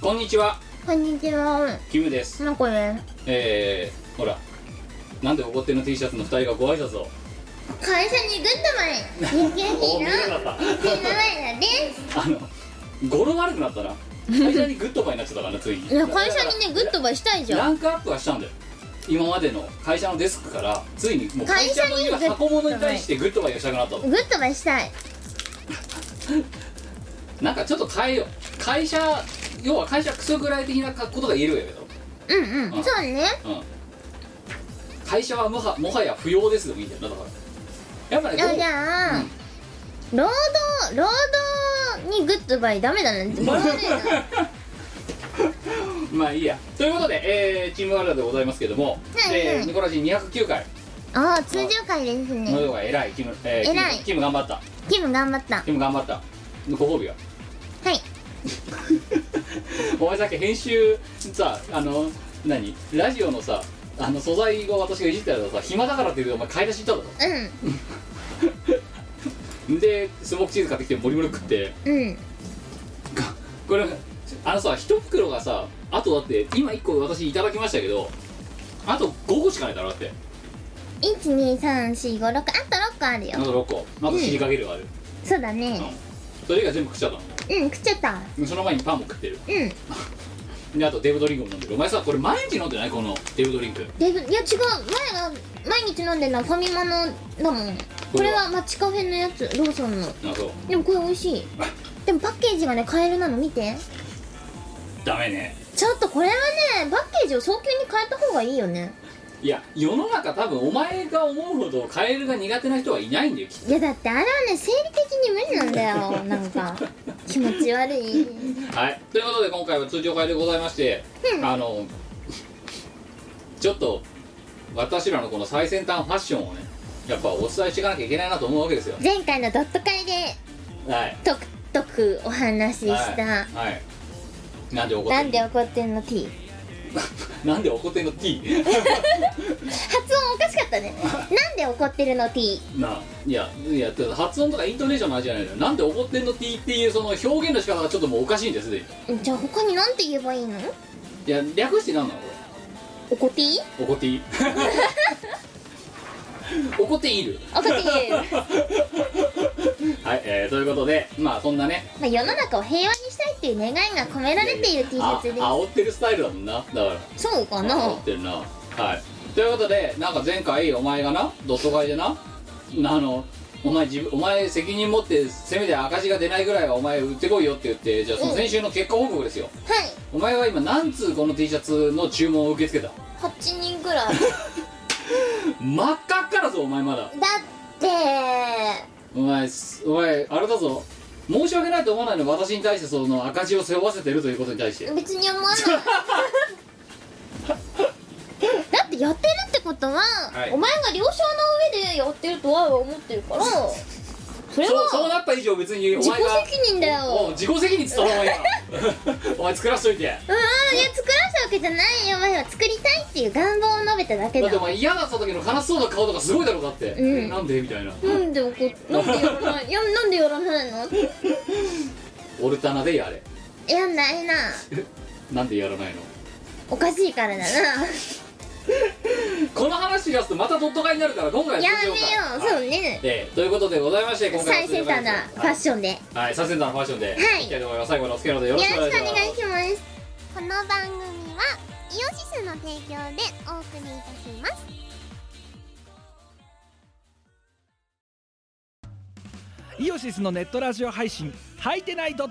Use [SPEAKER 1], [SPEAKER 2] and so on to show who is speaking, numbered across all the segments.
[SPEAKER 1] こんにちは
[SPEAKER 2] こんにちは。
[SPEAKER 1] キムです
[SPEAKER 2] なんかね、
[SPEAKER 1] えー、ほらなんで怒ってんの T シャツの2人がご挨拶を
[SPEAKER 2] 会社に行くんだまい。日
[SPEAKER 1] お見
[SPEAKER 2] 経
[SPEAKER 1] えな
[SPEAKER 2] 費
[SPEAKER 1] か
[SPEAKER 2] の
[SPEAKER 1] っ
[SPEAKER 2] 日の前です。
[SPEAKER 1] たあの語呂悪くなったな会社にグッドバイになっちゃったからなついに
[SPEAKER 2] いや会社にねグッドバイしたいじゃ
[SPEAKER 1] ラ
[SPEAKER 2] ん
[SPEAKER 1] ンクアップはしたんだよ今までの会社のデスクからついにもう会
[SPEAKER 2] 会
[SPEAKER 1] 社
[SPEAKER 2] 社
[SPEAKER 1] の
[SPEAKER 2] に
[SPEAKER 1] 今箱物に対してグッドバイをしたくなったの
[SPEAKER 2] グッドバイしたい
[SPEAKER 1] なんかちょっと変えよう会社要は会社クソぐらい的なことが言えるわけだろ
[SPEAKER 2] うんう
[SPEAKER 1] うん
[SPEAKER 2] んそうね
[SPEAKER 1] うん会社はもはもはや不要ですでもいいんだよなだからやっぱね
[SPEAKER 2] じゃあじ
[SPEAKER 1] こ
[SPEAKER 2] ゃあ
[SPEAKER 1] うん
[SPEAKER 2] 労働労働にグッドバイダメだね労働だよな
[SPEAKER 1] う まあいいやということで、えーチームワールドでございますけども、
[SPEAKER 2] はいはい
[SPEAKER 1] えーニコラジン209回
[SPEAKER 2] ああ通常回です
[SPEAKER 1] の
[SPEAKER 2] ね
[SPEAKER 1] ようが偉いキム,、えーキム
[SPEAKER 2] 偉い
[SPEAKER 1] キム頑張った
[SPEAKER 2] キム頑張ったは
[SPEAKER 1] キム頑張ったご褒美が
[SPEAKER 2] い
[SPEAKER 1] お前さっき編集さあの何ラジオのさあの素材を私がいじったらさ暇だからって言うてお前買い出し行っただ
[SPEAKER 2] う
[SPEAKER 1] ろでスモークチーズ買ってきてモリモリ食って
[SPEAKER 2] んうん
[SPEAKER 1] これあのさ一袋がさあとだって今1個私いただきましたけどあと5個しかないだろだって
[SPEAKER 2] 12345あと6個ある
[SPEAKER 1] あ
[SPEAKER 2] よ
[SPEAKER 1] と6個あと尻かけるがある、
[SPEAKER 2] そうだ
[SPEAKER 1] うん
[SPEAKER 2] ね
[SPEAKER 1] それ以外全部食っちゃったの
[SPEAKER 2] うん食っちゃった
[SPEAKER 1] でその前にパンも食ってる
[SPEAKER 2] うん
[SPEAKER 1] であとデブドリンクも飲んでるお前さこれ毎日飲んでないこのデブドリンク
[SPEAKER 2] でいや違う前が毎日飲んでるのはファミマのだもんこれはマチカフェのやつローソンの
[SPEAKER 1] あそう
[SPEAKER 2] でもこれ美味しいでもパッケージがねカエルなの見て
[SPEAKER 1] ダメね
[SPEAKER 2] ちょっとこれはねパッケージを早急に変えた方がいいよね
[SPEAKER 1] いや世の中多分お前が思うほどカエルが苦手な人はいないんだよきっと
[SPEAKER 2] いやだってあれはね生理的に無理なんだよなんか気持ち
[SPEAKER 1] はい
[SPEAKER 2] 悪い
[SPEAKER 1] ということで今回は通常会でございまして、
[SPEAKER 2] うん
[SPEAKER 1] あのちょっと私らのこの最先端ファッションをねやっぱお伝えしていかなきゃいけないなと思うわけですよ
[SPEAKER 2] 前回のドット会で
[SPEAKER 1] はい
[SPEAKER 2] とくとくお話しし
[SPEAKER 1] はい、
[SPEAKER 2] た、
[SPEAKER 1] はい、なんで怒って
[SPEAKER 2] なんん
[SPEAKER 1] の
[SPEAKER 2] で怒ってんの T
[SPEAKER 1] なんで怒ってんの T
[SPEAKER 2] 発音おかしかったねなんで怒ってるの T
[SPEAKER 1] なあいやいやてか発音とかイントネーションの話じゃないのよなんで怒ってんの T っていうその表現の仕方がちょっともうおかしいんですでに
[SPEAKER 2] じゃあ他になんて言えばいいの
[SPEAKER 1] いや略してなんなのこれ
[SPEAKER 2] おこてい
[SPEAKER 1] おこてい おこている
[SPEAKER 2] おこている
[SPEAKER 1] はい、えー、ということでまあそんなね
[SPEAKER 2] まあ、世の中を平和にしたいっていう願いが込められている T シャツで
[SPEAKER 1] あ煽ってるスタイルだもんなだから
[SPEAKER 2] すそうかな
[SPEAKER 1] 煽ってるなはいということでなんか前回お前がなドット会でなあのお前自分お前責任持ってせめて赤字が出ないぐらいはお前売ってこいよって言ってじゃあその先週の結果報告ですよ、
[SPEAKER 2] はい
[SPEAKER 1] お前は今何通この T シャツの注文を受け付けた
[SPEAKER 2] 8人ぐらいだ
[SPEAKER 1] 真っ赤っからぞお前まだ
[SPEAKER 2] って
[SPEAKER 1] お前すお前あれだぞ申し訳ないと思わないの私に対してその赤字を背負わせてるということに対して
[SPEAKER 2] 別に思わないだってやってるってことは、
[SPEAKER 1] い
[SPEAKER 2] お前が了承の上でやってるとは思ってるからそれ
[SPEAKER 1] そうそう
[SPEAKER 2] は
[SPEAKER 1] なった以上別にお
[SPEAKER 2] 自
[SPEAKER 1] 前
[SPEAKER 2] 己
[SPEAKER 1] が
[SPEAKER 2] 責任だよ
[SPEAKER 1] お自己責任っつったらお前が お前作らしといてだ
[SPEAKER 2] うんいや作らしたわけじゃないよお前は作りたいっていう願望を述べただけだ
[SPEAKER 1] ってお前嫌だった時の悲しそうな顔とかすごいだろだって、
[SPEAKER 2] うん
[SPEAKER 1] なんでみたいな
[SPEAKER 2] なんで怒っなんでやらないいやなんでやらないの
[SPEAKER 1] オルタナでやれ
[SPEAKER 2] やんないな
[SPEAKER 1] なんでやらないの
[SPEAKER 2] おかしいからだな
[SPEAKER 1] この話し出すとまたドット買いになるから今回は
[SPEAKER 2] や
[SPEAKER 1] 通常会
[SPEAKER 2] めようそう
[SPEAKER 1] はい
[SPEAKER 2] ね
[SPEAKER 1] ええということでございまして今回
[SPEAKER 2] 最
[SPEAKER 1] は通常
[SPEAKER 2] 先
[SPEAKER 1] 会
[SPEAKER 2] 端
[SPEAKER 1] で
[SPEAKER 2] な
[SPEAKER 1] す
[SPEAKER 2] ファッションでよ
[SPEAKER 1] はい、はい最先端のファッションで、はいいきたいと思います最後までお付き合いのほどよろ
[SPEAKER 2] ろし
[SPEAKER 1] しくお
[SPEAKER 2] くお
[SPEAKER 1] 願
[SPEAKER 2] 願
[SPEAKER 1] い
[SPEAKER 2] い
[SPEAKER 1] し
[SPEAKER 2] し
[SPEAKER 1] ます
[SPEAKER 2] ますこの番組はイオシスの提供でお送りいたします
[SPEAKER 3] イオシスのネットラジオ配信「はいてない .com」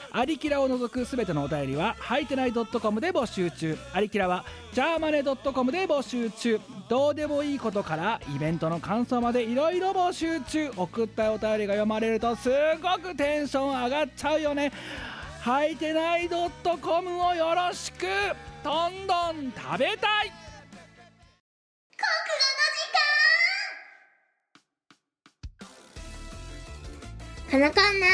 [SPEAKER 3] アリキラを除くすべてのお便りは、はいてない .com で募集中。アリキラは、ジャーマネ .com で募集中。どうでもいいことから、イベントの感想までいろいろ募集中。送ったお便りが読まれると、すごくテンション上がっちゃうよね。はいてない .com をよろしくどんどん食べたい
[SPEAKER 2] このコーナ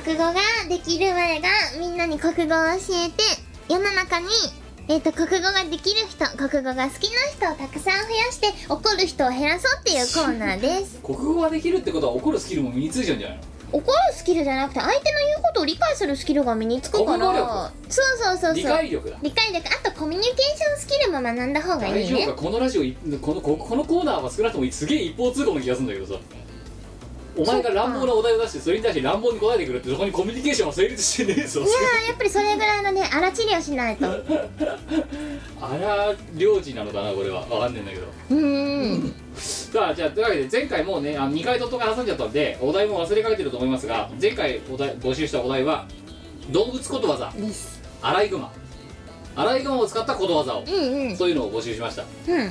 [SPEAKER 2] ーは国語ができる我がみんなに国語を教えて世の中に、えー、と国語ができる人国語が好きな人をたくさん増やして怒る人を減らそうっていうコーナーです
[SPEAKER 1] 国語ができるってことは怒るスキルも身についちゃうんじゃないの
[SPEAKER 2] 怒るスキルじゃなくて相手の言うことを理解するスキルが身につくから
[SPEAKER 1] 国語力
[SPEAKER 2] そうそうそうそう
[SPEAKER 1] 理解力だ
[SPEAKER 2] 理解力あとコミュニケーションスキルも学んだ方が
[SPEAKER 1] 大
[SPEAKER 2] いい
[SPEAKER 1] 丈夫
[SPEAKER 2] ね
[SPEAKER 1] かこのラジオいこのここのコーナーは少なくともすげえ一方通行の気がするんだけどさお前が乱暴なお題を出してそれに対して乱暴に答えてくるってそこにコミュニケーションは成立してねえぞ
[SPEAKER 2] いやーやっぱりそれぐらいのね荒治療しないとう
[SPEAKER 1] あら領事なのかなこれはわかんねえんだけど
[SPEAKER 2] ーん
[SPEAKER 1] さあじゃあというわけで前回もうねあの2回とっとが挟んじゃったんでお題も忘れかけてると思いますが前回お題募集したお題は動物ことわざ
[SPEAKER 2] です
[SPEAKER 1] アライグマアライグマを使ったことわざを
[SPEAKER 2] うんうんうん
[SPEAKER 1] そういうのを募集しました
[SPEAKER 2] うん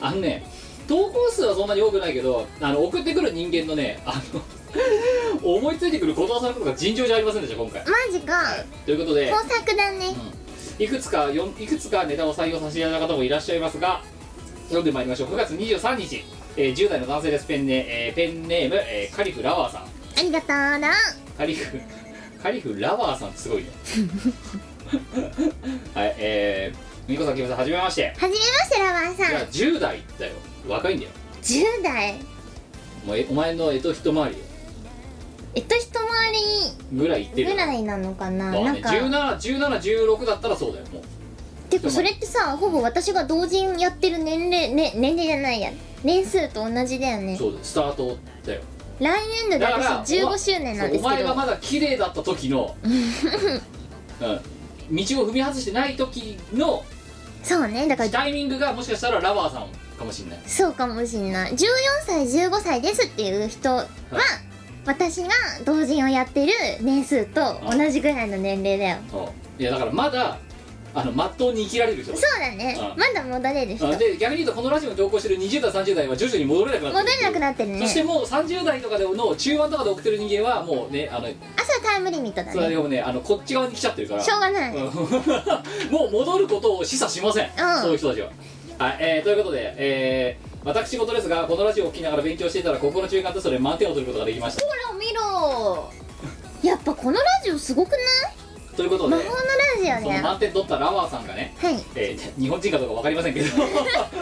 [SPEAKER 1] あのね投稿数はそんなに多くないけどあの送ってくる人間のねあの 思いついてくることわざのことが尋常じゃありませんでした今回
[SPEAKER 2] マジか
[SPEAKER 1] ということで
[SPEAKER 2] 工作だね
[SPEAKER 1] いくつかよんいくつかネタを採用させていただいた方もいらっしゃいますが読んでまいりましょう9月23日、えー10代の男性ですペンネ,、えーペンネーム、えーカリフラワーさん
[SPEAKER 2] ありがとうな
[SPEAKER 1] カリフ カリフラワーさんすごいね はいえー、みこさんきむさんはじめまして
[SPEAKER 2] はじめましてラワー
[SPEAKER 1] いや
[SPEAKER 2] さん
[SPEAKER 1] 10代だよ若いんだよ
[SPEAKER 2] 10代
[SPEAKER 1] もうえお前のえと一回りよ
[SPEAKER 2] えっと一回
[SPEAKER 1] ぐらいいって
[SPEAKER 2] り
[SPEAKER 1] るよ
[SPEAKER 2] ぐらいなのかな
[SPEAKER 1] まあ
[SPEAKER 2] なん
[SPEAKER 1] ね、
[SPEAKER 2] か
[SPEAKER 1] 1716だったらそうだよもう
[SPEAKER 2] てかそれってさほぼ私が同人やってる年齢、ね、年齢じゃないや年数と同じだよね
[SPEAKER 1] そうだよスタートだよ
[SPEAKER 2] 来年度で
[SPEAKER 1] だから
[SPEAKER 2] 私15周年なん
[SPEAKER 1] お
[SPEAKER 2] ですけ
[SPEAKER 1] 前が
[SPEAKER 2] ど
[SPEAKER 1] まだ綺麗だった時の、うん、道を踏み外してない時の
[SPEAKER 2] そうねだから
[SPEAKER 1] タイミングがもしかしたらラバーさんかもしれない
[SPEAKER 2] そうかもしんない14歳15歳ですっていう人は、私が同人をやってる年数と同じぐらいの年齢だよ
[SPEAKER 1] いやだからまだあの真っ当に生きられる人
[SPEAKER 2] そうだね
[SPEAKER 1] うん
[SPEAKER 2] まだ戻れる人
[SPEAKER 1] うん
[SPEAKER 2] 戻
[SPEAKER 1] で逆に言うとこのラジオに投稿してる20代30代は徐々に戻れなくなってる
[SPEAKER 2] れなくなってるね
[SPEAKER 1] そしてもう30代とかでの中盤とかで送ってる人間はもうねあの
[SPEAKER 2] 朝タイムリミットだ
[SPEAKER 1] それはで
[SPEAKER 2] ね
[SPEAKER 1] もねあのこっち側に来ちゃってるから
[SPEAKER 2] しょうがない、
[SPEAKER 1] うんもう戻ることを示唆しません、
[SPEAKER 2] ん
[SPEAKER 1] そういう人たちは、はいえーということで、えー、私事ですがこのラジオを聴きながら勉強していたらここの中間テストで満点を取ることができました
[SPEAKER 2] ほら見ろやっぱこのラジオすごくない
[SPEAKER 1] ということで
[SPEAKER 2] 魔法のラジ
[SPEAKER 1] その
[SPEAKER 2] オだよは
[SPEAKER 1] 満点取ったラワーさんがね、
[SPEAKER 2] い
[SPEAKER 1] えー日本人かどうか分かりませんけど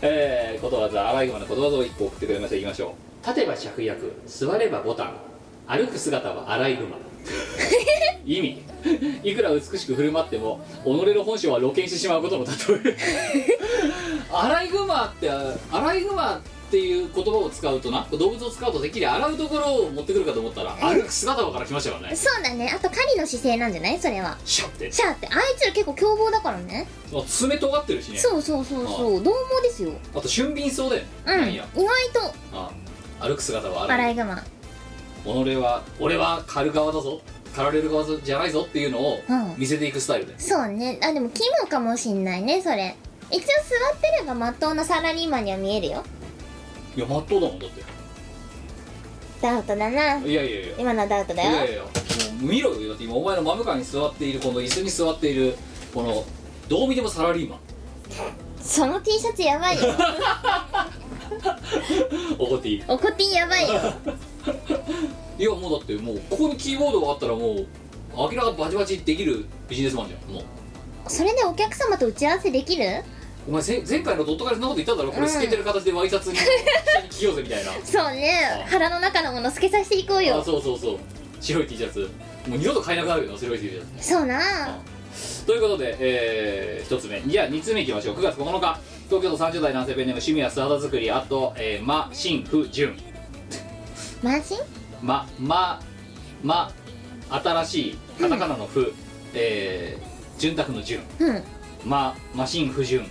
[SPEAKER 1] えー、ことわざアライグマのことわざを1個送ってくれましたいきましょう立てば芍薬座ればボタン歩く姿はアライ グマ意味いくら美しく振る舞っても己の本性は露見してしまうことの例 えアライグマってアライグマっていう言葉を使うとな動物を使うとてっきり洗うところを持ってくるかと思ったら歩く姿から来ましたからね
[SPEAKER 2] そうだねあと狩りの姿勢なんじゃないそれは
[SPEAKER 1] シャッて
[SPEAKER 2] シャーってあいつら結構凶暴だからね
[SPEAKER 1] 爪尖ってるしね
[SPEAKER 2] そうそうそうそう獰猛ですようん
[SPEAKER 1] あと俊敏そうだよねなん
[SPEAKER 2] 意
[SPEAKER 1] や
[SPEAKER 2] 外と
[SPEAKER 1] あ歩く姿は
[SPEAKER 2] ア
[SPEAKER 1] 荒
[SPEAKER 2] ラ
[SPEAKER 1] い
[SPEAKER 2] イグマ
[SPEAKER 1] 己は俺は狩る側だぞ狩られる側じゃないぞっていうのを
[SPEAKER 2] うん
[SPEAKER 1] 見せていくスタイルで、
[SPEAKER 2] そうねあでもキモかもしんないねそれ一応座ってればまっとうなサラリーマンには見えるよ
[SPEAKER 1] いやまっとうだもんだって
[SPEAKER 2] ダウトだない
[SPEAKER 1] やいやいや
[SPEAKER 2] 今のはダウトだ
[SPEAKER 1] いや
[SPEAKER 2] よ
[SPEAKER 1] いやもう見ろよだって今お前の真向かいに座っているこの椅子に座っているこのどう見てもサラリーマン
[SPEAKER 2] その T シャツやばいよ
[SPEAKER 1] 怒っていい
[SPEAKER 2] おこぴーやば いよ
[SPEAKER 1] いやもうだってもうここにキーボードがあったらもう明らかにバチバチできるビジネスマンじゃんもう
[SPEAKER 2] それでお客様と打ち合わせできる
[SPEAKER 1] お前せ前回のドットからそんなこと言っただろこれ透けてる形でワイシャツに下に着ようぜみたいな
[SPEAKER 2] そうね
[SPEAKER 1] あ
[SPEAKER 2] 腹の中のもの透けさせていこう
[SPEAKER 1] あ
[SPEAKER 2] よ
[SPEAKER 1] そうそうそう白い T シャツもう二度と買えなくなるよな白い T シャツ
[SPEAKER 2] そうな
[SPEAKER 1] ということで、え1つ目じゃあ2つ目いきましょう9月9日東京都30代男性ペンネーム趣味は素肌作りあと、えー、ましんふじゅん
[SPEAKER 2] マジ
[SPEAKER 1] ままま新しいカタカナのふ、えー、潤沢のじゅん
[SPEAKER 2] うん
[SPEAKER 1] まマシン不順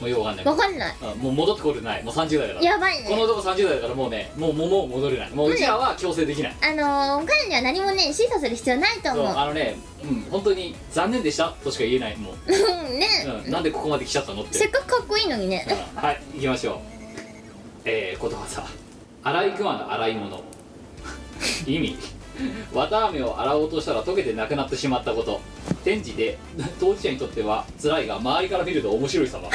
[SPEAKER 1] もうようわかんない
[SPEAKER 2] わかんない
[SPEAKER 1] あもう戻ってこれないもう30代だから
[SPEAKER 2] やばい
[SPEAKER 1] この
[SPEAKER 2] ね
[SPEAKER 1] 男30代だからもうねもうもうもう戻れないもううちらは強制できない
[SPEAKER 2] あのー、彼には何もね審査する必要ない
[SPEAKER 1] そ
[SPEAKER 2] と思
[SPEAKER 1] う
[SPEAKER 2] う
[SPEAKER 1] あのね、うん、本当に残念でしたとしか言えないもう、
[SPEAKER 2] うんね
[SPEAKER 1] うん、なんでここまで来ちゃったのって
[SPEAKER 2] せっかくかっこいいのにね
[SPEAKER 1] うんはい行きましょうえー、ことわざ洗い熊の洗い物 意味綿あめを洗おうとしたら溶けてなくなってしまったこと展示で当事者にとっては辛いが周りから見ると面白い様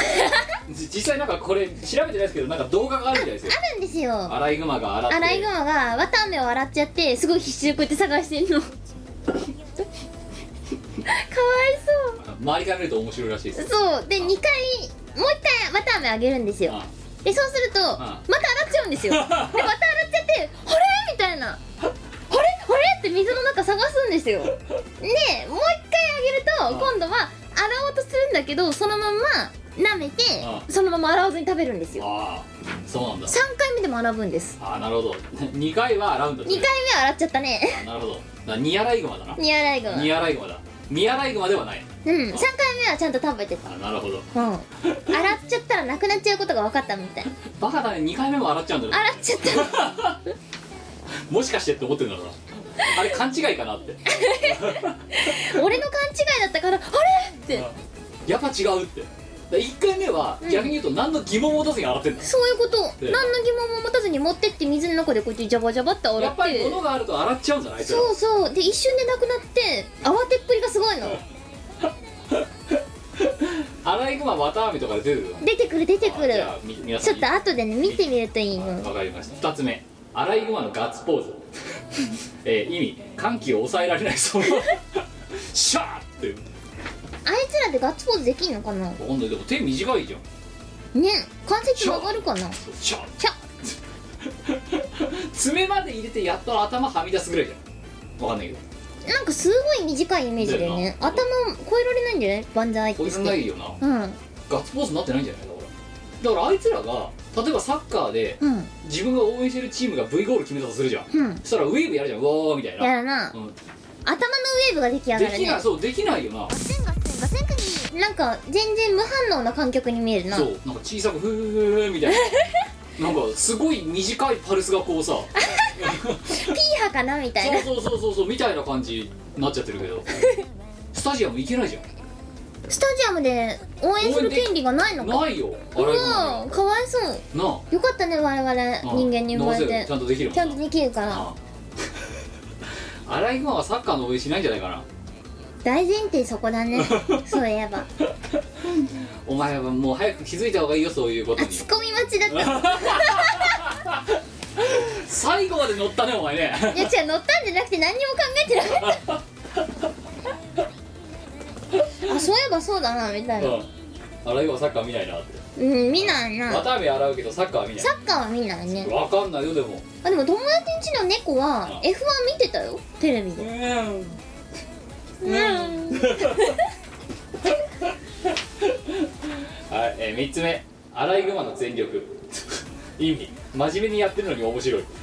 [SPEAKER 1] 実際なんかこれ調べてないですけどなんか動画があるみたいですよ
[SPEAKER 2] あるんですよ
[SPEAKER 1] アライグマが洗って
[SPEAKER 2] アライグマがわたあめを洗っちゃってすごい必死でこうやって探して んのかわいそ
[SPEAKER 1] 周りから見ると面白いらしいです
[SPEAKER 2] うそうで2回もう1回わたあめあげるんですよ
[SPEAKER 1] あ
[SPEAKER 2] でそうするとまた洗っちゃうんですよでまた洗っちゃって「あれ?」みたいな「あれあれ?」って水の中探すんですよでもう一回あげると
[SPEAKER 1] あ
[SPEAKER 2] 今度は洗おうとするんだけどそのまんま舐めて
[SPEAKER 1] あ
[SPEAKER 2] そのまま洗わずに食べるんですよ
[SPEAKER 1] あそうなんだ
[SPEAKER 2] 3回目でも洗うんです
[SPEAKER 1] ああなるほど 2回は洗うんだ
[SPEAKER 2] 2回目は洗っちゃったね
[SPEAKER 1] 回なるほどだからニアライグマだな
[SPEAKER 2] ニアライグマうん
[SPEAKER 1] ニアライグマだニアライグマではない
[SPEAKER 2] 3回目はちゃんと食べてた
[SPEAKER 1] あなるほど
[SPEAKER 2] うん洗っちゃったらなくなっちゃうことが分かったみたい
[SPEAKER 1] バカだね2回目も洗っちゃうんだね
[SPEAKER 2] 洗っちゃった
[SPEAKER 1] もしかしてって思ってるんだろう なあれ勘違いかなって
[SPEAKER 2] 俺の勘違いだったから「あれ?」って
[SPEAKER 1] やっぱ違うって1回目は逆に言うと何の疑問も出ずに洗ってんだ、
[SPEAKER 2] そういうこと
[SPEAKER 1] ええ
[SPEAKER 2] 何の疑問も持たずに持ってって水の中でこうやってジャバジャバって洗って
[SPEAKER 1] やっぱり物があると洗っちゃうんじゃないそれ
[SPEAKER 2] そうそうで一瞬でなくなって慌てっぷりがすごいの
[SPEAKER 1] アライグマ綿あめとかで出てくる
[SPEAKER 2] 出てくる出てく
[SPEAKER 1] あ
[SPEAKER 2] る
[SPEAKER 1] じゃあみ皆
[SPEAKER 2] ち
[SPEAKER 1] さ
[SPEAKER 2] ょ
[SPEAKER 1] ん
[SPEAKER 2] っと後でね見てみるといいの
[SPEAKER 1] わかりました2つ目アライグマのガッツポー ズえー意味歓喜を抑えられないその シャーって
[SPEAKER 2] あいつらでガッツポーズできんのかな
[SPEAKER 1] 今度でも手短いじゃん
[SPEAKER 2] ね関節曲がるかな
[SPEAKER 1] シャー
[SPEAKER 2] キャ
[SPEAKER 1] 爪まで入れてやっと頭はみ出すぐらいじゃんわかんないけど
[SPEAKER 2] なんかすごい短いイメージだよね
[SPEAKER 1] だよ
[SPEAKER 2] 頭超えられないんじゃない万歳って
[SPEAKER 1] こいつ
[SPEAKER 2] し
[SPEAKER 1] な
[SPEAKER 2] て
[SPEAKER 1] いよな
[SPEAKER 2] うん
[SPEAKER 1] ガッツポーズになってないんじゃないだからだからあいつらが例えばサッカーで
[SPEAKER 2] うん
[SPEAKER 1] 自分が応援してるチームが V ゴール決めたとするじゃん
[SPEAKER 2] うん
[SPEAKER 1] そしたらウェーブやるじゃんうわーみたい
[SPEAKER 2] や
[SPEAKER 1] な、
[SPEAKER 2] らな
[SPEAKER 1] うん、
[SPEAKER 2] 頭のウェーブが出来上が
[SPEAKER 1] で
[SPEAKER 2] る
[SPEAKER 1] き
[SPEAKER 2] ね
[SPEAKER 1] ないそうできないよな
[SPEAKER 2] なんか全然無反応な観客に見えるな
[SPEAKER 1] そうなんか小さく「ふーふーふー」みたい ななんかすごい短いパルスがこうさ
[SPEAKER 2] ピーハかなみたいな
[SPEAKER 1] そうそうそうそうそうみたいな感じになっちゃってるけ どスタジアム行けないじゃん
[SPEAKER 2] スタジアムで応援する権利がないのか
[SPEAKER 1] ないよあ
[SPEAKER 2] う
[SPEAKER 1] れ
[SPEAKER 2] わかわいそう
[SPEAKER 1] なあ
[SPEAKER 2] よかったね我々
[SPEAKER 1] ああ
[SPEAKER 2] 人間に生まれ
[SPEAKER 1] 直せ
[SPEAKER 2] て
[SPEAKER 1] るちゃんとできるもん
[SPEAKER 2] ち
[SPEAKER 1] な
[SPEAKER 2] ゃんとできるから
[SPEAKER 1] ああアライグマはサッカーの応援しないんじゃないかな
[SPEAKER 2] 大前提そこ だねそういえば
[SPEAKER 1] お前はもう早く気づいた方がいいよそういうこと
[SPEAKER 2] あ
[SPEAKER 1] に
[SPEAKER 2] ツッコミ待ちだった
[SPEAKER 1] 最後まで乗ったねお前ね
[SPEAKER 2] いや違う乗ったんじゃなくて何にも考え てなかったあそういえばそうだなみたいな
[SPEAKER 1] うんアライグマはサッカー見ないなって
[SPEAKER 2] うん見ないな
[SPEAKER 1] また目洗うけどサッカーは見ない
[SPEAKER 2] サッカーは見ないね
[SPEAKER 1] わかんないよでも
[SPEAKER 2] あでも友達ん家の猫は
[SPEAKER 1] あ
[SPEAKER 2] F1 見てたよテレビでうん
[SPEAKER 1] はい、えー、3つ目アライグマの全力意味真面目にやってるのに面白いだか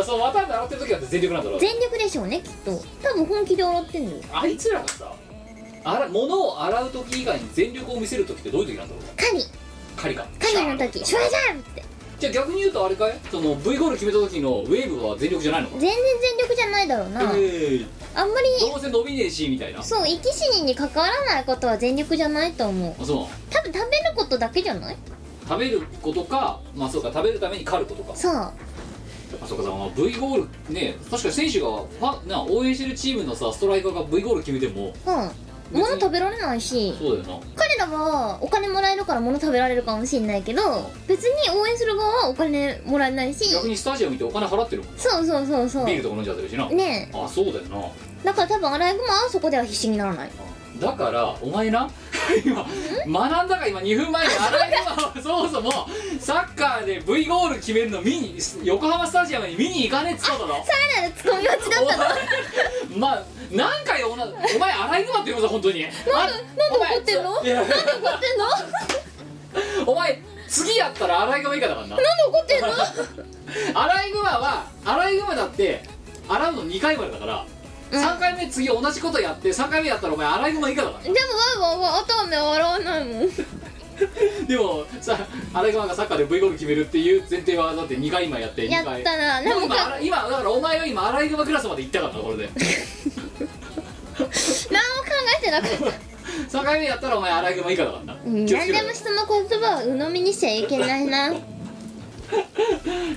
[SPEAKER 1] らその綿で洗ってる時だって全力なんだろう
[SPEAKER 2] 全力でしょうねきっと多分本気で笑ってんのよ
[SPEAKER 1] あいつらがさあら物を洗う時以外に全力を見せる時ってどういう時なんだろう
[SPEAKER 2] カニ
[SPEAKER 1] カリか
[SPEAKER 2] カニの時シュワジャンって
[SPEAKER 1] じゃあ逆に言うとあれかいその V ゴール決めた時のウェーブは全力じゃないのか
[SPEAKER 2] 全然全力じゃないだろうなあんまり
[SPEAKER 1] えいどうせ伸びねえしみたいなあ
[SPEAKER 2] そう生き死にに関わらないことは全力じゃないと思う
[SPEAKER 1] そう
[SPEAKER 2] 多分食べることだけじゃない
[SPEAKER 1] 食べることかまあそうか食べるために狩ることか
[SPEAKER 2] そうあ
[SPEAKER 1] あそうかだからまあ V ゴールね確かに選手がファな応援してるチームのさストライカーが V ゴール決めても
[SPEAKER 2] うん物食べられないし
[SPEAKER 1] そうだよ
[SPEAKER 2] 彼らはお金もらえるから物食べられるかもしれないけど別に応援する側はお金もらえないし
[SPEAKER 1] な逆にスタジアム行ってお金払ってるもん
[SPEAKER 2] そうそうそうそ
[SPEAKER 1] ビール
[SPEAKER 2] う
[SPEAKER 1] とか飲んじゃってるしな
[SPEAKER 2] ね
[SPEAKER 1] あそうだよな
[SPEAKER 2] えだから多分アライグマはそこでは必死にならない
[SPEAKER 1] だからお前な今学んだか今2分前にアライグマはそもそもサッカーで V ゴール決めるの見に横浜スタジアムに見に行かねえっつっただろ
[SPEAKER 2] さらなるツッコミ待ちだったの
[SPEAKER 1] お前まあ何回おなお前アライグマって言うのさ本当になんで
[SPEAKER 2] なんで怒ってんのなんで怒ってんの なん
[SPEAKER 1] お前次やったらアライグマ以下だからな
[SPEAKER 2] で怒ってんの
[SPEAKER 1] アライグマはアライグマだって洗うの2回までだから、
[SPEAKER 2] うん
[SPEAKER 1] 3回目次同じことやって3回目やったらお前アライグマ以下だか
[SPEAKER 2] でもワイワイは頭目洗わないもん
[SPEAKER 1] らでもさアライグマがサッカーで V ゴール決めるっていう前提はだって2回今やって
[SPEAKER 2] や
[SPEAKER 1] 2
[SPEAKER 2] っ
[SPEAKER 1] 回
[SPEAKER 2] たな
[SPEAKER 1] で
[SPEAKER 2] な
[SPEAKER 1] も
[SPEAKER 2] ん
[SPEAKER 1] 今あ
[SPEAKER 2] から
[SPEAKER 1] 今だからお前は今アライグマクラスまで行ったからなこれで
[SPEAKER 2] 何も考えてなかった
[SPEAKER 1] 3回目やったらお前アライグマ以下だからな、
[SPEAKER 2] うん何
[SPEAKER 1] 気をつけ
[SPEAKER 2] で
[SPEAKER 1] ろよ
[SPEAKER 2] も人の言葉を鵜呑みにしちゃいけないな
[SPEAKER 1] え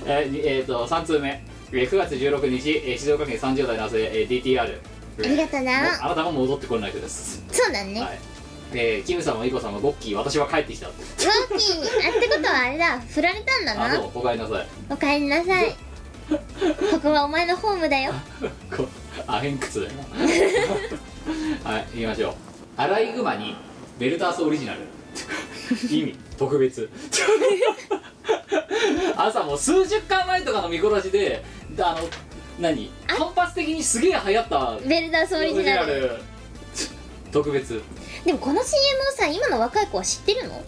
[SPEAKER 1] ーにえーと3通目えー9月16日えー静岡県30代男性えー DTR
[SPEAKER 2] ありがとな
[SPEAKER 1] もうあなたも戻ってこれない人です
[SPEAKER 2] そうだね
[SPEAKER 1] はい、えーキムさんもイコさんもゴッキー私は帰ってきたって
[SPEAKER 2] ロッキーにあってことはあれだ振られたんだ
[SPEAKER 1] あ
[SPEAKER 2] な
[SPEAKER 1] そうおかえりなさい
[SPEAKER 2] おかえりな さいここはお前のホームだよ
[SPEAKER 1] こアヘン靴だよな はい言いましょうアライグマにベルタースオリジナル意味特 別朝もう数十回前とかの見殺しであの何反発的にすげえ流行った
[SPEAKER 2] ベルダースオリジナル
[SPEAKER 1] ル特別
[SPEAKER 2] でもこの CM をさ今の若い子は知ってるの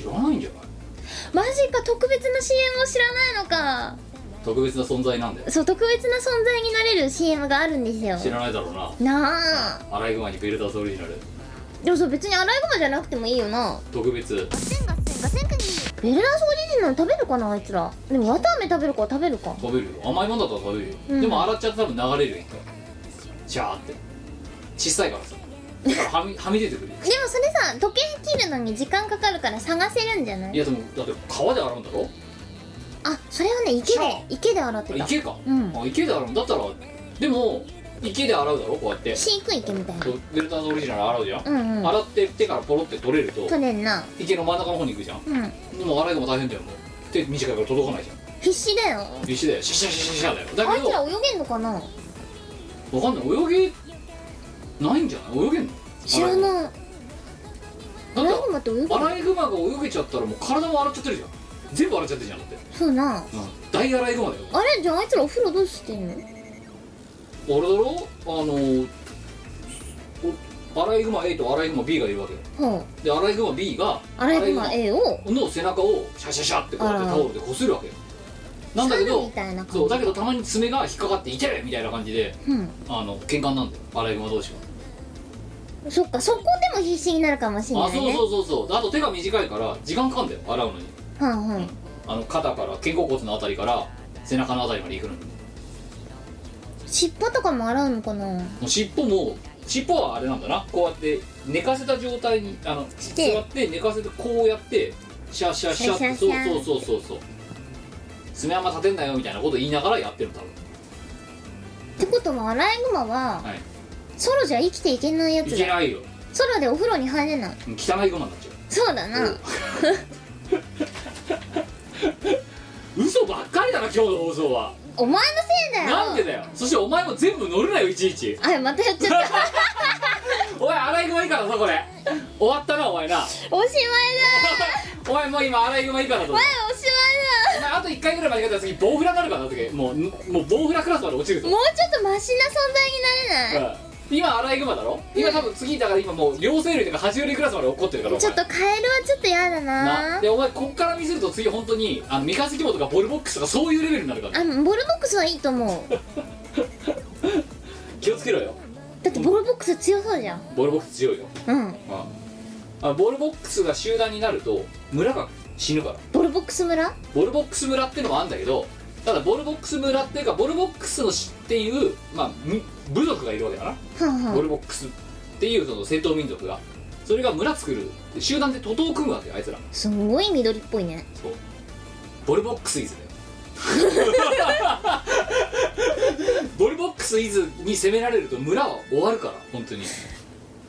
[SPEAKER 1] 知らないんじゃない
[SPEAKER 2] マジか特別な CM を知らないのか
[SPEAKER 1] 特別な存在なんだよ
[SPEAKER 2] そう特別な存在になれる CM があるんですよ
[SPEAKER 1] 知らないだろうな
[SPEAKER 2] なあ
[SPEAKER 1] アライグマにベルタースオリジナル
[SPEAKER 2] でもそう別にアライグマじゃなくてもいいよな
[SPEAKER 1] 特別
[SPEAKER 2] ベルダースオリジナル食べるかなあいつらでも綿あめ食べるか食べるか
[SPEAKER 1] 食べるよ甘いもんだったら食べるよ、
[SPEAKER 2] うん
[SPEAKER 1] でも洗っちゃったら多分流れるよ一回シャーって小さいからさだからはみはみ出てくるよ
[SPEAKER 2] でもそれさ時計切るのに時間かかるから探せるんじゃない
[SPEAKER 1] いやでもだって川で洗うんだろ
[SPEAKER 2] あそれはね池で
[SPEAKER 1] そう
[SPEAKER 2] 池で洗ってた
[SPEAKER 1] 池か、
[SPEAKER 2] うん
[SPEAKER 1] あ池で洗うんだったらでも池で洗うだろこうやって
[SPEAKER 2] 飼育池みたいな
[SPEAKER 1] そうベルターズオリジナル洗うじゃん、
[SPEAKER 2] うんうん
[SPEAKER 1] 洗って手からポロって取れると
[SPEAKER 2] 去年な
[SPEAKER 1] 池の真ん中の方に行くじゃん
[SPEAKER 2] うん
[SPEAKER 1] でも洗いでも大変だよもう手短いから届かないじゃん
[SPEAKER 2] 必死だよ
[SPEAKER 1] 必死だよシャシャシャシャシャだよだ
[SPEAKER 2] あ
[SPEAKER 1] け
[SPEAKER 2] いつら泳げんのかな
[SPEAKER 1] どわかんない泳げないんじゃない泳げんの
[SPEAKER 2] 知ら
[SPEAKER 1] い
[SPEAKER 2] ないア
[SPEAKER 1] だって
[SPEAKER 2] ライグマって泳げ
[SPEAKER 1] ア
[SPEAKER 2] る
[SPEAKER 1] ライグマが泳げちゃったらもう体も洗っちゃってるじゃん全部洗っちゃってるじゃんだって、
[SPEAKER 2] そうな
[SPEAKER 1] 大アライグマだよ
[SPEAKER 2] あれじゃああいつらお風呂どうしてんの
[SPEAKER 1] あれだろあのおアライグマ A とアライグマ B がいるわけよ
[SPEAKER 2] は
[SPEAKER 1] でアライグマ B が
[SPEAKER 2] あアライグマ A を
[SPEAKER 1] アライグマの背中をシャシャシャってこうやって
[SPEAKER 2] あら
[SPEAKER 1] タオルでこするわけよなんだけ
[SPEAKER 2] サル
[SPEAKER 1] ど
[SPEAKER 2] みたいな感じ
[SPEAKER 1] そうだけどたまに爪が引っかかって痛いみたいな感じで
[SPEAKER 2] うん
[SPEAKER 1] あの喧嘩になんだよアライグマ同士が
[SPEAKER 2] そっかそこでも必死になるかもしれな
[SPEAKER 1] あ
[SPEAKER 2] い
[SPEAKER 1] そう
[SPEAKER 2] ね
[SPEAKER 1] そうそうそうあと手が短いから時間かかんだよ洗うのに
[SPEAKER 2] はいはい
[SPEAKER 1] あの肩から肩甲骨のあたりから背中のあたりまで行くのに
[SPEAKER 2] 尻尾とかも洗うのかな
[SPEAKER 1] もう尻尾も尻尾はあれなんだなこうやって寝かせた状態にあの
[SPEAKER 2] て
[SPEAKER 1] 座って寝かせてこうやってシャーシャーシャーってそ
[SPEAKER 2] シャ
[SPEAKER 1] う
[SPEAKER 2] ーシャーシャー
[SPEAKER 1] そうそうそうそう爪あんま立てんなよみたいなこと言いながらやってる多分
[SPEAKER 2] ってことはアライグマは
[SPEAKER 1] はい
[SPEAKER 2] ソロじゃ生きていけないや
[SPEAKER 1] い
[SPEAKER 2] つ
[SPEAKER 1] け
[SPEAKER 2] だ
[SPEAKER 1] ないよ
[SPEAKER 2] ソロでお風呂に入れない
[SPEAKER 1] 汚いゴマになっちゃ
[SPEAKER 2] そうだな
[SPEAKER 1] う嘘ばっかりだな今日の放送は
[SPEAKER 2] お前のせいだよ
[SPEAKER 1] なんでだよそしてお前も全部乗るなよいちいち
[SPEAKER 2] あ またやっちゃった
[SPEAKER 1] おいアライグマいいからさこれ終わったなお前な
[SPEAKER 2] おしまいだ
[SPEAKER 1] お前もう今アライグマいいからと
[SPEAKER 2] お前おしまい
[SPEAKER 1] お前あと1回ぐらい間違えたら次ボウフラになるからな次もうもうボウフラクラスまで落ちるぞ
[SPEAKER 2] だもうちょっとマシな存在になれない
[SPEAKER 1] うん今アライグマだろ今多分次だから今もう両生類とか爬虫類クラスまで起こってるからお前
[SPEAKER 2] ちょっとカエルはちょっと嫌だな
[SPEAKER 1] なでお前こっから見せると次本当にあの三日月モとかボルボックスとかそういうレベルになるから
[SPEAKER 2] あのボルボックスはいいと思う
[SPEAKER 1] 気をつけろよ
[SPEAKER 2] だってボルボックス強そうじゃん
[SPEAKER 1] ボルボックス強いよ、
[SPEAKER 2] うん
[SPEAKER 1] うんあボルボックスが集団になると村が死ぬから
[SPEAKER 2] ボルボックス村
[SPEAKER 1] ボルボックス村ってのもあるんだけどただボルボックス村っていうかボルボックスの知っていう、まあ、み部族がいるわけだな
[SPEAKER 2] はんは
[SPEAKER 1] ボ
[SPEAKER 2] ん
[SPEAKER 1] ルボックスっていうその戦闘民族がそれが村作る集団で徒党を組むわけよあいつら
[SPEAKER 2] すんごい緑っぽいね
[SPEAKER 1] そうボルボックスイズだよボルボックスイズに攻められると村は終わるから本当に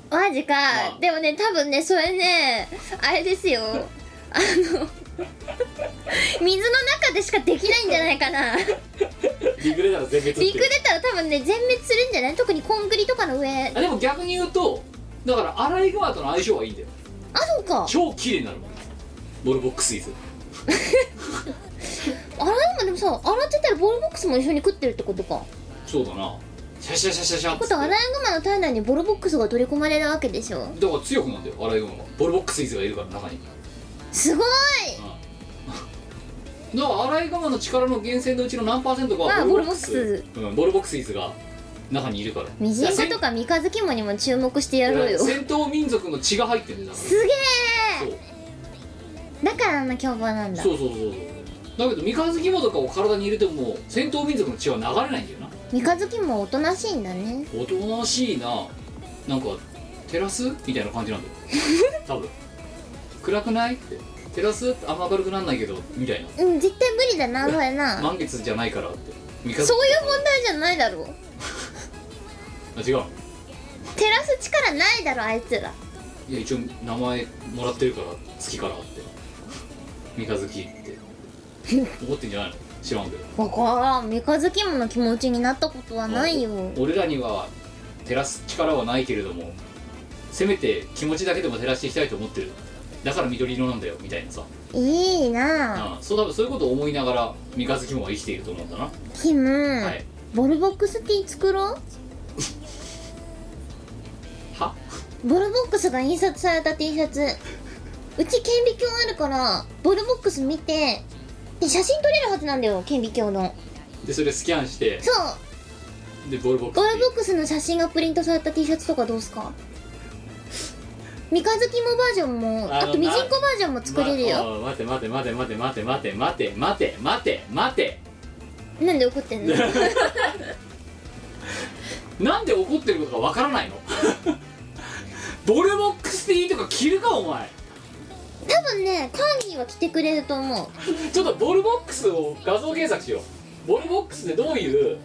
[SPEAKER 2] マジか、
[SPEAKER 1] まあ
[SPEAKER 2] でもね多分ねそれねあれですよあの水の中でしかできないんじゃないかな
[SPEAKER 1] リグレなら全滅ってい
[SPEAKER 2] 陸
[SPEAKER 1] う
[SPEAKER 2] 出たら多分ね全滅するんじゃない特にコンクリとかの上あ
[SPEAKER 1] あでも逆に言うとだからアライグマとの相性はいいんだよ
[SPEAKER 2] そうか
[SPEAKER 1] 超綺麗になるもんボルボックスイズ
[SPEAKER 2] 洗うもでもさ洗ってたらボールボックスも一緒に食ってるってことかって
[SPEAKER 1] そうだなシャシャシャシャシャっ
[SPEAKER 2] こ
[SPEAKER 1] つ
[SPEAKER 2] と
[SPEAKER 1] っ
[SPEAKER 2] はアライグマの体内にボールボックスが取り込まれるわけでしょ
[SPEAKER 1] てだから強くなんだよアライグマがボルボックスイズがいるから中に
[SPEAKER 2] すごい
[SPEAKER 1] だからアライグマの力の源泉のうちの何パーセントか
[SPEAKER 2] まあ
[SPEAKER 1] はボルボック
[SPEAKER 2] ボ
[SPEAKER 1] ス、
[SPEAKER 2] ルボッ
[SPEAKER 1] うん、ボルボックスイズが中にいるから
[SPEAKER 2] ミジンコとか三日月モにも注目してやろうよすげえ
[SPEAKER 1] 戦闘民族の血が入ってるんだからそう
[SPEAKER 2] だからあんな凶暴なんだ
[SPEAKER 1] そうそうそうそうだけど三日月モとかを体に入れても戦闘民族の血は流れないんだよな
[SPEAKER 2] 三日月もおとなしいんだね
[SPEAKER 1] おとなしいななんかテラスみたいな感じなん だよ多分暗くないってテラスあんま明るくなんないけどみたい
[SPEAKER 2] うん絶対無理だなそれ
[SPEAKER 1] な
[SPEAKER 2] な
[SPEAKER 1] 満月じゃないからって三日月
[SPEAKER 2] そういう問題じゃないだろう
[SPEAKER 1] あ違う
[SPEAKER 2] 照らす力ないだろあいつら
[SPEAKER 1] いや一応名前もらってるから月からって三日月って思ってんじゃないの知らんけど
[SPEAKER 2] わからん三日月もの気持ちになったことはないよ
[SPEAKER 1] まあお俺らには照らす力はないけれどもせめて気持ちだけでも照らしていきたいと思ってるだから緑色なんだよみたいなさ、
[SPEAKER 2] いいなあ
[SPEAKER 1] うん、そう多分そういうことを思いながら三日月も生きていると思うんだな、
[SPEAKER 2] キム、
[SPEAKER 1] はい
[SPEAKER 2] ボルボックスティー作ろ
[SPEAKER 1] は
[SPEAKER 2] うボルボックスが印刷された T シャツうち顕微鏡あるからボルボックス見てで写真撮れるはずなんだよ顕微鏡の
[SPEAKER 1] でそれスキャンして
[SPEAKER 2] そう
[SPEAKER 1] でボールボックス
[SPEAKER 2] ボルボックスの写真がプリントされた T シャツとかどうすか三日月もバージョンもあ
[SPEAKER 1] あの
[SPEAKER 2] とミジンコバージョンも作れるよ、
[SPEAKER 1] まあ待て待て待て待て待て待て待て待て待て待て
[SPEAKER 2] なんで怒っ てんの
[SPEAKER 1] なんで怒ってることがわからないの ボルボックスティーとか着るかお前
[SPEAKER 2] 多分ねカーギーは来てくれると思う
[SPEAKER 1] ちょっとボルボックスを画像検索しようボルボックスってどういう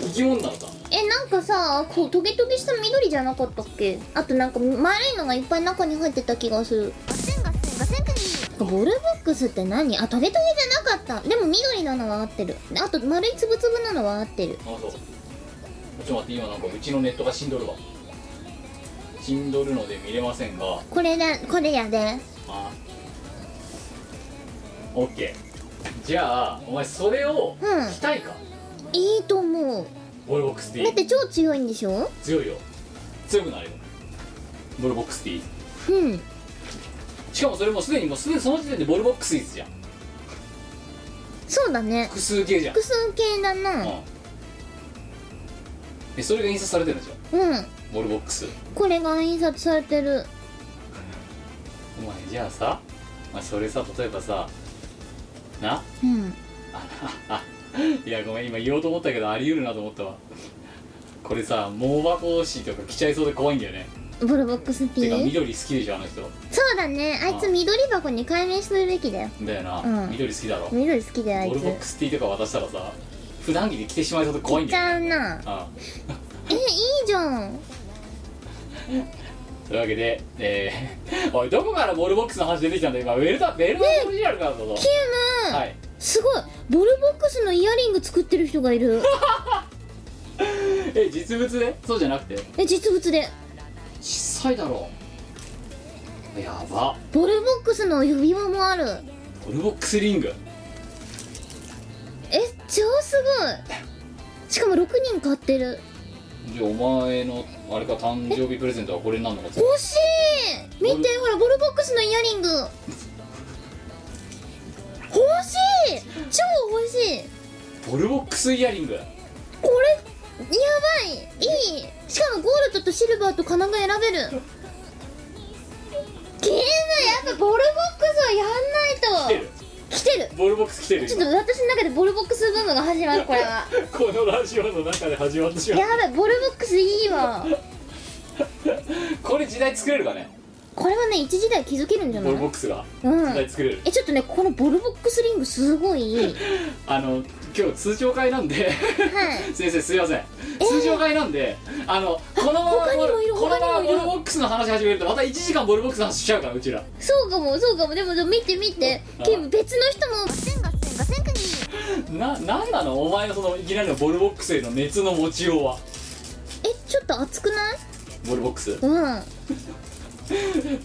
[SPEAKER 1] 生き物なのか
[SPEAKER 2] えなんかさこうトゲトゲした緑じゃなかったっけあとなんか丸いのがいっぱい中に入ってた気がするガセンガセンガセンクニボルボックスって何あトゲトゲじゃなかったでも緑なのは合ってるあと丸いつぶつぶなのは合ってる
[SPEAKER 1] あそうちょっと待って今なんかうちのネットが死んどるわ死んどるので見れませんが
[SPEAKER 2] これだこれやで
[SPEAKER 1] あオッケーじゃあお前それを
[SPEAKER 2] うん
[SPEAKER 1] 着たいか、
[SPEAKER 2] いいと思う
[SPEAKER 1] ボルボックスティ
[SPEAKER 2] だっ
[SPEAKER 1] ー
[SPEAKER 2] て超強いんでしょ
[SPEAKER 1] 強いよ強くなるよボルボックスティー
[SPEAKER 2] うん
[SPEAKER 1] しかもそれもうすでにもうすでにその時点でボルボックスイーツじゃん
[SPEAKER 2] そうだね
[SPEAKER 1] 複数形じゃん、う、
[SPEAKER 2] 複数系だなん
[SPEAKER 1] えそれが印刷されてるんでしょ
[SPEAKER 2] うん
[SPEAKER 1] ボルボックス
[SPEAKER 2] これが印刷されてる
[SPEAKER 1] お前じゃあさ、まあ、それさ例えばさな
[SPEAKER 2] うん
[SPEAKER 1] あいやごめん今言おうと思ったけどあり得るなと思ったわこれさ盲箱紙とか着ちゃいそうで怖いんだよね
[SPEAKER 2] ボルボックス
[SPEAKER 1] てか
[SPEAKER 2] T
[SPEAKER 1] 緑好きでしょあの人
[SPEAKER 2] そうだねあいつ緑箱に改名するべきだよ
[SPEAKER 1] だよな、
[SPEAKER 2] うん
[SPEAKER 1] 緑好きだろ
[SPEAKER 2] 緑好きだよあい
[SPEAKER 1] ボルボック
[SPEAKER 2] つ
[SPEAKER 1] ス T とか渡したらさ普段着で着てしまいそうで怖いん
[SPEAKER 2] ち
[SPEAKER 1] だよ
[SPEAKER 2] ゃうな
[SPEAKER 1] あ
[SPEAKER 2] えいいじゃん
[SPEAKER 1] というわけでえー おいどこからボルボックスの話出てきたんだよ今ウェルダウェルダオリジナルからだぞ
[SPEAKER 2] キム、
[SPEAKER 1] はい
[SPEAKER 2] すごいボルボックスのイヤリング作ってる人が いる
[SPEAKER 1] え実物でそうじゃなくて
[SPEAKER 2] え実物で
[SPEAKER 1] 小さいだろやば
[SPEAKER 2] ボルボックスの指輪もある
[SPEAKER 1] ボルボックスリング
[SPEAKER 2] え超すごいしかも6人買ってる
[SPEAKER 1] じゃあお前のあれか誕生日プレゼントはこれになるのか
[SPEAKER 2] 欲しい見てほらボルボックスのイヤリング欲しい超欲しい
[SPEAKER 1] ボルボックスイヤリング
[SPEAKER 2] これやばいいいしかもゴールドとシルバーと金が選べるゲームやっぱボルボックスをやん
[SPEAKER 1] 来
[SPEAKER 2] な
[SPEAKER 1] て
[SPEAKER 2] い
[SPEAKER 1] る
[SPEAKER 2] と来てる
[SPEAKER 1] ボルボックス来てる
[SPEAKER 2] ちょっと私の中でボルボックスブームが始まるこれは
[SPEAKER 1] 今このラジオの中で始まってしま
[SPEAKER 2] や
[SPEAKER 1] う
[SPEAKER 2] ばいボルボックスいいわ
[SPEAKER 1] これ時代作れるかね
[SPEAKER 2] これはね一時代気づけるんじゃな
[SPEAKER 1] ボ
[SPEAKER 2] い
[SPEAKER 1] ルボックスが
[SPEAKER 2] う
[SPEAKER 1] 時代
[SPEAKER 2] ん
[SPEAKER 1] 作れる
[SPEAKER 2] えちょっとねこのボルボックスリングすごいいい
[SPEAKER 1] あの今日通常会なんで
[SPEAKER 2] はい
[SPEAKER 1] 先生すいません通常会なんで、あのこのまま
[SPEAKER 2] 他に
[SPEAKER 1] ボル
[SPEAKER 2] もいる
[SPEAKER 1] このまま
[SPEAKER 2] 他にも
[SPEAKER 1] ボ
[SPEAKER 2] いる
[SPEAKER 1] ルボックスの話始めるとまた1時間ボルボックスの話しちゃうからうちら
[SPEAKER 2] そうかもそうかもでもでも見て見て
[SPEAKER 1] あ
[SPEAKER 2] キム別の人もガセンガセンガセンクニ
[SPEAKER 1] ななんなのお前のそのいきなりのボルボックスへの熱の持ちようは
[SPEAKER 2] えちょっと熱くない
[SPEAKER 1] ボルボックス
[SPEAKER 2] うん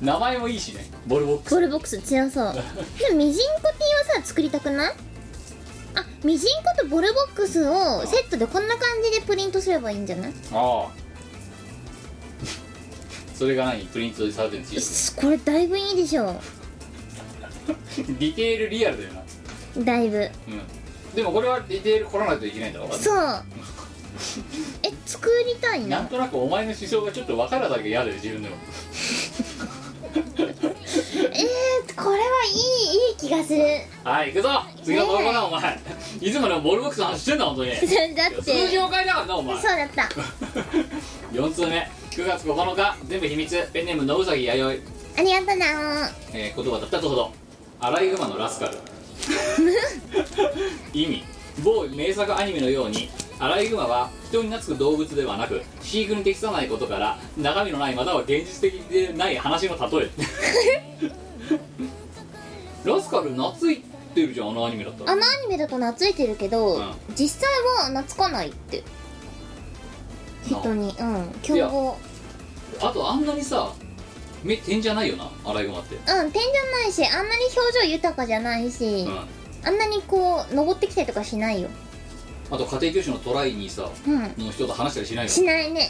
[SPEAKER 1] 名前もいいしねボルボックス
[SPEAKER 2] ボルボックス強そうでもミジンコ T はさ作りたくないあミジンコとボルボックスをセットでこんな感じでプリントすればいいんじゃない
[SPEAKER 1] ああ それが何プリントされてるんですよ
[SPEAKER 2] これだいぶいいでしょ
[SPEAKER 1] ディテールリアルだよな
[SPEAKER 2] うだいぶ
[SPEAKER 1] うんでもこれはディテール来らないといけないんだわかんない
[SPEAKER 2] そうえ作りたい
[SPEAKER 1] なん
[SPEAKER 2] な
[SPEAKER 1] となくお前の思想がちょっと分からだけ嫌だよ自分でも
[SPEAKER 2] えー、これはいいいい気がする
[SPEAKER 1] はい行くぞ次のボルボだお前いつものボルボックスの話してんだ本当に
[SPEAKER 2] だって
[SPEAKER 1] 通
[SPEAKER 2] そう
[SPEAKER 1] 常会だからなお前
[SPEAKER 2] だった
[SPEAKER 1] 4通目9月9日全部秘密ペンネームのうさぎやよい、
[SPEAKER 2] ありがとうな
[SPEAKER 1] えー言葉だったとほどアライグマのラスカル意味某名作アニメのようにアライグマは人に懐く動物ではなく飼育に適さないことから中身のないまたは現実的でない話の例えラスカル懐いてるじゃんあのアニメだった
[SPEAKER 2] あ
[SPEAKER 1] ら
[SPEAKER 2] のアニメだと懐いてるけど、
[SPEAKER 1] うん
[SPEAKER 2] 実際は懐かないって人にうん
[SPEAKER 1] い
[SPEAKER 2] 競
[SPEAKER 1] や
[SPEAKER 2] 合
[SPEAKER 1] あとあんなにさ目点じゃないよなアライグマって
[SPEAKER 2] うん点じゃないしあんなに表情豊かじゃないし、
[SPEAKER 1] うん
[SPEAKER 2] あんなにこう登ってきたりとかしないよ
[SPEAKER 1] あと家庭教師のトライにさ
[SPEAKER 2] うん
[SPEAKER 1] の人と話したりしないよ
[SPEAKER 2] しないね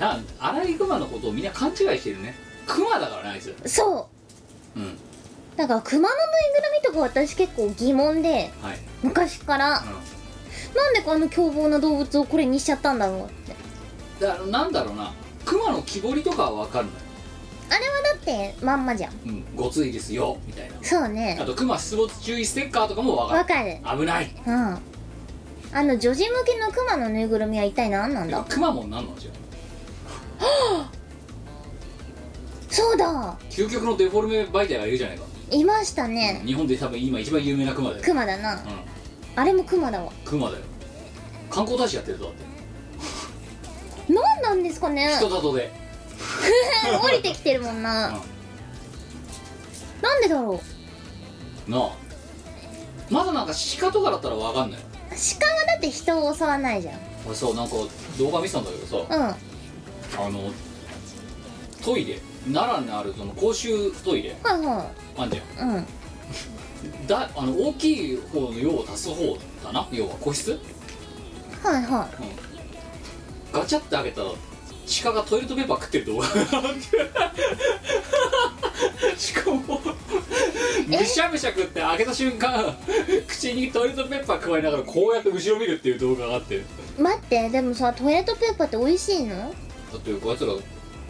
[SPEAKER 1] なアライグマのことをみんな勘違いしてるねクマだからねあいつ
[SPEAKER 2] そ
[SPEAKER 1] うん
[SPEAKER 2] うだから熊のぬいぐるみとか私結構疑問で
[SPEAKER 1] はい、
[SPEAKER 2] 昔から、
[SPEAKER 1] うん、
[SPEAKER 2] なんでこの凶暴な動物をこれにしちゃったんだろうって
[SPEAKER 1] だからなんだろうな熊の木彫りとかは分かるのよ、
[SPEAKER 2] あれはだってまんまじゃん
[SPEAKER 1] うん、ごついですよみたいな
[SPEAKER 2] そう
[SPEAKER 1] あ
[SPEAKER 2] ね
[SPEAKER 1] と熊出没注意ステッカーとかも分か
[SPEAKER 2] わかる
[SPEAKER 1] る危ない
[SPEAKER 2] うんあの女児向けのクマのぬいぐるみは一体何なんだ
[SPEAKER 1] 熊もなんなんじゃん
[SPEAKER 2] そうだ
[SPEAKER 1] 究極のデフォルメ媒体がいるじゃないか、
[SPEAKER 2] いましたね
[SPEAKER 1] 日本で多分今一番有名な熊だよ
[SPEAKER 2] クマだな
[SPEAKER 1] うん
[SPEAKER 2] あれもクマだわ
[SPEAKER 1] 熊だよ観光大使やってるぞだって
[SPEAKER 2] 何なんですかね
[SPEAKER 1] 人里で、
[SPEAKER 2] 降りてきてるもん
[SPEAKER 1] うん、
[SPEAKER 2] な
[SPEAKER 1] な
[SPEAKER 2] なんでだろう
[SPEAKER 1] あまだなんか鹿とかだったら分かんない
[SPEAKER 2] 鹿はだって人を襲わないじゃん
[SPEAKER 1] 俺そうなんか動画見てたんだけどさ、
[SPEAKER 2] うん
[SPEAKER 1] あのトイレ奈良にあるその公衆トイレ
[SPEAKER 2] はいは
[SPEAKER 1] あんじゃん
[SPEAKER 2] いうん
[SPEAKER 1] だあの大きい方の用を足す方だな要は個室、うん、
[SPEAKER 2] はいは
[SPEAKER 1] ガチャって開けたら鹿がトイレットペーパー食ってる動画しかもむしゃむしゃ食って開けた瞬間口にトイレットペーパー加えながらこうやって後ろ見るっていう動画があってだ
[SPEAKER 2] い待ってでもさトイレットペーパーって美味しいの
[SPEAKER 1] ってこいつら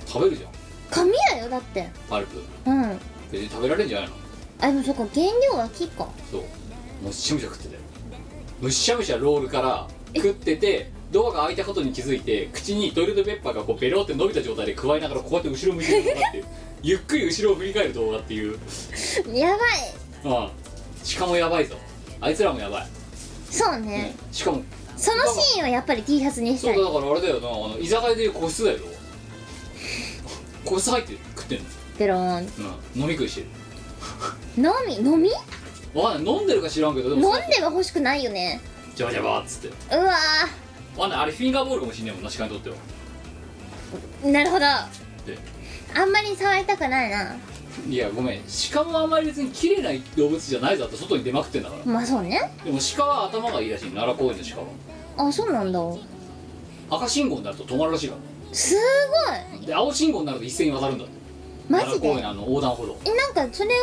[SPEAKER 1] 食べるじゃん
[SPEAKER 2] 紙だよだって
[SPEAKER 1] パルプ
[SPEAKER 2] うん
[SPEAKER 1] 別に食べられるんじゃないの
[SPEAKER 2] あでもそっか原料は木か
[SPEAKER 1] そうむっしゃむしゃ食ってたよむっしゃむしゃロールから食っててドアが開いたことに気づいて口にトイレットペッパーがこうベロって伸びた状態で加えながらこうやって後ろ向いてる動画って いうゆっくり後ろを振り返る動画っていう
[SPEAKER 2] やばい
[SPEAKER 1] ああ鹿もやばいぞあいつらもやばい、
[SPEAKER 2] そうね
[SPEAKER 1] しかも
[SPEAKER 2] そのシーンはやっぱり T シャツにし
[SPEAKER 1] そ
[SPEAKER 2] た
[SPEAKER 1] う
[SPEAKER 2] い
[SPEAKER 1] だだからあれだよなあの居酒屋でいう個室だよ 個室入って食ってんの、
[SPEAKER 2] ペローン
[SPEAKER 1] うん、飲み食いしてる
[SPEAKER 2] 飲み飲み
[SPEAKER 1] わかんない飲んでるか知らんけどで
[SPEAKER 2] 飲ん
[SPEAKER 1] も
[SPEAKER 2] では欲しくないよね
[SPEAKER 1] ジャバジャバっつって
[SPEAKER 2] うわ
[SPEAKER 1] わかんないあれフィンガーボールかもしんないもんな鹿にとっては
[SPEAKER 2] ーなるほどあ
[SPEAKER 1] で
[SPEAKER 2] んまり触りたくないない
[SPEAKER 1] やごめん鹿もあんまり別に綺麗な動物じゃないぞって外に出まくってんだから
[SPEAKER 2] まあそうね
[SPEAKER 1] でも鹿は頭がいいらしい奈良公園の鹿は
[SPEAKER 2] あそうなんだ
[SPEAKER 1] 赤信号になると止まるらしいか
[SPEAKER 2] す
[SPEAKER 1] らで青信号になると一斉に渡るんだって
[SPEAKER 2] ごいマジ
[SPEAKER 1] 奈良公園
[SPEAKER 2] で
[SPEAKER 1] のあの横断歩道
[SPEAKER 2] えなんかそれは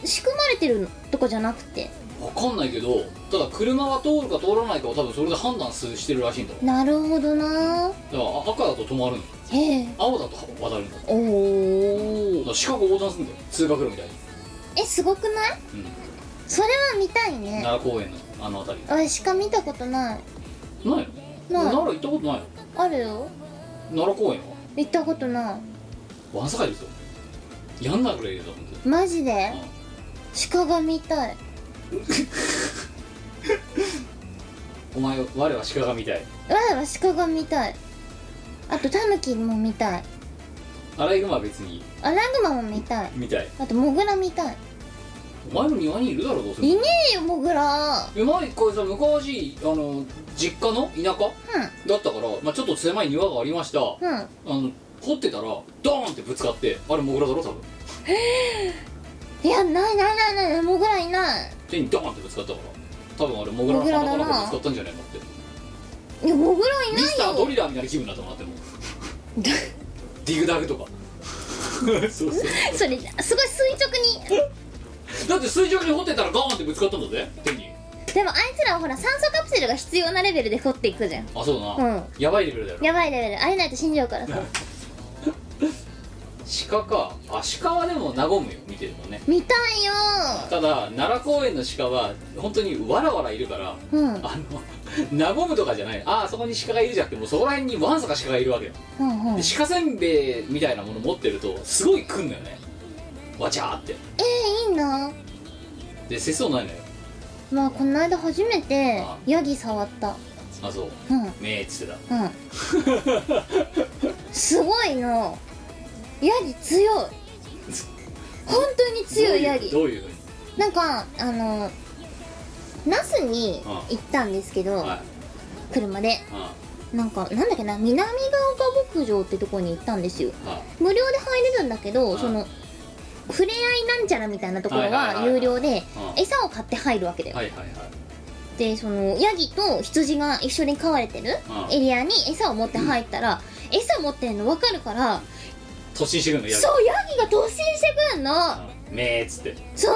[SPEAKER 2] うん仕組まれてるとかじゃなくて
[SPEAKER 1] わかんないけどただ車が通るか通らないかを多分それで判断するしてるらしいんだわ
[SPEAKER 2] なるほどな
[SPEAKER 1] だから赤だと止まるんだ
[SPEAKER 2] へえ
[SPEAKER 1] 青だと渡るんだって
[SPEAKER 2] お
[SPEAKER 1] だ
[SPEAKER 2] お
[SPEAKER 1] から鹿が横断するんだよ通学路みたいに、
[SPEAKER 2] えすごくない
[SPEAKER 1] うん、
[SPEAKER 2] それは見たいね
[SPEAKER 1] 奈良公園のあの辺り
[SPEAKER 2] あしか見たことな
[SPEAKER 1] ない
[SPEAKER 2] い
[SPEAKER 1] の
[SPEAKER 2] ない
[SPEAKER 1] 奈良行ったことないの
[SPEAKER 2] あるよ
[SPEAKER 1] 奈良公園は
[SPEAKER 2] 行ったことない
[SPEAKER 1] わんさかいるぞやんなくらいいるぞ本当に
[SPEAKER 2] マジで
[SPEAKER 1] うん
[SPEAKER 2] 鹿が見たい
[SPEAKER 1] お前我は鹿が見たい
[SPEAKER 2] わらは鹿が見たいあとタヌキも見たい
[SPEAKER 1] アライグマは別に
[SPEAKER 2] アラグマも見たい
[SPEAKER 1] 見たい
[SPEAKER 2] あとモグラ見たい
[SPEAKER 1] お前の庭にいるだろどうせ
[SPEAKER 2] いねえよモグラ
[SPEAKER 1] え前これさ昔あの実家の田舎だったから、まあ、ちょっと狭い庭がありましたあ
[SPEAKER 2] うんうん
[SPEAKER 1] の掘ってたらドーンってぶつかってあれモグラだろ多分
[SPEAKER 2] いやないないないないモグラいない
[SPEAKER 1] 手にドーンってぶつかったから多分あれモグラの鼻からぶつかったんじゃないのって
[SPEAKER 2] いやモグラい
[SPEAKER 1] ミスタ
[SPEAKER 2] な
[SPEAKER 1] ー
[SPEAKER 2] い
[SPEAKER 1] ド
[SPEAKER 2] よ
[SPEAKER 1] リラーみたいな気分になったもんなってもうディグダグ とかそうそう
[SPEAKER 2] それすごい垂直に
[SPEAKER 1] だって垂直に掘ってたらガーンってぶつかったんだぜ手に
[SPEAKER 2] でもあいつらはほら酸素カプセルが必要なレベルで掘っていくじゃん
[SPEAKER 1] あそうだな、
[SPEAKER 2] うん
[SPEAKER 1] やばいレベルだよな
[SPEAKER 2] やばいレベルあれないと死んじゃうからさ
[SPEAKER 1] 鹿かあ鹿はでも和むよ見てるもね
[SPEAKER 2] 見たいよ
[SPEAKER 1] ただ奈良公園の鹿は本当にわらわらいるから
[SPEAKER 2] ーうんうん
[SPEAKER 1] あの和むとかじゃないああそこに鹿がいるじゃなくてもうそこら辺にわんさか鹿がいるわけよ
[SPEAKER 2] うん
[SPEAKER 1] で鹿せんべいみたいなもの持ってるとすごい来んのよねわちゃーって
[SPEAKER 2] えー、いいな
[SPEAKER 1] で世相ないのよ
[SPEAKER 2] まあこの間初めて
[SPEAKER 1] あ
[SPEAKER 2] ヤギ触った
[SPEAKER 1] あそう
[SPEAKER 2] うん
[SPEAKER 1] ねえっつってた
[SPEAKER 2] うんすごいなヤギ強い本当に強いヤギ
[SPEAKER 1] どういうどういう
[SPEAKER 2] なんかあの那須に
[SPEAKER 1] あ
[SPEAKER 2] 行ったんですけ
[SPEAKER 1] ふう
[SPEAKER 2] ど
[SPEAKER 1] にはい
[SPEAKER 2] 車で
[SPEAKER 1] あ
[SPEAKER 2] なんかなんだっけな南ヶ丘牧場ってとこに行ったんですよ
[SPEAKER 1] あ
[SPEAKER 2] 無料で入れるんだけど
[SPEAKER 1] あ
[SPEAKER 2] その触れ合いなんちゃらみたいなところ
[SPEAKER 1] はいはい
[SPEAKER 2] は
[SPEAKER 1] はいはい
[SPEAKER 2] 有料で
[SPEAKER 1] あ
[SPEAKER 2] 餌を買って入るわけだよ
[SPEAKER 1] はいはいはい
[SPEAKER 2] でそのヤギと羊が一緒に飼われてる
[SPEAKER 1] あ
[SPEAKER 2] エリアに餌を持って入ったら餌持ってるの分かるから
[SPEAKER 1] 突進してくるのやる
[SPEAKER 2] そうヤギが突進してくんの
[SPEAKER 1] うんねえっつって
[SPEAKER 2] そう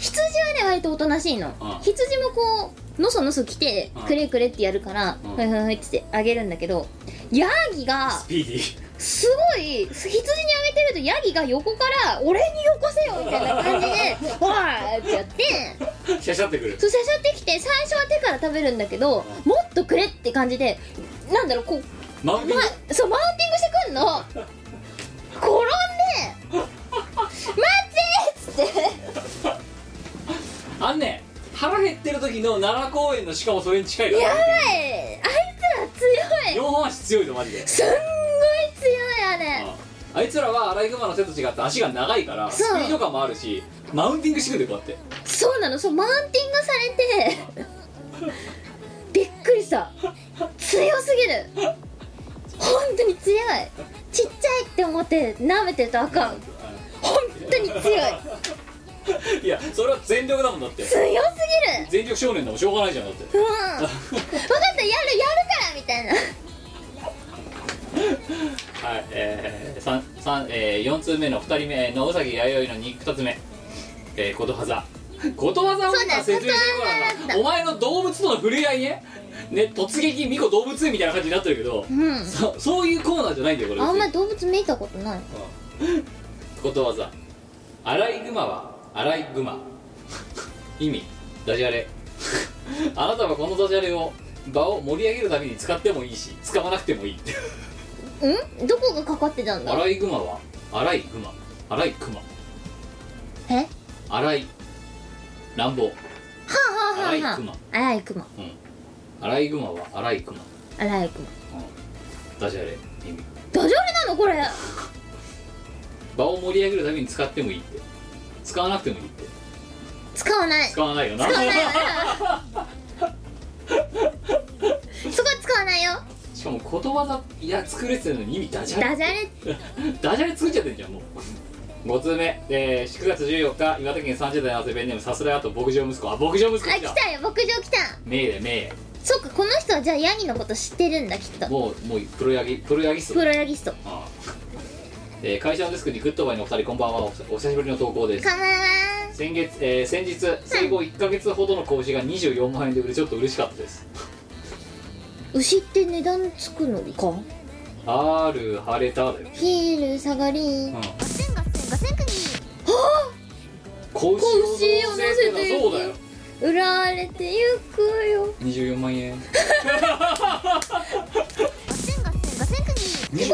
[SPEAKER 2] 羊はね割とおとなしいの
[SPEAKER 1] あ
[SPEAKER 2] 羊もこうのそのそ来て
[SPEAKER 1] あ
[SPEAKER 2] くれくれってやるから
[SPEAKER 1] うん
[SPEAKER 2] ふいふいふいってあげるんだけどヤギが
[SPEAKER 1] スピーデ ィ
[SPEAKER 2] すごい羊にあげてるとヤギが横から「俺によこせよ」みたいな感じ で「おい!」ってやって
[SPEAKER 1] ーしゃしゃってくる
[SPEAKER 2] そうしゃしゃってきて最初は手から食べるんだけどもっとくれって感じでなんだろうこう
[SPEAKER 1] マウンティン
[SPEAKER 2] ま
[SPEAKER 1] グ
[SPEAKER 2] そうマウンティングしてくんの 転んで待ってっつって
[SPEAKER 1] あんね腹減ってる時の奈良公園のしかもそれに近いから
[SPEAKER 2] やばいあいつら強い
[SPEAKER 1] 4本足強いのマジです
[SPEAKER 2] んごい強いあれ
[SPEAKER 1] あいつらはアライグマの手と違って足が長いから
[SPEAKER 2] そ
[SPEAKER 1] ス
[SPEAKER 2] う
[SPEAKER 1] ピード感もあるしマウンティングしてくるよこうやっ
[SPEAKER 2] そうなのそうマウンティングされてびっくりした強すぎる本当に強いちっちゃいって思って舐めてるとあかん本当に強い
[SPEAKER 1] て いやそれは全力だもんだって
[SPEAKER 2] 強すぎる
[SPEAKER 1] 全力少年でもしょうがないじゃんだって
[SPEAKER 2] うん分かったやるやるからみたいな
[SPEAKER 1] はいえー三三えー、4通目の2人目野崎弥生の2つ目えー、ことわざことわざを
[SPEAKER 2] そうだ
[SPEAKER 1] 説明して
[SPEAKER 2] こと
[SPEAKER 1] ご
[SPEAKER 2] わざだ
[SPEAKER 1] ら
[SPEAKER 2] っ
[SPEAKER 1] ん
[SPEAKER 2] た
[SPEAKER 1] お前の動物との触れ合いねね突撃巫女動物園みたいな感じになってるけど、
[SPEAKER 2] うん
[SPEAKER 1] そそういうコーナーじゃないんだよこれ
[SPEAKER 2] あんまり動物見たことない
[SPEAKER 1] ことわざアライグマはアライグマ意味ダジャレあなたはこのダジャレを場を盛り上げるために使ってもいいし使わなくてもいい
[SPEAKER 2] うんどこがかかってたん
[SPEAKER 1] ア
[SPEAKER 2] だ
[SPEAKER 1] ライグマはアライグマアライグマ
[SPEAKER 2] えは
[SPEAKER 1] アライ乱暴
[SPEAKER 2] あはあは
[SPEAKER 1] アライ
[SPEAKER 2] あは
[SPEAKER 1] グマ
[SPEAKER 2] あアライグマ
[SPEAKER 1] アライグマはアライグマ
[SPEAKER 2] アライグマ
[SPEAKER 1] ダジャレ意味
[SPEAKER 2] ダジャレなのこれ
[SPEAKER 1] 場を盛り上げるために使ってもいいって使わなくてもいいって
[SPEAKER 2] 使わない
[SPEAKER 1] 使わないよな
[SPEAKER 2] 使わないよそこは使わないよ
[SPEAKER 1] しかもことわざいや作れてるのに意味ダジャレ
[SPEAKER 2] ダジャレ
[SPEAKER 1] ダジャレ作っちゃってんじゃんもう5通目、えー、9月14日岩手県30代の汗ベンネームさすらいあと牧場息子あ牧場息子
[SPEAKER 2] あ
[SPEAKER 1] 来た
[SPEAKER 2] 来たよ牧場来た
[SPEAKER 1] 名え名
[SPEAKER 2] そっかこの人はじゃあヤギのこと知ってるんだきっと
[SPEAKER 1] もうもうプロヤギプロヤギスト
[SPEAKER 2] プロヤギスト
[SPEAKER 1] ああえー会社のデスクにグッドバイのお二人こんばんはおお久しぶりの投稿です
[SPEAKER 2] かまわ
[SPEAKER 1] 先月、えー先日生後1ヶ月ほどの子牛が24万円で売れちょっと嬉しかったです
[SPEAKER 2] 牛って値段つくのか
[SPEAKER 1] R 晴れただよ、
[SPEAKER 2] ヒール下がり
[SPEAKER 1] うん、
[SPEAKER 2] 千五千五千国
[SPEAKER 1] 子牛
[SPEAKER 2] 子牛を乗せて
[SPEAKER 1] そうだよ
[SPEAKER 2] 売られてゆくよ
[SPEAKER 1] 24万円
[SPEAKER 2] 千五千五千国ってこ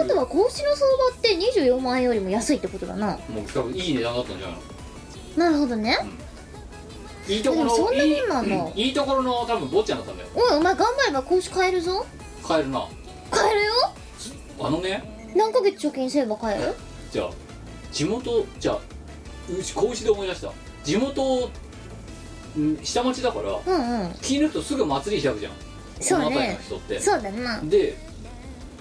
[SPEAKER 2] とは格子の相場って24万円よりも安いってことだな
[SPEAKER 1] もう多分いい値段だったんじゃないの
[SPEAKER 2] なるほどね
[SPEAKER 1] いいとこ
[SPEAKER 2] でもそ
[SPEAKER 1] ろ
[SPEAKER 2] んな
[SPEAKER 1] のい
[SPEAKER 2] に
[SPEAKER 1] い
[SPEAKER 2] なんだ
[SPEAKER 1] うんいいところの多分坊ちゃんだったんだよ
[SPEAKER 2] おいお前頑張れば格子買えるぞ
[SPEAKER 1] 買えるな
[SPEAKER 2] 買えるよ
[SPEAKER 1] あのね
[SPEAKER 2] 何ヶ月貯金すれば買える
[SPEAKER 1] じゃあ地元じゃあうち子牛で思い出した地元ん下町だから
[SPEAKER 2] うんうん
[SPEAKER 1] 気抜くとすぐ祭り開くじゃん
[SPEAKER 2] そうね
[SPEAKER 1] この辺りの人って
[SPEAKER 2] そうだな
[SPEAKER 1] で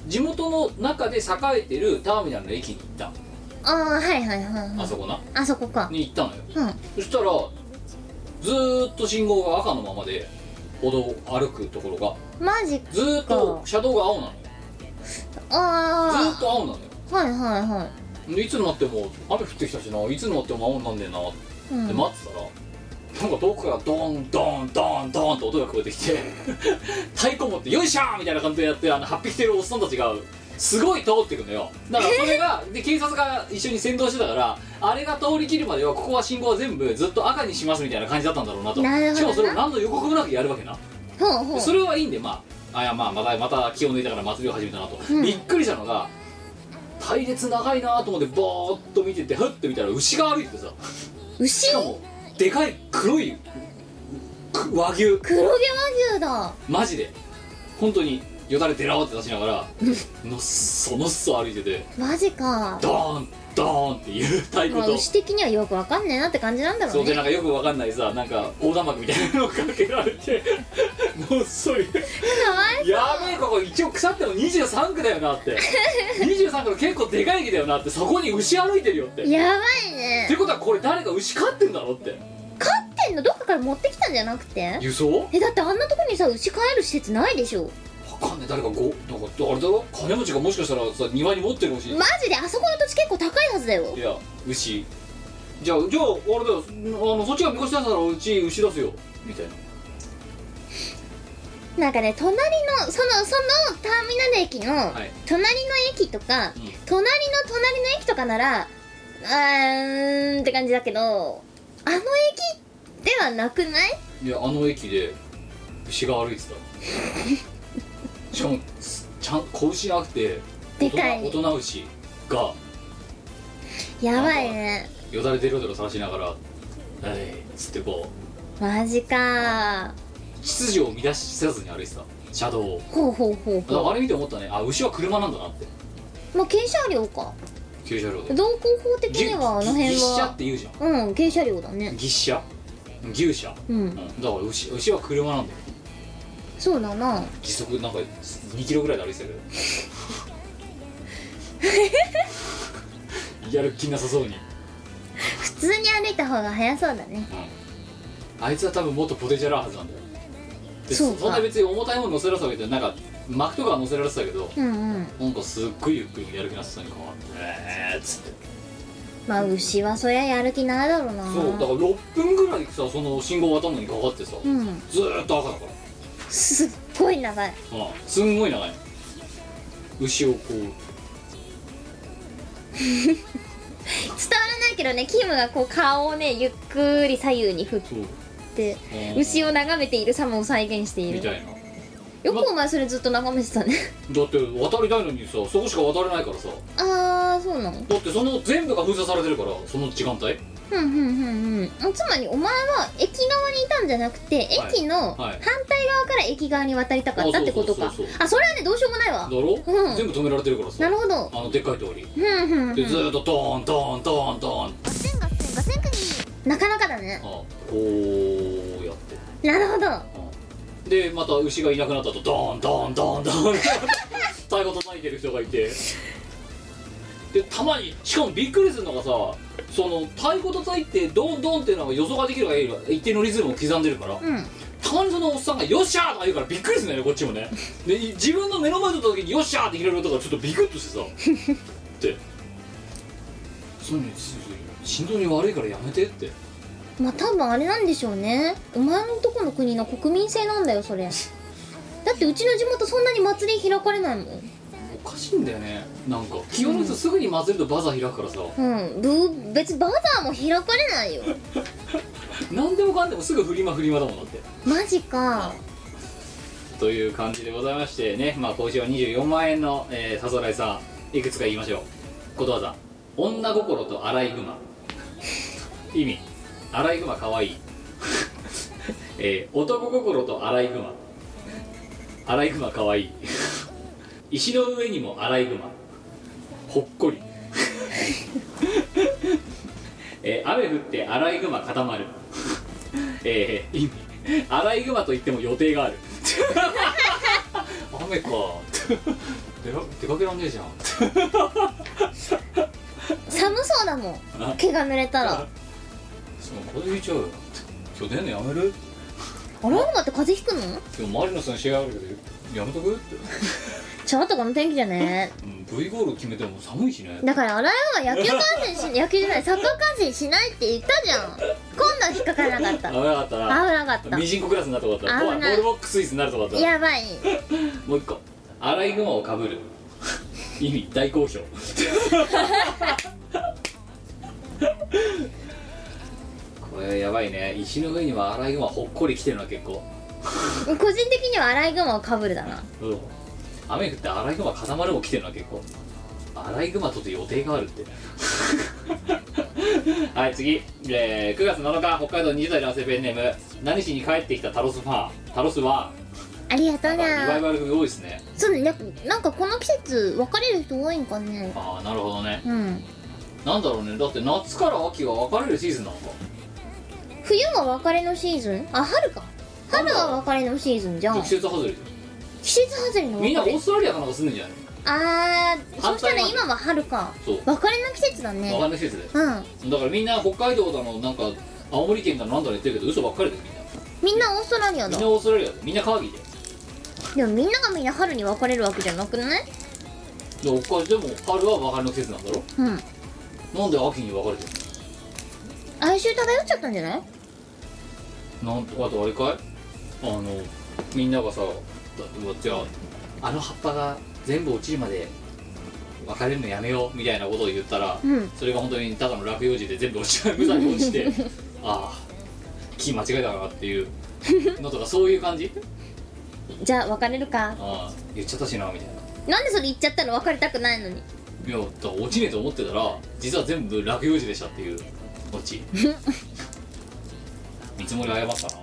[SPEAKER 1] 地元の中で栄えてるターミナルの駅に行った
[SPEAKER 2] ああはいはいはいはい
[SPEAKER 1] あそこな
[SPEAKER 2] あそこか
[SPEAKER 1] に行ったのよ
[SPEAKER 2] うん
[SPEAKER 1] そしたらずーっと信号が赤のままで歩道を歩くところが
[SPEAKER 2] マジ
[SPEAKER 1] ずーっと車道が青なのよずーっ
[SPEAKER 2] あ
[SPEAKER 1] と青なのよ
[SPEAKER 2] あはいはいは
[SPEAKER 1] でいつになっても雨降ってきたしないつになっても青になんねんなって
[SPEAKER 2] い、うん、
[SPEAKER 1] で待ってたらなんか遠くからドンドンドンドンと音が聞こえてき て太鼓持って「よいしょー!」みたいな感じでやってあの8匹てるおっさんたちがすごい通ってくのよだからそれがで警察が一緒に先導してたからあれが通り切るまではここは信号は全部ずっと赤にしますみたいな感じだったんだろうなと
[SPEAKER 2] なるほどな
[SPEAKER 1] しかもそれを何の予告もなくやるわけな
[SPEAKER 2] ほうほう
[SPEAKER 1] それはいいんでまああいやまあまたまた気を抜いたから祭りを始めたなと、
[SPEAKER 2] うん
[SPEAKER 1] びっくりしたのが隊列長いなと思ってボーっと見ててふっと見たら牛が歩いててさ
[SPEAKER 2] 牛
[SPEAKER 1] しかもでかい黒いく和牛
[SPEAKER 2] 黒毛和牛だ
[SPEAKER 1] マジで本当によだれ出ろって出しながらのっそのっそ歩いてて
[SPEAKER 2] マジか
[SPEAKER 1] ドーンドーンっていう太鼓
[SPEAKER 2] まあ
[SPEAKER 1] と
[SPEAKER 2] 牛的にはよくわかんねえなって感じなんだろ
[SPEAKER 1] そううで
[SPEAKER 2] ね
[SPEAKER 1] なんかよくわかんないさなんか横断幕みたいなのをかけられてもうそれ
[SPEAKER 2] かわい
[SPEAKER 1] やべえここ一応腐っても23区だよな って23区の結構でかい駅だよなってそこに牛歩いてるよってっ
[SPEAKER 2] い
[SPEAKER 1] て
[SPEAKER 2] やばいね
[SPEAKER 1] ことはこれ誰か牛飼ってんだろって
[SPEAKER 2] 飼ってんのどっかから持ってきたんじゃなくて
[SPEAKER 1] 輸送
[SPEAKER 2] えだってあんなとこにさ牛飼える施設ないでしょ
[SPEAKER 1] わかんない誰かごなんかあれだろ金持ちがもしかしたらさ庭に持ってる牛
[SPEAKER 2] マジであそこの土地結構高いはずだよ
[SPEAKER 1] いや牛じゃあじゃああれだよあのそっちが見越し出したらうち牛出すよみたいな
[SPEAKER 2] なんかね隣のそのそのターミナル駅の
[SPEAKER 1] い
[SPEAKER 2] 隣の駅とか、
[SPEAKER 1] うん
[SPEAKER 2] 隣の隣の駅とかならうーんって感じだけどあの駅ではなくない
[SPEAKER 1] いやあの駅で牛が歩いてた しかもすちゃん子牛じゃなくて
[SPEAKER 2] でかい
[SPEAKER 1] 大人大人牛が
[SPEAKER 2] やばいね
[SPEAKER 1] よだれ出るよだろ探しながら「はい」っつってこう
[SPEAKER 2] マジか
[SPEAKER 1] 秩序を乱しせずに歩いてた車道を
[SPEAKER 2] ほうほうほう
[SPEAKER 1] だから
[SPEAKER 2] ほ
[SPEAKER 1] あれ見て思ったねあ牛は車なんだなって
[SPEAKER 2] うまあ軽車両か
[SPEAKER 1] 急車両で
[SPEAKER 2] 道交法的にはあの辺
[SPEAKER 1] ぎ牛車っ
[SPEAKER 2] は
[SPEAKER 1] て言うじゃん
[SPEAKER 2] うん軽車両だね
[SPEAKER 1] 牛車牛車、う
[SPEAKER 2] う
[SPEAKER 1] ん、
[SPEAKER 2] ん
[SPEAKER 1] だから牛牛は車なんだよ
[SPEAKER 2] そうだな
[SPEAKER 1] 時速なんか2キロぐらいで歩いてたけど やる気なさそうに、
[SPEAKER 2] 普通に歩いた方が早そうだね
[SPEAKER 1] うん、あいつは多分もっとポテチャラはずなんだよで
[SPEAKER 2] そう
[SPEAKER 1] そ
[SPEAKER 2] か
[SPEAKER 1] んな別に重たいもの乗せられてたわけじゃなんか膜とかは乗せられてたけど
[SPEAKER 2] うんうん
[SPEAKER 1] なんかすっごいゆっくりやる気なさそうに変わってえーっつって
[SPEAKER 2] まあ牛はそりゃやる気ないだろうな
[SPEAKER 1] そうだから6分ぐらいさその信号渡るのにかかってさ、
[SPEAKER 2] うん
[SPEAKER 1] ずーっと赤だか
[SPEAKER 2] すっごい長い
[SPEAKER 1] ら、うん、すんごい長い牛をこう
[SPEAKER 2] 伝わらないけどねキムがこう顔をねゆっくり左右に振っ
[SPEAKER 1] そう
[SPEAKER 2] て
[SPEAKER 1] うん
[SPEAKER 2] 牛を眺めている様を再現してい
[SPEAKER 1] みた
[SPEAKER 2] る
[SPEAKER 1] いな
[SPEAKER 2] よくお前それずっと眺めてたね
[SPEAKER 1] だって渡りたいのにさそこしか渡れないからさ
[SPEAKER 2] あーそうなの
[SPEAKER 1] だってその全部が封鎖されてるからその時間帯
[SPEAKER 2] ふんふんふんふんつまりお前は駅側にいたんじゃなくて
[SPEAKER 1] はい
[SPEAKER 2] 駅の
[SPEAKER 1] は
[SPEAKER 2] 反
[SPEAKER 1] い
[SPEAKER 2] 対側から駅側に渡りたかったってこと
[SPEAKER 1] あ
[SPEAKER 2] か
[SPEAKER 1] そうそうそうそう
[SPEAKER 2] あそれはねどうしようもないわ
[SPEAKER 1] だろ、
[SPEAKER 2] うん
[SPEAKER 1] 全部止められてるからさ
[SPEAKER 2] なるほど
[SPEAKER 1] あのでっかい通り
[SPEAKER 2] ふんふんふ
[SPEAKER 1] でず
[SPEAKER 2] ん
[SPEAKER 1] ーっとドーンドーンドーンドーンって
[SPEAKER 2] なかなかだね
[SPEAKER 1] あこうやって
[SPEAKER 2] なるほど
[SPEAKER 1] でまた牛がいなくなったとドーンドーンドーンドーン太鼓叩いてる人がいてでたまにしかもびっくりするのがさその太鼓叩いてドンドンっていうのが予想ができるから一定のリズムを刻んでるから、
[SPEAKER 2] うん
[SPEAKER 1] たまにそのおっさんが「よっしゃー!」とか言うからびっくりするんだよねこっちもねで自分の目の前だった時に「よっしゃー!」って広げるとからちょっとビクッとしてさってそういうのす心臓に悪いからやめてって
[SPEAKER 2] まあ多分あれなんでしょうねお前のとこの国の国民性なんだよそれだってうちの地元そんなに祭り開かれないもん
[SPEAKER 1] おかしいんだよねなんか気を抜くとすぐに混ぜるとバザー開くからさ、
[SPEAKER 2] うんぶ別にバザーも開かれないよ
[SPEAKER 1] 何でもかんでもすぐフリマフリマだもんだって
[SPEAKER 2] マジか
[SPEAKER 1] という感じでございましてねまあ今週は24万円の、えー、サソライさんいくつか言いましょうことわざ女心とアライグマ意味アライグマかわい い、えー男心とアライグマアライグマかわいい石の上にもアライグマほっこり、 えー雨降ってアライグマ固まる、えー意味アライグマといっても予定がある雨か出ら出かけらんねえじゃん
[SPEAKER 2] 寒そうだもん
[SPEAKER 1] あ
[SPEAKER 2] 毛が濡れたら
[SPEAKER 1] そう風邪ひいちゃうよ今日出んのやめる
[SPEAKER 2] アライグマって風邪ひくの
[SPEAKER 1] 今日マリノスの試合あるけどやめとくって、
[SPEAKER 2] ちょっとこの天気じゃね
[SPEAKER 1] うん V ゴール決めても寒いしね
[SPEAKER 2] だからアライグマ野球観戦し野球じゃないサッカー観戦しないって言ったじゃん今度は引っかからなかっ
[SPEAKER 1] 危な
[SPEAKER 2] た
[SPEAKER 1] かったな
[SPEAKER 2] 危なかった
[SPEAKER 1] ミジンコクラスになったことだったボ
[SPEAKER 2] 危
[SPEAKER 1] ー
[SPEAKER 2] ない
[SPEAKER 1] ルボックスイスになるとこだった
[SPEAKER 2] やばい
[SPEAKER 1] もう一個アライグマをかぶる意味大好 評これやばいね石の上にはアライグマほっこり来てるな結構
[SPEAKER 2] 個人的にはアライグマをかぶるだな
[SPEAKER 1] うん雨降ってアライグマ固まるも来てるな結構アライグマとって予定があるって はい次、えー、9月7日北海道20代男性ペンネーム何しに帰ってきたタロスファンタロスは
[SPEAKER 2] ありがとう
[SPEAKER 1] リバイ
[SPEAKER 2] な
[SPEAKER 1] バル組多いですね
[SPEAKER 2] そうねやっぱなんかこの季節別れる人多いんかね
[SPEAKER 1] ああなるほどね
[SPEAKER 2] うん
[SPEAKER 1] なんだろうねだって夏から秋は分かれるシーズンなのか
[SPEAKER 2] 冬は別れのシーズンあ春か春は別れのシーズンじゃん
[SPEAKER 1] 季節外れじ
[SPEAKER 2] 季節外れ
[SPEAKER 1] ゃ
[SPEAKER 2] の
[SPEAKER 1] んみんなオ
[SPEAKER 2] 別れ
[SPEAKER 1] ーストラリアかなんか住んでんじゃない
[SPEAKER 2] あーそ
[SPEAKER 1] 反対は
[SPEAKER 2] したら今は春か
[SPEAKER 1] そう
[SPEAKER 2] 別れの季節
[SPEAKER 1] 分か
[SPEAKER 2] だね
[SPEAKER 1] んない季節で
[SPEAKER 2] うん
[SPEAKER 1] だからみんな北海道だのなんか青森県だのなんだの言ってるけど嘘ばっかりだよみんな
[SPEAKER 2] みんなオーストラリア
[SPEAKER 1] み
[SPEAKER 2] だ
[SPEAKER 1] んなオーストラリアでみんなカーギーで
[SPEAKER 2] でもみんながみんな春に別れるわけじゃなくない
[SPEAKER 1] で北海でも春は別れの季節なんだろ
[SPEAKER 2] うん
[SPEAKER 1] なんで秋に別れてる
[SPEAKER 2] 哀愁漂っちゃったんじゃない
[SPEAKER 1] のなんとあとあれかいあのみんながさだうわじゃああの葉っぱが全部落ちるまで別れるのやめようみたいなことを言ったら、
[SPEAKER 2] うん
[SPEAKER 1] それが本当にただの落葉樹で全部落ち無残に落ち てああ木間違えたなっていうのとかそういう感じ
[SPEAKER 2] じゃあ別れるか
[SPEAKER 1] ああ言っちゃったしなみたいな
[SPEAKER 2] なんでそれ言っちゃったの別れたくないのに
[SPEAKER 1] いやだから落ちねえと思ってたら実は全部落葉樹でしたっていう落 ち見積もり誤ったな
[SPEAKER 2] ちょ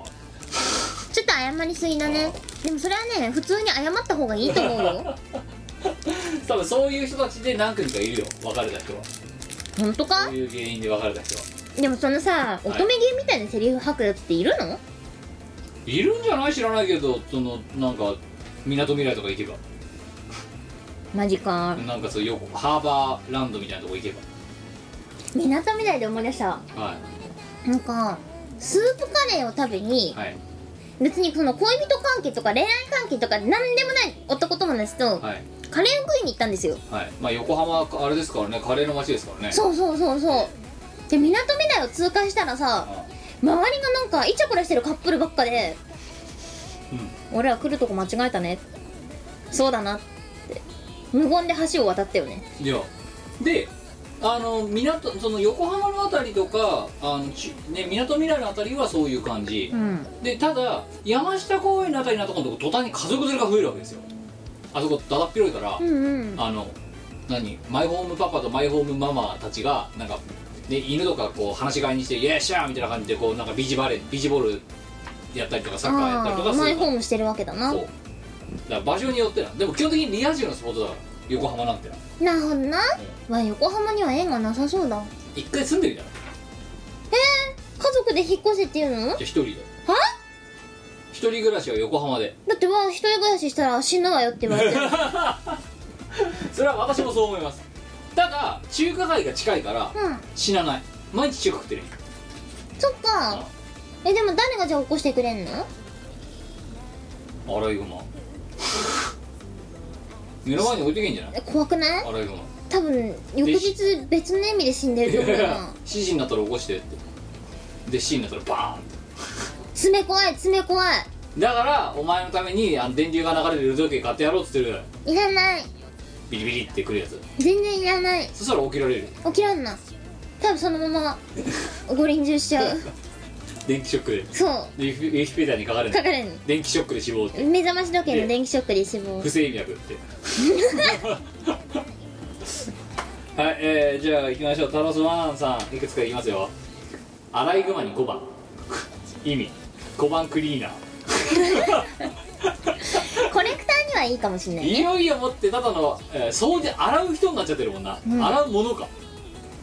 [SPEAKER 2] っと謝りすぎだねでもそれはね普通に謝った方がいいと思 うよ
[SPEAKER 1] 多分そういう人たちで何組かいるよ別れた人は
[SPEAKER 2] 本当
[SPEAKER 1] そ
[SPEAKER 2] か
[SPEAKER 1] ういう原因で別れた人は
[SPEAKER 2] でもそのさ乙女芸みたいなセリフ吐くやつっているの、
[SPEAKER 1] いるんじゃない知らないけどそのなんかみなとみらいとか行けば
[SPEAKER 2] マジか
[SPEAKER 1] なんかそういう横ハーバーランドみたいなとこ行け
[SPEAKER 2] みなとみらいで思い出した
[SPEAKER 1] ばは
[SPEAKER 2] なんかスープカレーを食べに
[SPEAKER 1] いはい
[SPEAKER 2] 別にその恋人関係とか恋愛関係とか何でもない男友達と
[SPEAKER 1] はい
[SPEAKER 2] カレーを食いに行ったんですよ
[SPEAKER 1] はいまあ横浜あれですからねカレーの街ですからね
[SPEAKER 2] そうそうそうそうでみなとみらいを通過したらさ
[SPEAKER 1] あ
[SPEAKER 2] 周りがなんかイチャコラしてるカップルばっかで「俺ら来るとこ間違えたね」そうだなって無言で橋を渡ったよね
[SPEAKER 1] うんいやであの港その横浜の辺りとかあのちね港未来の辺りはそういう感じ、
[SPEAKER 2] ん
[SPEAKER 1] でただ山下公園の辺りのところのとこ途端に家族連れが増えるわけですよあそこだだっ広いから、
[SPEAKER 2] うんうん
[SPEAKER 1] あの何マイホームパパとマイホームママたちがなんか、ね、犬とかこう話し飼いにして「イエッシャー!」みたいな感じでこうなんかビーチバレービーチボールやったりとかサッカーやったりと
[SPEAKER 2] あ
[SPEAKER 1] か
[SPEAKER 2] あ
[SPEAKER 1] す
[SPEAKER 2] マイ
[SPEAKER 1] るか
[SPEAKER 2] ホームしてるわけだ
[SPEAKER 1] ら
[SPEAKER 2] な
[SPEAKER 1] そうだから場所によってなでも基本的にリア充のスポットだから横浜なんてな
[SPEAKER 2] なるほどな、わ横浜には縁がなさそうだ
[SPEAKER 1] 一回住んでるじゃんじゃ
[SPEAKER 2] 家族で引っ越せっていうの
[SPEAKER 1] あ一人で
[SPEAKER 2] は
[SPEAKER 1] 一人暮らしは横浜で
[SPEAKER 2] だってわ一人暮らししたら死ぬわよって言われて る
[SPEAKER 1] それは私もそう思いますただ中華街が近いから
[SPEAKER 2] うん
[SPEAKER 1] 死なない毎日中華食ってるよ
[SPEAKER 2] そっかえでも誰がじゃあ起こしてくれんの
[SPEAKER 1] アライグマ目の前に置いてけんじゃない
[SPEAKER 2] え怖くない
[SPEAKER 1] アライグマ
[SPEAKER 2] 多分翌日別の意味で死んでると思うな
[SPEAKER 1] 指示になったら起こしてってで C になったらバーンっ
[SPEAKER 2] 爪怖い爪怖い
[SPEAKER 1] てだからお前のためにあの電流が流れる腕時計買ってやろうっつってる
[SPEAKER 2] いらない
[SPEAKER 1] ビリビリってくるやつ
[SPEAKER 2] 全然いらない
[SPEAKER 1] そしたら起きられる
[SPEAKER 2] 起きらんな多分その ままご臨終しちゃう
[SPEAKER 1] 電気ショックで
[SPEAKER 2] そ
[SPEAKER 1] でウィキウィキペディアに書かれ
[SPEAKER 2] う
[SPEAKER 1] る
[SPEAKER 2] かかるの
[SPEAKER 1] 電気ショックで死亡って
[SPEAKER 2] 目覚まし時計の電気ショックで死亡
[SPEAKER 1] 不整脈って はい、えー、じゃあ行きましょうタロスワンさんいくつか言いますよアライグマに5番 意味5番クリーナー
[SPEAKER 2] コレクターにはいいかもしれない
[SPEAKER 1] い
[SPEAKER 2] ね
[SPEAKER 1] よいよ持ってただの、えー掃除洗う人になっちゃってるもんな、
[SPEAKER 2] ん
[SPEAKER 1] 洗うものか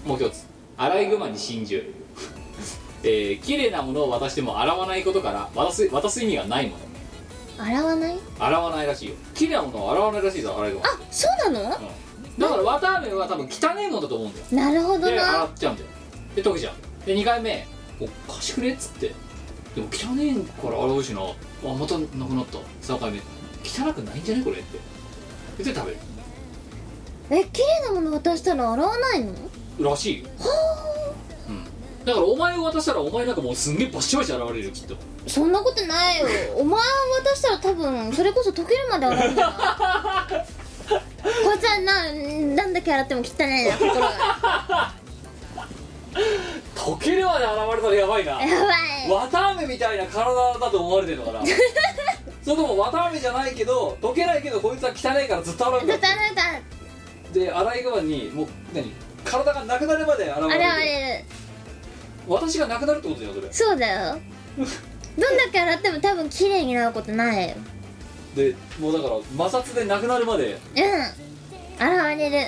[SPEAKER 1] もう一つアライグマに真珠 えー、綺麗なものを渡しても洗わないことから渡す渡す意味がないもの
[SPEAKER 2] 洗わない
[SPEAKER 1] 洗わないらしいよ綺麗なものを洗わないらしいぞアライグマ
[SPEAKER 2] あそうなの
[SPEAKER 1] うんだから綿あめは多分汚いもんだと思うんだよ
[SPEAKER 2] なるほど
[SPEAKER 1] で洗
[SPEAKER 2] な
[SPEAKER 1] っちゃうんだよで溶けちゃうで2回目「お貸してくれ」っつってでも汚ねえから洗うしなあまたなくなった3回目汚くないんじゃねこれってで食べる
[SPEAKER 2] え綺麗なもの渡したら洗わないの
[SPEAKER 1] らしいよ、うん、だからお前を渡したらお前なんかもうすんげえバシバシ現れるよきっと
[SPEAKER 2] そんなことないよお前を渡したら多分それこそ溶けるまで洗うんじゃないこいつはななんだけ洗っても汚いな心が
[SPEAKER 1] 溶けるまで現れたらやばいな
[SPEAKER 2] やばい
[SPEAKER 1] 綿あめみたいな体だと思われてるの かなそれとも綿あめじゃないけど溶けないけどこいつは汚いからずっと洗うん
[SPEAKER 2] だ
[SPEAKER 1] だ
[SPEAKER 2] っ
[SPEAKER 1] ってて
[SPEAKER 2] なんか
[SPEAKER 1] で洗い場にもう何体がなくなるまで現れ
[SPEAKER 2] 現
[SPEAKER 1] る
[SPEAKER 2] れる
[SPEAKER 1] 私がなくなるってことじゃんそれ
[SPEAKER 2] そうだよどんだけ洗っても多分綺麗になることないよ
[SPEAKER 1] でもうだから摩擦でなくなるまで
[SPEAKER 2] うん洗われる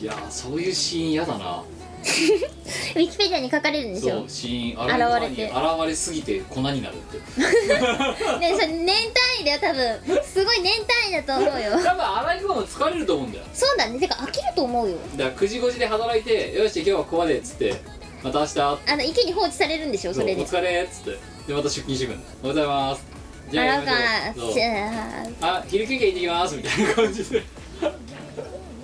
[SPEAKER 1] いやーそういうシーン嫌だな
[SPEAKER 2] ウィキペディアに書かれるんです
[SPEAKER 1] そ
[SPEAKER 2] よ
[SPEAKER 1] うシーン洗う前に
[SPEAKER 2] 現れて
[SPEAKER 1] 現れすぎて粉になるって
[SPEAKER 2] ねそれ年単位だよ多分すごい年単位だと思う よ
[SPEAKER 1] 多分洗い込むの疲れると思うんだよ
[SPEAKER 2] そうだねてか飽きると思うよ
[SPEAKER 1] だから9時5時で働いてよし今日はここまでっつってまた明日そ
[SPEAKER 2] あの池に放置されるんでしょ
[SPEAKER 1] う
[SPEAKER 2] それで
[SPEAKER 1] お疲れっつってでまた出勤してくるんだおはようございますじゃあや
[SPEAKER 2] 洗
[SPEAKER 1] りま
[SPEAKER 2] うか
[SPEAKER 1] しょう
[SPEAKER 2] じ
[SPEAKER 1] そう
[SPEAKER 2] ゃあ
[SPEAKER 1] あ昼休憩行ってきますみたいな感じで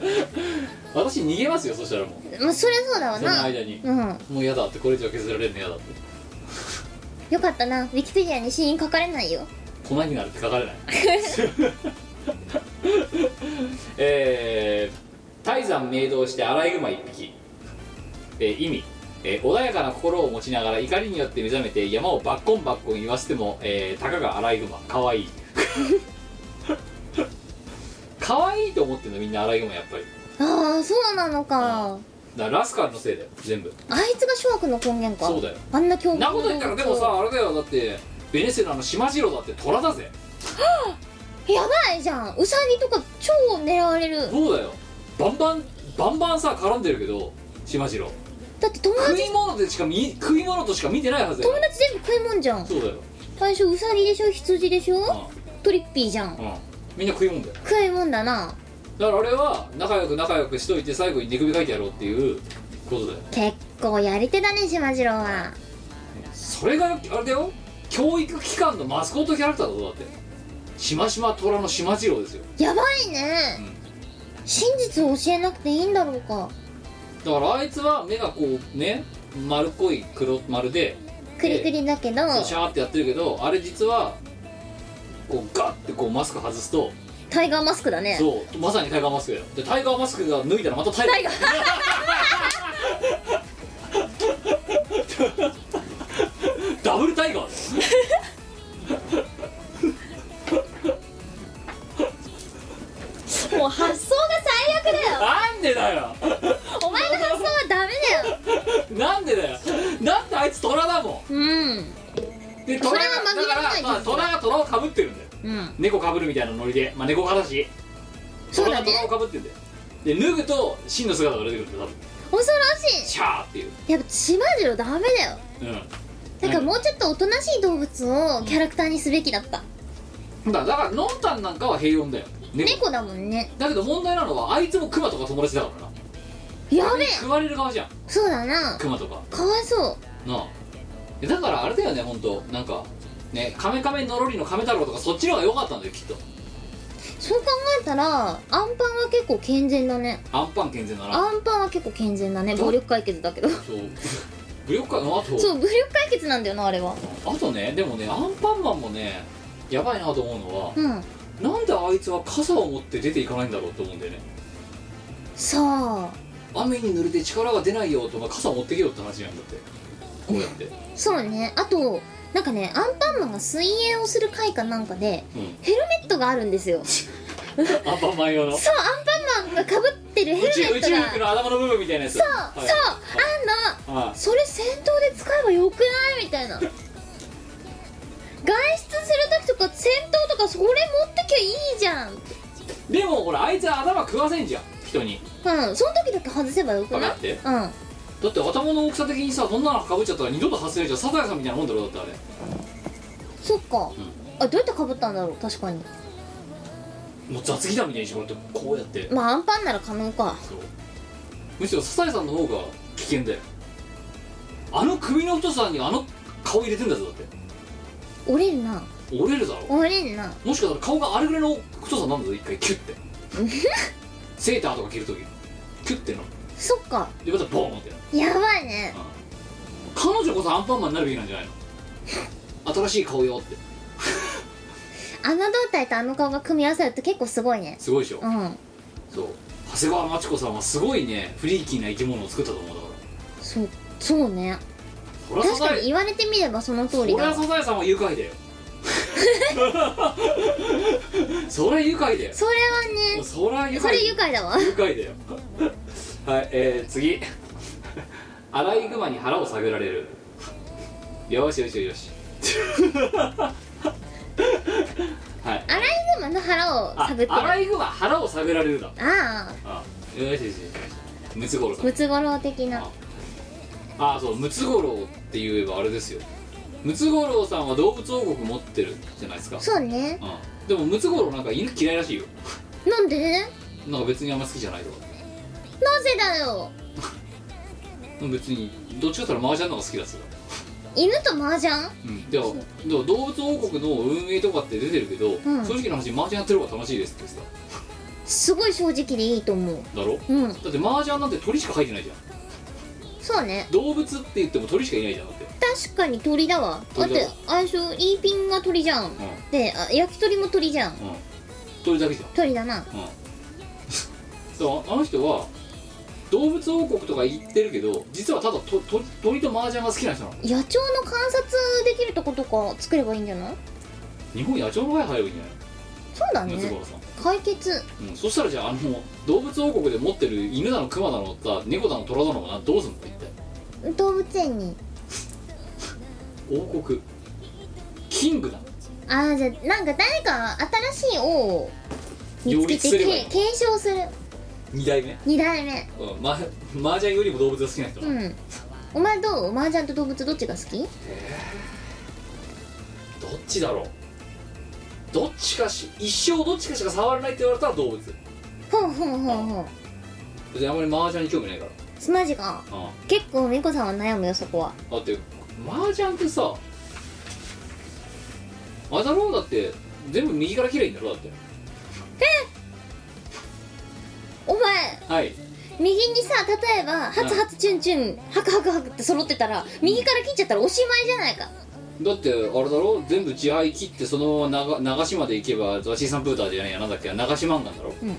[SPEAKER 1] 私逃げますよそしたらもう
[SPEAKER 2] まあそりゃそうだわ
[SPEAKER 1] その
[SPEAKER 2] な
[SPEAKER 1] 間に
[SPEAKER 2] うん
[SPEAKER 1] もう嫌だってこれ以上削られるの嫌だって
[SPEAKER 2] よかったなウィキペディアに死因書かれないよ
[SPEAKER 1] 粉になるって書かれない えー、泰山明堂してアライグマ一匹、えー意味、えー穏やかな心を持ちながら怒りによって目覚めて山をバッコンバッコン言わせても、えーたかがアライグマかわい いかわいいと思ってんのみんなアライグマやっぱり
[SPEAKER 2] ああそうなのか
[SPEAKER 1] だからラスカルのせいだよ全部
[SPEAKER 2] あいつが諸悪の根源か
[SPEAKER 1] そうだよ
[SPEAKER 2] あんな凶暴
[SPEAKER 1] なこと言ったらでも
[SPEAKER 2] そう
[SPEAKER 1] さあれだよだってベネセラのシマジロだって虎だぜ
[SPEAKER 2] やばいじゃんウサギとか超狙われる
[SPEAKER 1] そうだよバンバンバンバンさ絡んでるけどしまじろ
[SPEAKER 2] だって友
[SPEAKER 1] 食
[SPEAKER 2] 達
[SPEAKER 1] い物でしか見食い物としか見てないはずだよ
[SPEAKER 2] 友達全部食いもんじゃん
[SPEAKER 1] そうだよ、
[SPEAKER 2] 最初ウサギでしょ羊でしょトリッピーじゃん
[SPEAKER 1] うんうん、みんな食い物だよ
[SPEAKER 2] 食いもんだな
[SPEAKER 1] だからあれは仲良く仲良くしといて最後に寝首かいてやろうっていうことだよ
[SPEAKER 2] 結構やり手だね島次郎は
[SPEAKER 1] それがあれだよ教育機関のマスコットキャラクターだぞだってしましま虎のしまじろうですよ
[SPEAKER 2] やばいね、真実を教えなくていいんだろうか
[SPEAKER 1] だからあいつは目がこうね丸っこい黒丸で
[SPEAKER 2] クリクリだけど
[SPEAKER 1] こうシャーってやってるけどあれ実はこうガッてこうマスク外すと
[SPEAKER 2] タイガーマスクだね
[SPEAKER 1] そうまさにタイガーマスクだよでタイガーマスクが脱いだらまたタイガー
[SPEAKER 2] タイガー
[SPEAKER 1] ダブルタイガーだよ
[SPEAKER 2] もう発想が最悪だよ
[SPEAKER 1] なんでだよ
[SPEAKER 2] お前の発想はダメだよ
[SPEAKER 1] なんでだよだってあいつ虎だも
[SPEAKER 2] うん
[SPEAKER 1] んで虎が
[SPEAKER 2] それは紛
[SPEAKER 1] だ
[SPEAKER 2] れ
[SPEAKER 1] か
[SPEAKER 2] もない
[SPEAKER 1] ら、まあ、虎が虎をかぶってるんだよ
[SPEAKER 2] うん
[SPEAKER 1] 猫かぶるみたいなノリでまあ猫かだし
[SPEAKER 2] そう
[SPEAKER 1] 虎
[SPEAKER 2] だ
[SPEAKER 1] が
[SPEAKER 2] ね
[SPEAKER 1] 虎をかぶってんだよで脱ぐと真の姿が出てくるんだよ多分
[SPEAKER 2] 恐ろし
[SPEAKER 1] シャーっていう
[SPEAKER 2] いやっぱ島次郎ダメだよ
[SPEAKER 1] う
[SPEAKER 2] なんかもうちょっとおとなしい動物をキャラクターにすべきだった
[SPEAKER 1] んだだからのんたんなんかは平穏だよ猫
[SPEAKER 2] 猫だもんね
[SPEAKER 1] だけど問題なのはあいつもクマとか友達だからな
[SPEAKER 2] やべえ
[SPEAKER 1] 食われる側じゃん
[SPEAKER 2] そうだな
[SPEAKER 1] クマとか
[SPEAKER 2] かわいそう
[SPEAKER 1] なあえだからあれだよね本当なんかねカメカメのろりのカメ太郎とかそっちの方が良かったんだよきっと
[SPEAKER 2] そう考えたらアンパンは結構健全だね
[SPEAKER 1] アンパン健全だな
[SPEAKER 2] アンパンは結構健全だね暴力解決だけど
[SPEAKER 1] そう武力家のあと
[SPEAKER 2] そう武力解決なんだよなあれは
[SPEAKER 1] あとねでもねアンパンマンもねやばいなと思うのは
[SPEAKER 2] うん
[SPEAKER 1] なんであいつは傘を持って出ていかないんだろうと思うんだよね
[SPEAKER 2] さあ
[SPEAKER 1] 雨に濡れて力が出ないよとか傘持ってけよって話なんだってこうやって
[SPEAKER 2] そうねあとなんかねアンパンマンが水泳をする回かなんかで
[SPEAKER 1] うん
[SPEAKER 2] ヘルメットがあるんですよそう
[SPEAKER 1] アンパンマン用の宇
[SPEAKER 2] アンパンマンがかぶってるヘル
[SPEAKER 1] 宙
[SPEAKER 2] メ
[SPEAKER 1] 宇
[SPEAKER 2] ット
[SPEAKER 1] 宙
[SPEAKER 2] が
[SPEAKER 1] 服の頭の部分みたいなやつそう
[SPEAKER 2] そう、そうあんの
[SPEAKER 1] はい
[SPEAKER 2] それ戦闘で使えばよくないみたいな外出する時とか戦闘とかそれ持ってきゃいいじゃん
[SPEAKER 1] でもほらあいつは頭食わせんじゃん人に
[SPEAKER 2] うんその時だけ外せばよくない
[SPEAKER 1] わかって
[SPEAKER 2] うん
[SPEAKER 1] だって頭の大きさ的にさこんなのかぶっちゃったら二度と外せるじゃんサザエさんみたいなもんだろだってあれ
[SPEAKER 2] そっか、
[SPEAKER 1] ん
[SPEAKER 2] あどうやってかぶったんだろう確かに
[SPEAKER 1] もう雑技団みたいにしてもらってこうやって
[SPEAKER 2] まあアンパンなら可能か
[SPEAKER 1] そうむしろサザエさんの方が危険だよあの首の太さにあの顔入れてんだぞだっ
[SPEAKER 2] 折れるな
[SPEAKER 1] て折れるだろ
[SPEAKER 2] 折れるな
[SPEAKER 1] もしかしたら顔があれぐらいの太さになんだぞ一回キュッてセーターとか着るときキュッての
[SPEAKER 2] そっか
[SPEAKER 1] でまたボーンってなる
[SPEAKER 2] やばいね
[SPEAKER 1] 彼女こそアンパンマンになるべきなんじゃないの新しい顔よって
[SPEAKER 2] あの胴体とあの顔が組み合わさると結構すごいね
[SPEAKER 1] すごいでしょ
[SPEAKER 2] うん
[SPEAKER 1] そう長谷川町子さんはすごいねフリーキーな生き物を作ったと思うだから
[SPEAKER 2] そうそうね
[SPEAKER 1] そりゃ
[SPEAKER 2] 確
[SPEAKER 1] サ
[SPEAKER 2] か
[SPEAKER 1] ザエ
[SPEAKER 2] に言われてみればその通り
[SPEAKER 1] そり
[SPEAKER 2] だ
[SPEAKER 1] ゃ
[SPEAKER 2] わ
[SPEAKER 1] サザエさんは愉快 だよそりゃ愉快だよ
[SPEAKER 2] それはね
[SPEAKER 1] そりゃ愉
[SPEAKER 2] そ
[SPEAKER 1] 快
[SPEAKER 2] れ愉快だわ
[SPEAKER 1] 愉快だよはいえー、次アライグマに腹を探られるよしよしよしはい
[SPEAKER 2] アライグマの腹を
[SPEAKER 1] あ
[SPEAKER 2] 探ってる
[SPEAKER 1] アライグマ腹を探られるだ
[SPEAKER 2] ああ
[SPEAKER 1] あよしよしよしムツゴロウさん
[SPEAKER 2] ムツゴロウ的な
[SPEAKER 1] あそうムツゴロウって言えばあれですよムツゴロウさんは動物王国持ってるじゃないですか
[SPEAKER 2] そうね
[SPEAKER 1] うん、でもムツゴロウなんか犬嫌いらしいよ
[SPEAKER 2] なんで
[SPEAKER 1] なんか別にあんま好きじゃないとか
[SPEAKER 2] なぜだよ
[SPEAKER 1] 別にどっちかって言ったら麻雀の方が好きだっすよ、
[SPEAKER 2] 犬と麻雀
[SPEAKER 1] うん、でもでも動物王国の運営とかって出てるけど、
[SPEAKER 2] ん
[SPEAKER 1] 正直な話麻雀やってる方が楽しいですって言って
[SPEAKER 2] すごい正直でいいと思う
[SPEAKER 1] ただろ
[SPEAKER 2] うん
[SPEAKER 1] だって麻雀なんて鳥しか入ってないじゃん
[SPEAKER 2] そうね
[SPEAKER 1] 動物って言っても鳥しかいないじゃんだって
[SPEAKER 2] 確かに鳥だわだっ
[SPEAKER 1] 鳥だ
[SPEAKER 2] てあれでしょイーピンが鳥じゃ
[SPEAKER 1] ん
[SPEAKER 2] ん、であ焼き鳥も鳥じゃん
[SPEAKER 1] うん鳥だけじゃん
[SPEAKER 2] 鳥だな
[SPEAKER 1] そうあの人は動物王国とか言ってるけど実はただとと鳥と麻雀が好きな人なの
[SPEAKER 2] 野鳥の観察できるとことか作ればいいんじゃない
[SPEAKER 1] 日本野鳥の会入ればいいんじ
[SPEAKER 2] そうだ
[SPEAKER 1] ゃないムツゴロ
[SPEAKER 2] ね
[SPEAKER 1] ウさん
[SPEAKER 2] 解決
[SPEAKER 1] うん、そしたらじゃああの動物王国で持ってる犬だの熊だのさ猫だの虎だのがなどうすんの一体
[SPEAKER 2] 動物園に
[SPEAKER 1] 王国キングだ
[SPEAKER 2] ああじゃあなんか誰か新しい王を見
[SPEAKER 1] 擁
[SPEAKER 2] つ
[SPEAKER 1] 立
[SPEAKER 2] け
[SPEAKER 1] す
[SPEAKER 2] て
[SPEAKER 1] ればいい
[SPEAKER 2] け継承する
[SPEAKER 1] 二代目
[SPEAKER 2] 2代目
[SPEAKER 1] うんマージャンよりも動物が好きな人な、
[SPEAKER 2] うんお前どう麻雀と動物どっちが好き
[SPEAKER 1] どっちだろうどっちかし一生どっちかしか触らないって言われたら動物
[SPEAKER 2] ほんほんほんほん
[SPEAKER 1] 別にあんまりマージャンに興味ないか
[SPEAKER 2] マジか
[SPEAKER 1] ら、うん、
[SPEAKER 2] 結構みこさんは悩むよそこは
[SPEAKER 1] だって麻雀ってさあれだろうだって全部右から切ればいいんだろだって
[SPEAKER 2] お前
[SPEAKER 1] はい
[SPEAKER 2] 右にさ例えば「ハツハツチュンチュン」「ハクハクハク」って揃ってたら右から切っちゃったらおしまいじゃないか
[SPEAKER 1] だってあれだろ全部地配切ってそのまま長流しまで行けばザシーサンプーターじゃないやなんだっけ流し漫画だろ
[SPEAKER 2] うん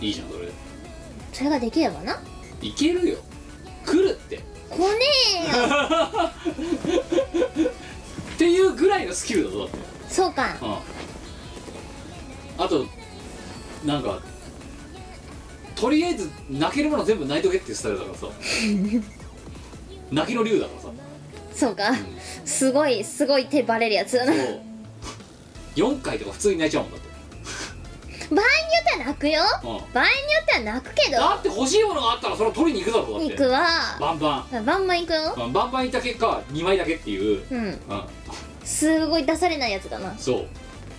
[SPEAKER 1] いいじゃんそれ
[SPEAKER 2] それができればない
[SPEAKER 1] けるよ来るってっ
[SPEAKER 2] 来ねえ よ
[SPEAKER 1] ていうぐらいのスキルだぞだって
[SPEAKER 2] そうか
[SPEAKER 1] うんあとなんかとりあえず泣けるもの全部泣いとけっていうスタイルだからさ泣きの竜だからさ
[SPEAKER 2] そうかすごいすごい手バレるやつだな場合によ
[SPEAKER 1] そう4回とか普通に泣いちゃうんだって
[SPEAKER 2] っては泣くよ
[SPEAKER 1] うん
[SPEAKER 2] 場合によっては泣くけど
[SPEAKER 1] だって欲しいものがあったらそれを取りに行くだろだっ
[SPEAKER 2] 行
[SPEAKER 1] て
[SPEAKER 2] くわ
[SPEAKER 1] バンバン
[SPEAKER 2] バンバン行くよ
[SPEAKER 1] うんバンバン行った結果2枚だけっていう、
[SPEAKER 2] うん
[SPEAKER 1] うん、
[SPEAKER 2] すごい出されないやつだな
[SPEAKER 1] そ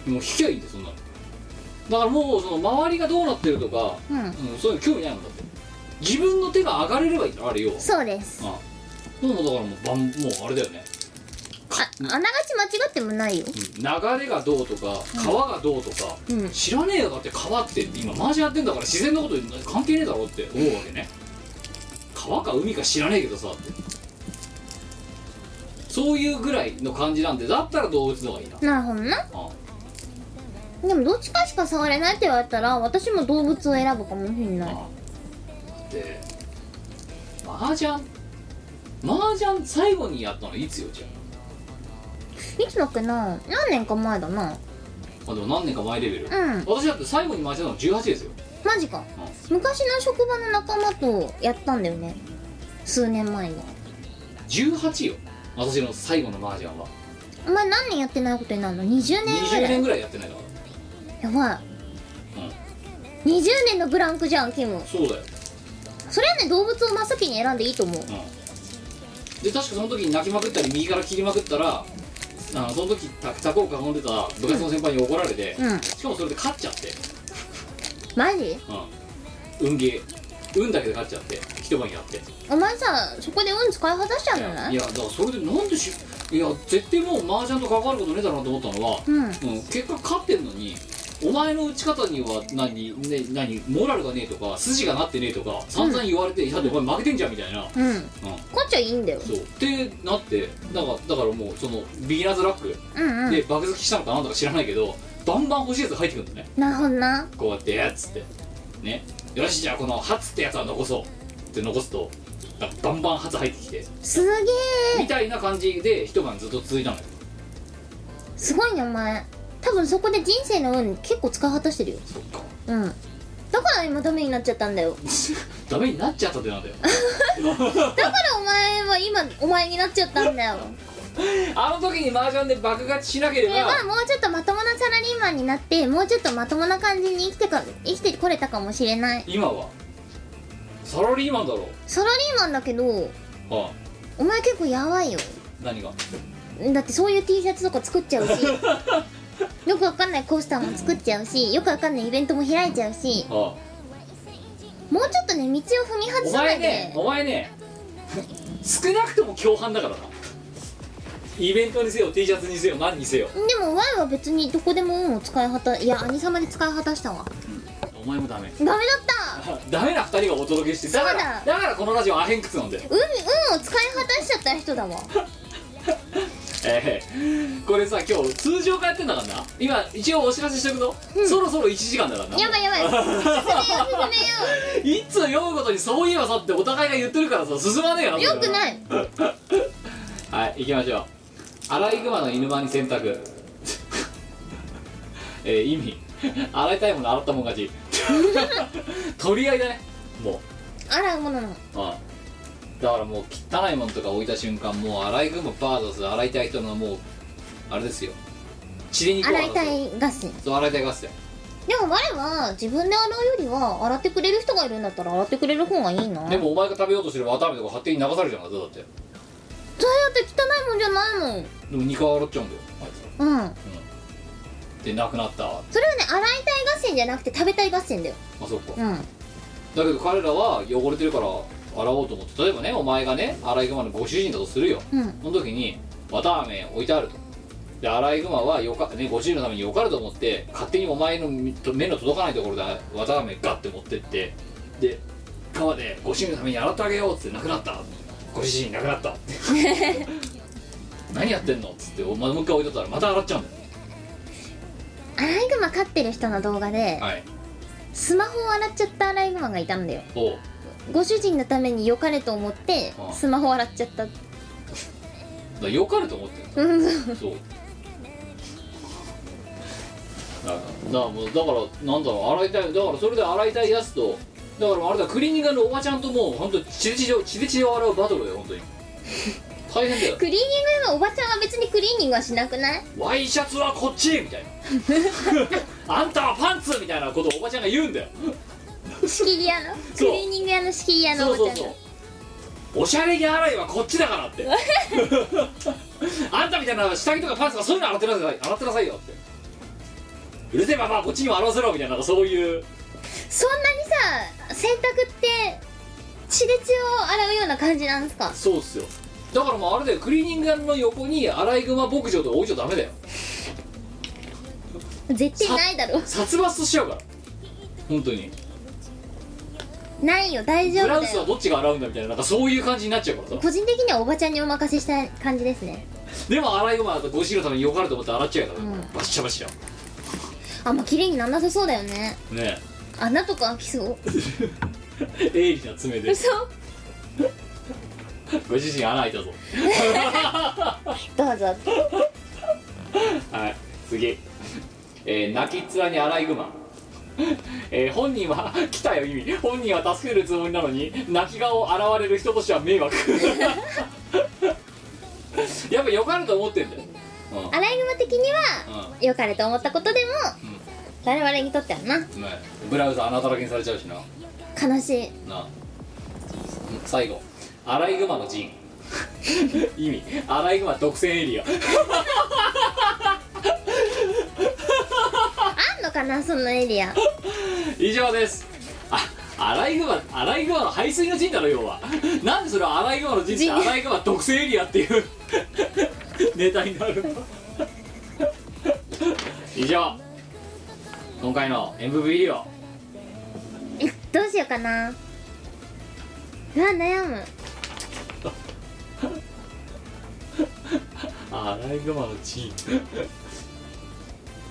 [SPEAKER 1] うもう引きゃいいんだよそんなのだからもうその周りがどうなってるとか、
[SPEAKER 2] うん
[SPEAKER 1] うん、そういうの興味ないもんだって自分の手が上がれればいいんだろあれよ
[SPEAKER 2] そうですあ
[SPEAKER 1] うんもうだからもうバンもうあれだよね、
[SPEAKER 2] あながち間違ってもないよ
[SPEAKER 1] うん、流れがどうとか川がどうとか、
[SPEAKER 2] うん
[SPEAKER 1] 知らねえよだって川って今マージャンやってんだから自然なこと関係ねえだろうって思うわけね川か海か知らねえけどさってそういうぐらいの感じなんでだったら動物の方がいいな、
[SPEAKER 2] なるほどな
[SPEAKER 1] あ
[SPEAKER 2] でもどっちかしか触れないって言われたら私も動物を選ぶかもしんない
[SPEAKER 1] あで麻雀麻雀最後にやったのいつよじゃ
[SPEAKER 2] いつだっけな何年か前だな
[SPEAKER 1] ああでも何年か前レベル、
[SPEAKER 2] うん
[SPEAKER 1] 私だって最後に麻雀やったの18ですよ、
[SPEAKER 2] マジか
[SPEAKER 1] うん
[SPEAKER 2] 昔の職場の仲間とやったんだよね数年前に
[SPEAKER 1] 18よ私の最後の麻雀は
[SPEAKER 2] お前何年やってないことになるの20年ぐ
[SPEAKER 1] 20
[SPEAKER 2] らい
[SPEAKER 1] 年ぐらいやってないから
[SPEAKER 2] やばい20年のブランクじゃんキム
[SPEAKER 1] そうだよ、
[SPEAKER 2] それはね動物を真っ先に選んでいいと思う
[SPEAKER 1] うん、で確かその時に泣きまくったり右から切りまくったらあのその時タタコを囲んでた部活の先輩に怒られて、
[SPEAKER 2] うん
[SPEAKER 1] しかもそれで勝っちゃって、
[SPEAKER 2] マジ
[SPEAKER 1] うん、運ゲー運だけで勝っちゃって一晩やって
[SPEAKER 2] お前さそこで運使い果たしちゃうんじゃない
[SPEAKER 1] いやだからそれでなんでしいや絶対もう麻雀と関わることねえだろうなと思ったのは、
[SPEAKER 2] うん
[SPEAKER 1] うん結果勝ってんのにお前の打ち方には何、ね、何モラルがねえとか筋がなってねえとか散々言われて、いやでもお前負けてんじゃんみたいな、うん、
[SPEAKER 2] うんこっちはいいんだよ
[SPEAKER 1] そうってなってだからだからもうそのビギナーズラック
[SPEAKER 2] うんうん
[SPEAKER 1] で爆付きしたのかなんとか知らないけどバンバン欲しいやつが入ってくるんだね
[SPEAKER 2] なるほどな
[SPEAKER 1] こうやってやっつってねよしじゃあこのハツってやつは残そうって残すとなんかバンバンハツ入ってきて
[SPEAKER 2] すげ
[SPEAKER 1] み
[SPEAKER 2] え
[SPEAKER 1] たいな感じで一晩ずっと続いたのよ
[SPEAKER 2] すごいねお前多分そこで人生の運結構使い果たしてるよ
[SPEAKER 1] そっか
[SPEAKER 2] うんだだから今ダメになっちゃったんだよ
[SPEAKER 1] ダメになっちゃったってなんだよ
[SPEAKER 2] だからお前は今お前になっちゃったんだよ
[SPEAKER 1] あの時にマージャンで爆勝ちしなけれ
[SPEAKER 2] それ
[SPEAKER 1] ば
[SPEAKER 2] はもうちょっとまともなサラリーマンになってもうちょっとまともな感じに生きてか生きてこれたかもしれない
[SPEAKER 1] 今はサラリーマンだろ
[SPEAKER 2] サラリーマンだけど
[SPEAKER 1] ああ
[SPEAKER 2] お前結構やばいよ
[SPEAKER 1] 何 が
[SPEAKER 2] だってそういう T シャツとか作っちゃうしよくわかんないコースターも作っちゃうしよくわかんないイベントも開いちゃうし
[SPEAKER 1] ああ
[SPEAKER 2] もうちょっとね道を踏み外
[SPEAKER 1] お
[SPEAKER 2] さな
[SPEAKER 1] 前
[SPEAKER 2] いで
[SPEAKER 1] ねお前ね少なくとも共犯だからなイベントにせよ T シャツにせよ何にせよ
[SPEAKER 2] でも Y は別にどこでも運を使い果たいや兄様で使い果たしたわ
[SPEAKER 1] お前もダメ
[SPEAKER 2] ダメだった
[SPEAKER 1] ダメな2人がお届けしてだから
[SPEAKER 2] そうだ
[SPEAKER 1] だからこのラジオはアヘンクツなんで、
[SPEAKER 2] 運運を使い果たしちゃった人だ わ
[SPEAKER 1] ええこれさ今日通常からやってんだからな今一応お知らせしておくぞ、そろそろ1時間だからな
[SPEAKER 2] やばいやばい進めよう
[SPEAKER 1] いつ読むことにそういえばさってお互いが言ってるからさ進まねえよな
[SPEAKER 2] 進めようよく
[SPEAKER 1] い
[SPEAKER 2] ない
[SPEAKER 1] はい行きましょうアライグマの犬間に洗濯 えー、意味洗いたいもの洗ったもん勝ち 取り合いだねも
[SPEAKER 2] 洗うものなの
[SPEAKER 1] うあだからもう汚いものとか置いた瞬間もうアライグマバース洗いたい人のもうあれですよチリに
[SPEAKER 2] 洗いたいガス
[SPEAKER 1] そう洗いたいガスだよ
[SPEAKER 2] でも我は自分で洗うよりは洗ってくれる人がいるんだったら洗ってくれる方がいいな
[SPEAKER 1] でもお前が食べようとしてるわたあめとか勝手に流されちゃうんだぞだって
[SPEAKER 2] そうやって汚いもんじゃない
[SPEAKER 1] でも2回洗っちゃうんだよあいつ
[SPEAKER 2] もんうん
[SPEAKER 1] でなくなったわ
[SPEAKER 2] それはね洗いたい合戦じゃなくて食べたい合戦だよ
[SPEAKER 1] あそっか
[SPEAKER 2] うん
[SPEAKER 1] だけど彼らは汚れてるから洗おうと思って例えばねお前がねアライグマのご主人だとするよ
[SPEAKER 2] うん
[SPEAKER 1] その時に綿あめ置いてあるとでアライグマはよか、ね、ご主人のためによかると思って勝手にお前の目目の届かないところで綿あめガッて持ってってで川でご主人のために洗ってあげようっつってなくなったご主人なくなった 何やってんのっつってお前もう一回置いとったらまた洗っちゃうんだよ
[SPEAKER 2] アライグマ飼ってる人の動画で
[SPEAKER 1] はい
[SPEAKER 2] スマホを洗っちゃったアライグマがいたんだよ
[SPEAKER 1] おう
[SPEAKER 2] ご主人のために良かれと思って
[SPEAKER 1] ああ
[SPEAKER 2] スマホを洗っちゃった
[SPEAKER 1] だからよかると思ってる
[SPEAKER 2] うん
[SPEAKER 1] そうだからだからもうだからなんだろう洗いたいだからそれで洗いたいやつとだからあれだクリーニングのおばちゃんともう本当血で血を血で血を洗うバトルだよ本当に大変だ よ
[SPEAKER 2] クリーニングのおばちゃんは別にクリーニングはしなくない
[SPEAKER 1] ワイシャツはこっちみたい なあんたはパンツみたいなことをおばちゃんが言うんだよ
[SPEAKER 2] 仕切り屋のク
[SPEAKER 1] そう
[SPEAKER 2] リーニング屋の仕切り屋の
[SPEAKER 1] そ
[SPEAKER 2] お
[SPEAKER 1] うそ
[SPEAKER 2] ばちゃ
[SPEAKER 1] うんそう
[SPEAKER 2] が
[SPEAKER 1] おしゃれ着洗いはこっちだからって あんたみたいな下着とかパンツとかそういうの洗ってなさい洗ってなさいよってうるせえばばあこっちにも洗わせろみたいなそういう
[SPEAKER 2] そんなにさ洗濯って血で血を洗うような感じなんですか
[SPEAKER 1] そうっすよだからもうあれだよクリーニング屋の横にアライグマ牧場とか置いちゃダメだよ
[SPEAKER 2] 絶対ないだろ
[SPEAKER 1] 殺伐としちゃうから本当に
[SPEAKER 2] ないよ大丈
[SPEAKER 1] ブラ
[SPEAKER 2] 夫
[SPEAKER 1] ウ
[SPEAKER 2] だ
[SPEAKER 1] スは
[SPEAKER 2] よ
[SPEAKER 1] どっちが洗うんだみたいななんかそういう感じになっちゃうから
[SPEAKER 2] 個人的にはおばちゃんにお任せしたい感じですね
[SPEAKER 1] さでもアライグマはご主人のためによかると思って洗っちゃうから、
[SPEAKER 2] うん
[SPEAKER 1] バッシャバシャ
[SPEAKER 2] あんま綺麗にならなさそうだよね
[SPEAKER 1] ね
[SPEAKER 2] 穴とか開きそう
[SPEAKER 1] え鋭利な爪で
[SPEAKER 2] 嘘
[SPEAKER 1] ご主人穴開いたぞ
[SPEAKER 2] どうぞ
[SPEAKER 1] はい次、えー泣きっ面にアライグマえー本人は 来たよ意味本人は助けるつもりなのに泣き顔を現れる人としては迷惑 やっぱよかると思ってんだよ、うん
[SPEAKER 2] アライグマ的には良かれと思ったことでも
[SPEAKER 1] うん
[SPEAKER 2] 我々にとってはな
[SPEAKER 1] ねブラウザ穴だらけにされちゃうしな
[SPEAKER 2] 悲しい
[SPEAKER 1] なあ最後アライグマの陣 意味アライグマ独占エリア
[SPEAKER 2] あんのかなそのエリ ア
[SPEAKER 1] 以上ですあアライグマアライグマの排水の陣だろ要は なんでそれはアライグマの陣って
[SPEAKER 2] 陣
[SPEAKER 1] アライグマ独占エリアっていう ネタになるの 以上今回の MVP を
[SPEAKER 2] えどうしようかなうわ悩む
[SPEAKER 1] アライグマの陣
[SPEAKER 2] う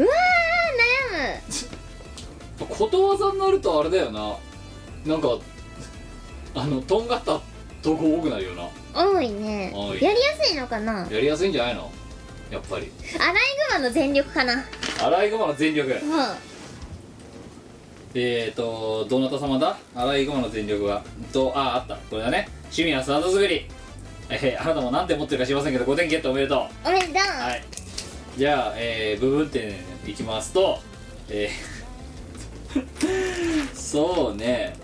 [SPEAKER 2] わー悩む
[SPEAKER 1] ことわざになるとあれだよななんかあのとんがった投稿多くなるよな
[SPEAKER 2] 多いね
[SPEAKER 1] 多い
[SPEAKER 2] やりやすいのかなアライ
[SPEAKER 1] やりやすいんじゃないのやっぱり
[SPEAKER 2] グマの全力かな
[SPEAKER 1] アライグマの全力
[SPEAKER 2] うん
[SPEAKER 1] えーとどなた様だ荒井駒の全力はとあああったこれだね趣味はスタンド作り、えーあなたも何点持ってるか知りませんけど5点ゲットおめでとう
[SPEAKER 2] おめでとう、
[SPEAKER 1] はいじゃあ、えー部分点いきますとえー そうね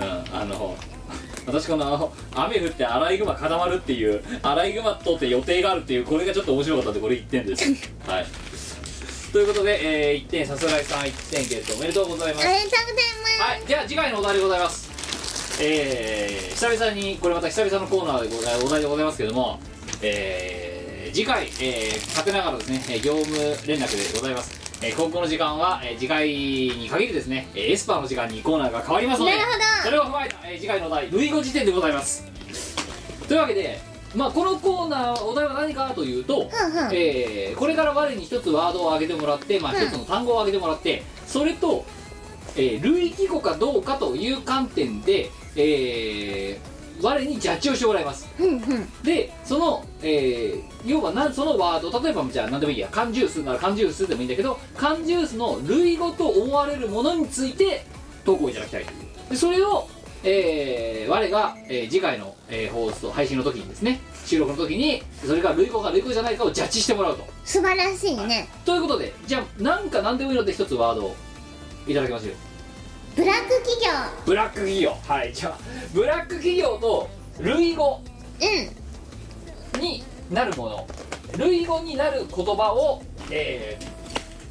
[SPEAKER 1] うんあの私この雨降ってアライグマ固まるっていうアライグマとって予定があるっていうこれがちょっと面白かったんでこれ1点ですはいということで、えー1点さすらいさん1点ゲットおめでとうございま
[SPEAKER 2] お
[SPEAKER 1] す
[SPEAKER 2] めでとうございます、
[SPEAKER 1] はい、じゃあ次回のお題でございます。えー、久々に、これまた久々のコーナーでございお題でございますけども、えー、次回、えー、勝手ながらですね、えー業務連絡でございます。えー、今後の時間は、えー次回に限りですね、えーエスパーの時間にコーナーが変わりますので、
[SPEAKER 2] なるほど
[SPEAKER 1] それを踏まえた、えー次回のお題、類語辞典でございます。というわけで、まあ、このコーナー、お題は何かというと、
[SPEAKER 2] うんうん
[SPEAKER 1] えーこれから我に一つワードを挙げてもらって、まあ、
[SPEAKER 2] うん
[SPEAKER 1] 一つの単語を挙げてもらってそれと、えー類義語かどうかという観点で、えー我にジャッジをしてもらいます
[SPEAKER 2] うんうん
[SPEAKER 1] でその、えー要はなんそのワード例えばじゃあ何でもいいや缶ジュースなら缶ジュースでもいいんだけど缶ジュースの類語と思われるものについて投稿いただきたいでそれを、えー我が、えー次回の、えー放送配信の時にですね収録の時にそれが類語か類語じゃないかをジャッジしてもらうと
[SPEAKER 2] 素晴らしいね
[SPEAKER 1] ということでじゃあなんか何でもいいので一つワードをいただきましょう
[SPEAKER 2] ブラック企業
[SPEAKER 1] ブラック企業はいじゃあブラック企業と類語
[SPEAKER 2] う
[SPEAKER 1] になるもの類語になる言葉を、えー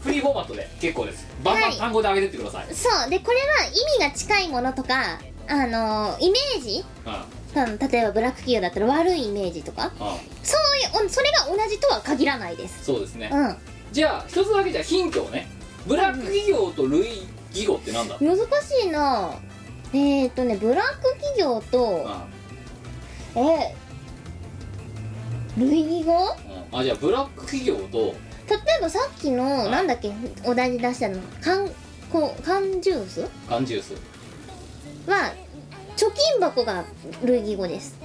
[SPEAKER 1] フリーフォーマットで結構ですバンバ
[SPEAKER 2] は
[SPEAKER 1] ン
[SPEAKER 2] い
[SPEAKER 1] 単語で上げてってください、
[SPEAKER 2] んそうでこれは意味が近いものとかあのイメージあの例えばブラック企業だったら悪いイメージとか
[SPEAKER 1] うんうん
[SPEAKER 2] そういうおそれが同じとは限らないです
[SPEAKER 1] そうですね、
[SPEAKER 2] うん
[SPEAKER 1] じゃあ一つだけじゃあヒントをねブラック企業と類義語ってなんだ、うん
[SPEAKER 2] 難しいなえっ、ー、とねブラック企業とえ類義語
[SPEAKER 1] うんあじゃあブラック企業と
[SPEAKER 2] 例えばさっきのなんだっけお題で出したの缶こう缶ジュース
[SPEAKER 1] 缶ジュース
[SPEAKER 2] は貯金箱が類義語です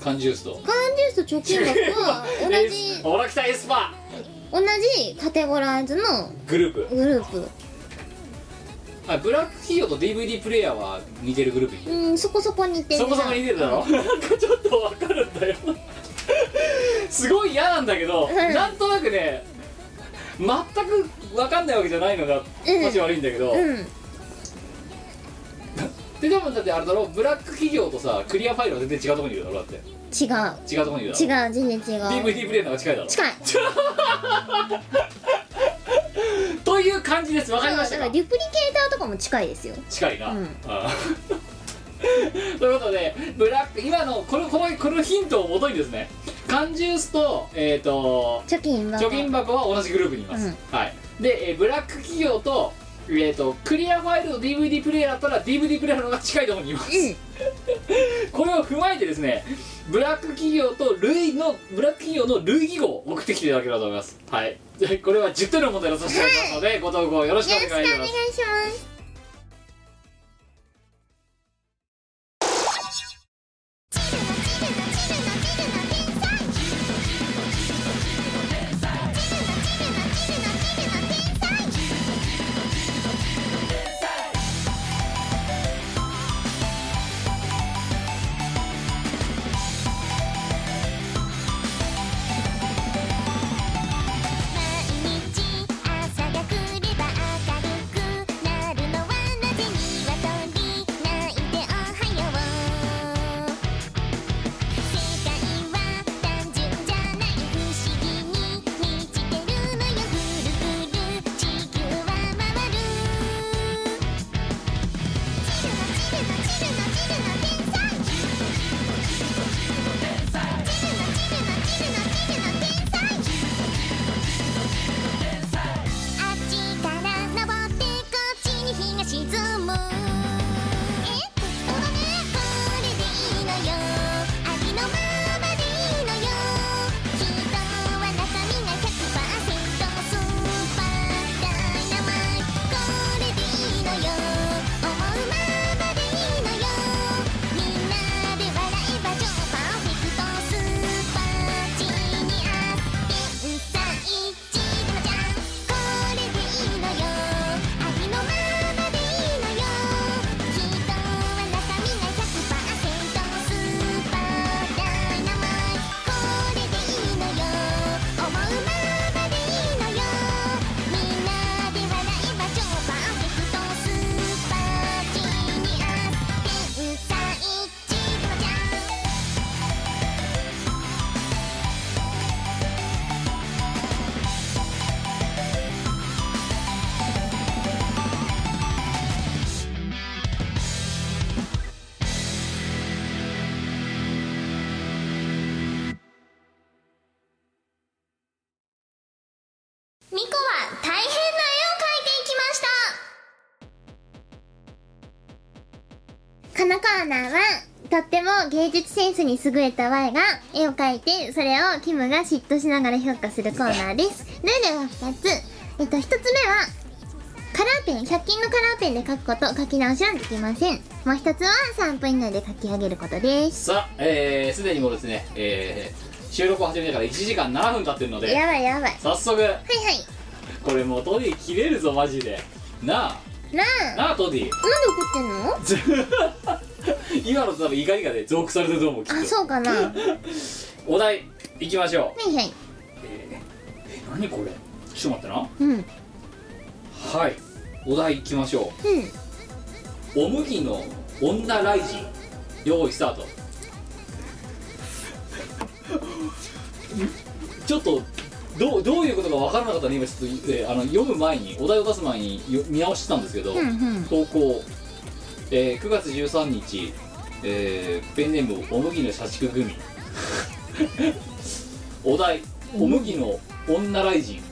[SPEAKER 1] 缶ジュースと
[SPEAKER 2] 缶ジュースと貯金箱は同
[SPEAKER 1] エ
[SPEAKER 2] じ
[SPEAKER 1] スほら来たエスパ
[SPEAKER 2] 同じカテゴライズの
[SPEAKER 1] ーグループ
[SPEAKER 2] グループ
[SPEAKER 1] あブラック企業と DVD プレイヤーは似てるグループに
[SPEAKER 2] うんそこそこ似てる
[SPEAKER 1] そこそこ似てるだろなんかちょっとわかるんだよ すごい嫌なんだけど、
[SPEAKER 2] ん
[SPEAKER 1] なんとなくね全くわかんないわけじゃないのが
[SPEAKER 2] うん
[SPEAKER 1] もし悪いんだけど、
[SPEAKER 2] うん
[SPEAKER 1] で多分だってあれだろブラック企業とさクリアファイルは全然違うところにいるだろだって
[SPEAKER 2] 違う
[SPEAKER 1] 違うところにいるだ
[SPEAKER 2] 違
[SPEAKER 1] ろ
[SPEAKER 2] う全然違う
[SPEAKER 1] DVD プレイヤーの方が近いだろ
[SPEAKER 2] 近い
[SPEAKER 1] という感じですわかりまし
[SPEAKER 2] そうだ
[SPEAKER 1] たか
[SPEAKER 2] か
[SPEAKER 1] ら
[SPEAKER 2] デュプリケーターとかも近いですよ
[SPEAKER 1] 近いな、
[SPEAKER 2] うん
[SPEAKER 1] あー ということでブラック今のこのこのこのヒントをもとにですね缶ジュースとえっ、と
[SPEAKER 2] 貯金箱
[SPEAKER 1] 貯金箱は同じグループにいます、
[SPEAKER 2] うん
[SPEAKER 1] はいで、えーブラック企業と,、えー、とクリアファイルと DVD プレイヤーだったら DVD プレイヤーの方が近いところにいます、これを踏まえてですねブラック企業と類のブラック企業の類義語を送ってきていただければと思いますはいでこれは10点の問題をさせていただきますので、ご投稿よろしく
[SPEAKER 2] よろし
[SPEAKER 1] お
[SPEAKER 2] くお
[SPEAKER 1] 願いし
[SPEAKER 2] 願
[SPEAKER 1] ま
[SPEAKER 2] いし
[SPEAKER 1] す
[SPEAKER 2] ます
[SPEAKER 4] 毎日朝が来れば明るくなるの
[SPEAKER 2] コーナーは、とっても芸術センスに優れた Y が絵を描いて、それをキムが嫉妬しながら評価するコーナーです。ルールは2つ。えっと、1つ目は、カラーペン、100均のカラーペンで描くこと、書き直しはできません。もう1つは3分以内で書き上げることです。
[SPEAKER 1] さあえーすでにもうですね、えー収録を始めてから1時間7分経ってるので
[SPEAKER 2] やばいやばい。はい
[SPEAKER 1] 早速
[SPEAKER 2] は
[SPEAKER 1] これもうトディ切れるぞマジでな
[SPEAKER 2] い。な
[SPEAKER 1] あ
[SPEAKER 2] あ、
[SPEAKER 1] なあトディ
[SPEAKER 2] なんで怒ってんの
[SPEAKER 1] ず 今のと多分怒りがね増幅されてると思うきっ
[SPEAKER 2] あ、そうかな。は
[SPEAKER 1] と
[SPEAKER 2] い
[SPEAKER 1] お題いきましょう
[SPEAKER 2] はい。
[SPEAKER 1] え何これちょっと待って
[SPEAKER 2] うん。うん。
[SPEAKER 1] なはいお題いきましょうお麦の女ライジン用意スタートちょっとどうどういうことか分からなかったね今ちょっと、えーあの読む前にお題を出す前によ見直してたんですけど、
[SPEAKER 2] うんうん。
[SPEAKER 1] 投稿、えー9月13日、えーペンネームお麦の社畜組 お題お麦の女雷神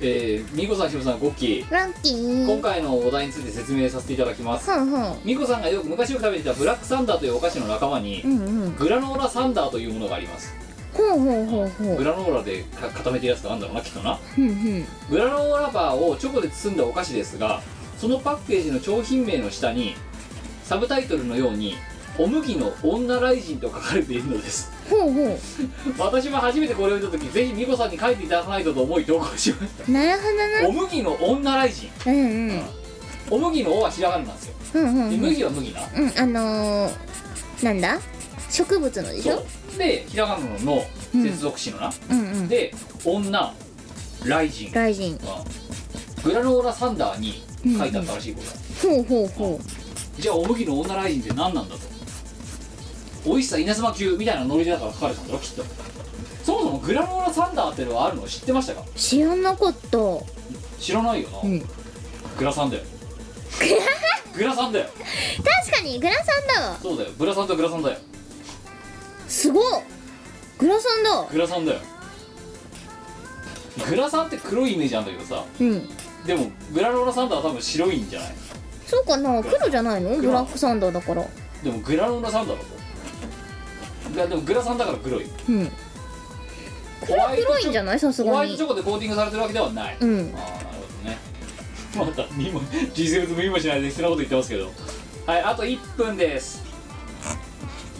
[SPEAKER 1] えー、みこさんしろさんごっき
[SPEAKER 2] ラッキー。
[SPEAKER 1] 今回のお題について説明させていただきます
[SPEAKER 2] ほうほう。
[SPEAKER 1] みこさんがよく昔よく食べていたブラックサンダーというお菓子の仲間に
[SPEAKER 2] うんうん。
[SPEAKER 1] グラノーラサンダーというものがあります
[SPEAKER 2] ほうほうほうほ
[SPEAKER 1] グ
[SPEAKER 2] う。
[SPEAKER 1] ラノーラでか固めてるやつがあるんだろうなきっとな
[SPEAKER 2] うんうん。
[SPEAKER 1] グラノーラバーをチョコで包んだお菓子ですがそのパッケージの商品名の下にサブタイトルのように「お麦の女雷神」と書かれているのです
[SPEAKER 2] ほうほ
[SPEAKER 1] 私は初めてこれを見た時ぜひ美子さんに書いていただかないとと思い投稿しまし
[SPEAKER 2] う。なるほ
[SPEAKER 1] たお麦の女雷神
[SPEAKER 2] どな。うんうん。
[SPEAKER 1] お麦の「お」はひらがななんですよ
[SPEAKER 2] うんうん
[SPEAKER 1] で
[SPEAKER 2] うん。
[SPEAKER 1] 麦は麦な
[SPEAKER 2] うん、あのー、なんだ植物のでし
[SPEAKER 1] そ
[SPEAKER 2] ょ
[SPEAKER 1] うでひらがなの「の」接続詞のな、
[SPEAKER 2] うんうん。
[SPEAKER 1] で女雷神
[SPEAKER 2] ライジン。
[SPEAKER 1] グラノーラサンダーに書いてあったらしいことだ
[SPEAKER 2] ほうほうほ
[SPEAKER 1] じゃあお麦の女ライジンって何なんだと美味しさ稲妻級みたいなノリだから書かれたんだろきっとそもそもグラノーラサンダーってのはあるの知ってましたか
[SPEAKER 2] う。知らなかった。う
[SPEAKER 1] 知らないよな、
[SPEAKER 2] ん。
[SPEAKER 1] グラサンだよグラサンだよ
[SPEAKER 2] 確かに、グラサンだわ。
[SPEAKER 1] そうだよグラサンとグラサンだよ
[SPEAKER 2] すごっグラサンだ。
[SPEAKER 1] グラサンだよグラサンって黒いイメージなんだけどさ
[SPEAKER 2] うん。
[SPEAKER 1] でもグラノーラサンダーは多分白いんじゃない
[SPEAKER 2] そうかな黒じゃないのブラックサンダーだから。
[SPEAKER 1] でもグラノーラサンダーだといやでもグラサンだから黒い
[SPEAKER 2] うん。
[SPEAKER 1] ホワイト
[SPEAKER 2] 黒いんじゃないさす
[SPEAKER 1] ホ
[SPEAKER 2] が
[SPEAKER 1] ワイト
[SPEAKER 2] に
[SPEAKER 1] チョ。コでコーティングされてるわけではない、
[SPEAKER 2] うん。
[SPEAKER 1] ああなるほどねまた見も事前も見もしないで適当なこと言ってますけどはいあと1分です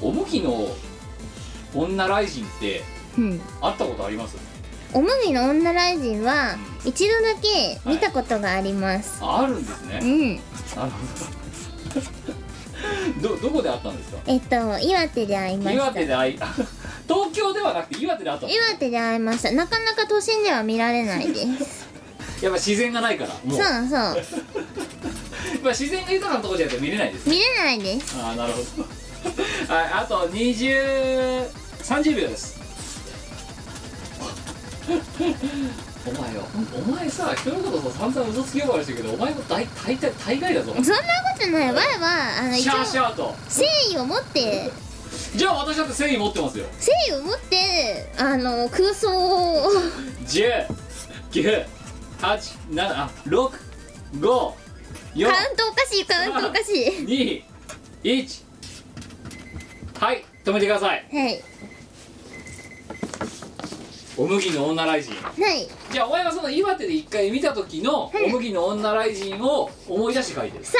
[SPEAKER 1] おむきの女雷神って
[SPEAKER 2] うん。
[SPEAKER 1] 会ったことあります
[SPEAKER 2] おむぎの女ライジンは、一度だけ見たことがあります。
[SPEAKER 1] ああるんですね
[SPEAKER 2] うん。
[SPEAKER 1] なるほどどどこで会ったんですか
[SPEAKER 2] えっと、岩手で会いました。
[SPEAKER 1] 岩手で会い 東京ではなくて岩手で会ったのや
[SPEAKER 2] 岩手で会いましたなかなか都心では見られないです
[SPEAKER 1] っぱ自然がないからもう
[SPEAKER 2] そう
[SPEAKER 1] やっ
[SPEAKER 2] そう
[SPEAKER 1] ぱ自然が豊かなところじゃなくて見れないです
[SPEAKER 2] 見れないです
[SPEAKER 1] ああなるほど はいあと2030秒ですお前よお前さ人のことさ散々嘘つき呼ばわりしてるけどお前も大大体大概だぞ
[SPEAKER 2] そんなことないわいはあの
[SPEAKER 1] シ
[SPEAKER 2] 一
[SPEAKER 1] ャーシ
[SPEAKER 2] 応
[SPEAKER 1] ャーと
[SPEAKER 2] 誠意を持って
[SPEAKER 1] じゃあ私だって誠意持ってますよ
[SPEAKER 2] 誠意を持ってあの空想をカウ
[SPEAKER 1] 10987654
[SPEAKER 2] ントおかしいカウントおかしい
[SPEAKER 1] 2 1はい止めてください
[SPEAKER 2] はい
[SPEAKER 1] お麦の女ライジン
[SPEAKER 2] はい
[SPEAKER 1] じゃあお前はその岩手で一回見た時のお麦の女雷神を思い出して書いてる
[SPEAKER 2] さ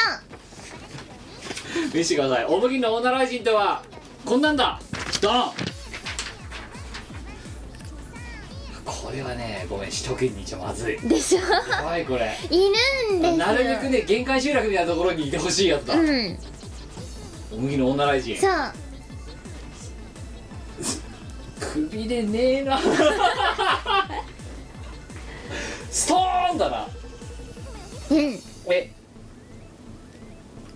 [SPEAKER 1] 見せてくださいお麦の女雷神とはこんなんだドンこれはねごめん首都圏にいちゃまずい
[SPEAKER 2] あでしょ
[SPEAKER 1] やばいこれ
[SPEAKER 2] いるんですよ
[SPEAKER 1] なるべくね限界集落みたいなところにいてほしいやつだ、
[SPEAKER 2] うん
[SPEAKER 1] お麦の女雷神
[SPEAKER 2] そう
[SPEAKER 1] くびれねえなストーンだな
[SPEAKER 2] うん
[SPEAKER 1] え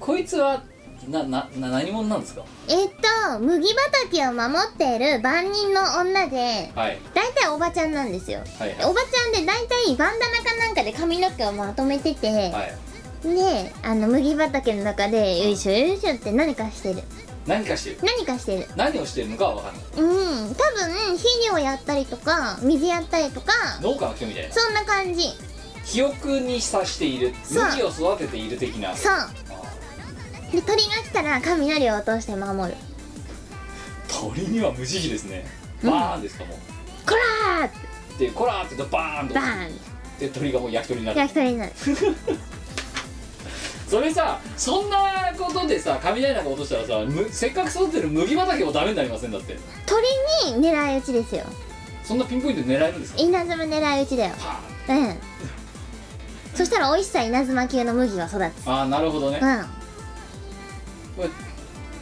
[SPEAKER 1] こいつはななな何者なんですか
[SPEAKER 2] えっと麦畑を守っている万人の女で
[SPEAKER 1] はい
[SPEAKER 2] 大体おばちゃんなんですよ
[SPEAKER 1] はいはい
[SPEAKER 2] おばちゃんで大体バンダナかなんかで髪の毛をまとめてて、
[SPEAKER 1] はい
[SPEAKER 2] であの麦畑の中でよいしょよいしょって何かしてる
[SPEAKER 1] 何かしてる
[SPEAKER 2] 何かしてる
[SPEAKER 1] 何をしてるのかは分かんない
[SPEAKER 2] うん多分肥料やったりとか水やったりとか
[SPEAKER 1] 農家の人みたいな
[SPEAKER 2] そんな感じ
[SPEAKER 1] 記憶にさしている
[SPEAKER 2] そう
[SPEAKER 1] 麦を育てている的な
[SPEAKER 2] そう
[SPEAKER 1] あ
[SPEAKER 2] で鳥が来たら雷を落として守る
[SPEAKER 1] 鳥には無慈悲ですねバーンですかもう
[SPEAKER 2] こらーって
[SPEAKER 1] でコラーって言うとバーンと
[SPEAKER 2] バーン
[SPEAKER 1] で鳥がもう焼き鳥になる
[SPEAKER 2] 焼き鳥になる
[SPEAKER 1] それさそんなことでさ雷なんか落としたらさむせっかく育ってる麦畑もダメになりませんだって
[SPEAKER 2] 鳥に狙い撃ちですよ
[SPEAKER 1] そんなピンポイントで狙えるんですか
[SPEAKER 2] 稲妻狙い撃ちだよ
[SPEAKER 1] パーン
[SPEAKER 2] うんそしたら美味しさ稲妻級の麦が育つ
[SPEAKER 1] ああなるほどね
[SPEAKER 2] うん
[SPEAKER 1] これ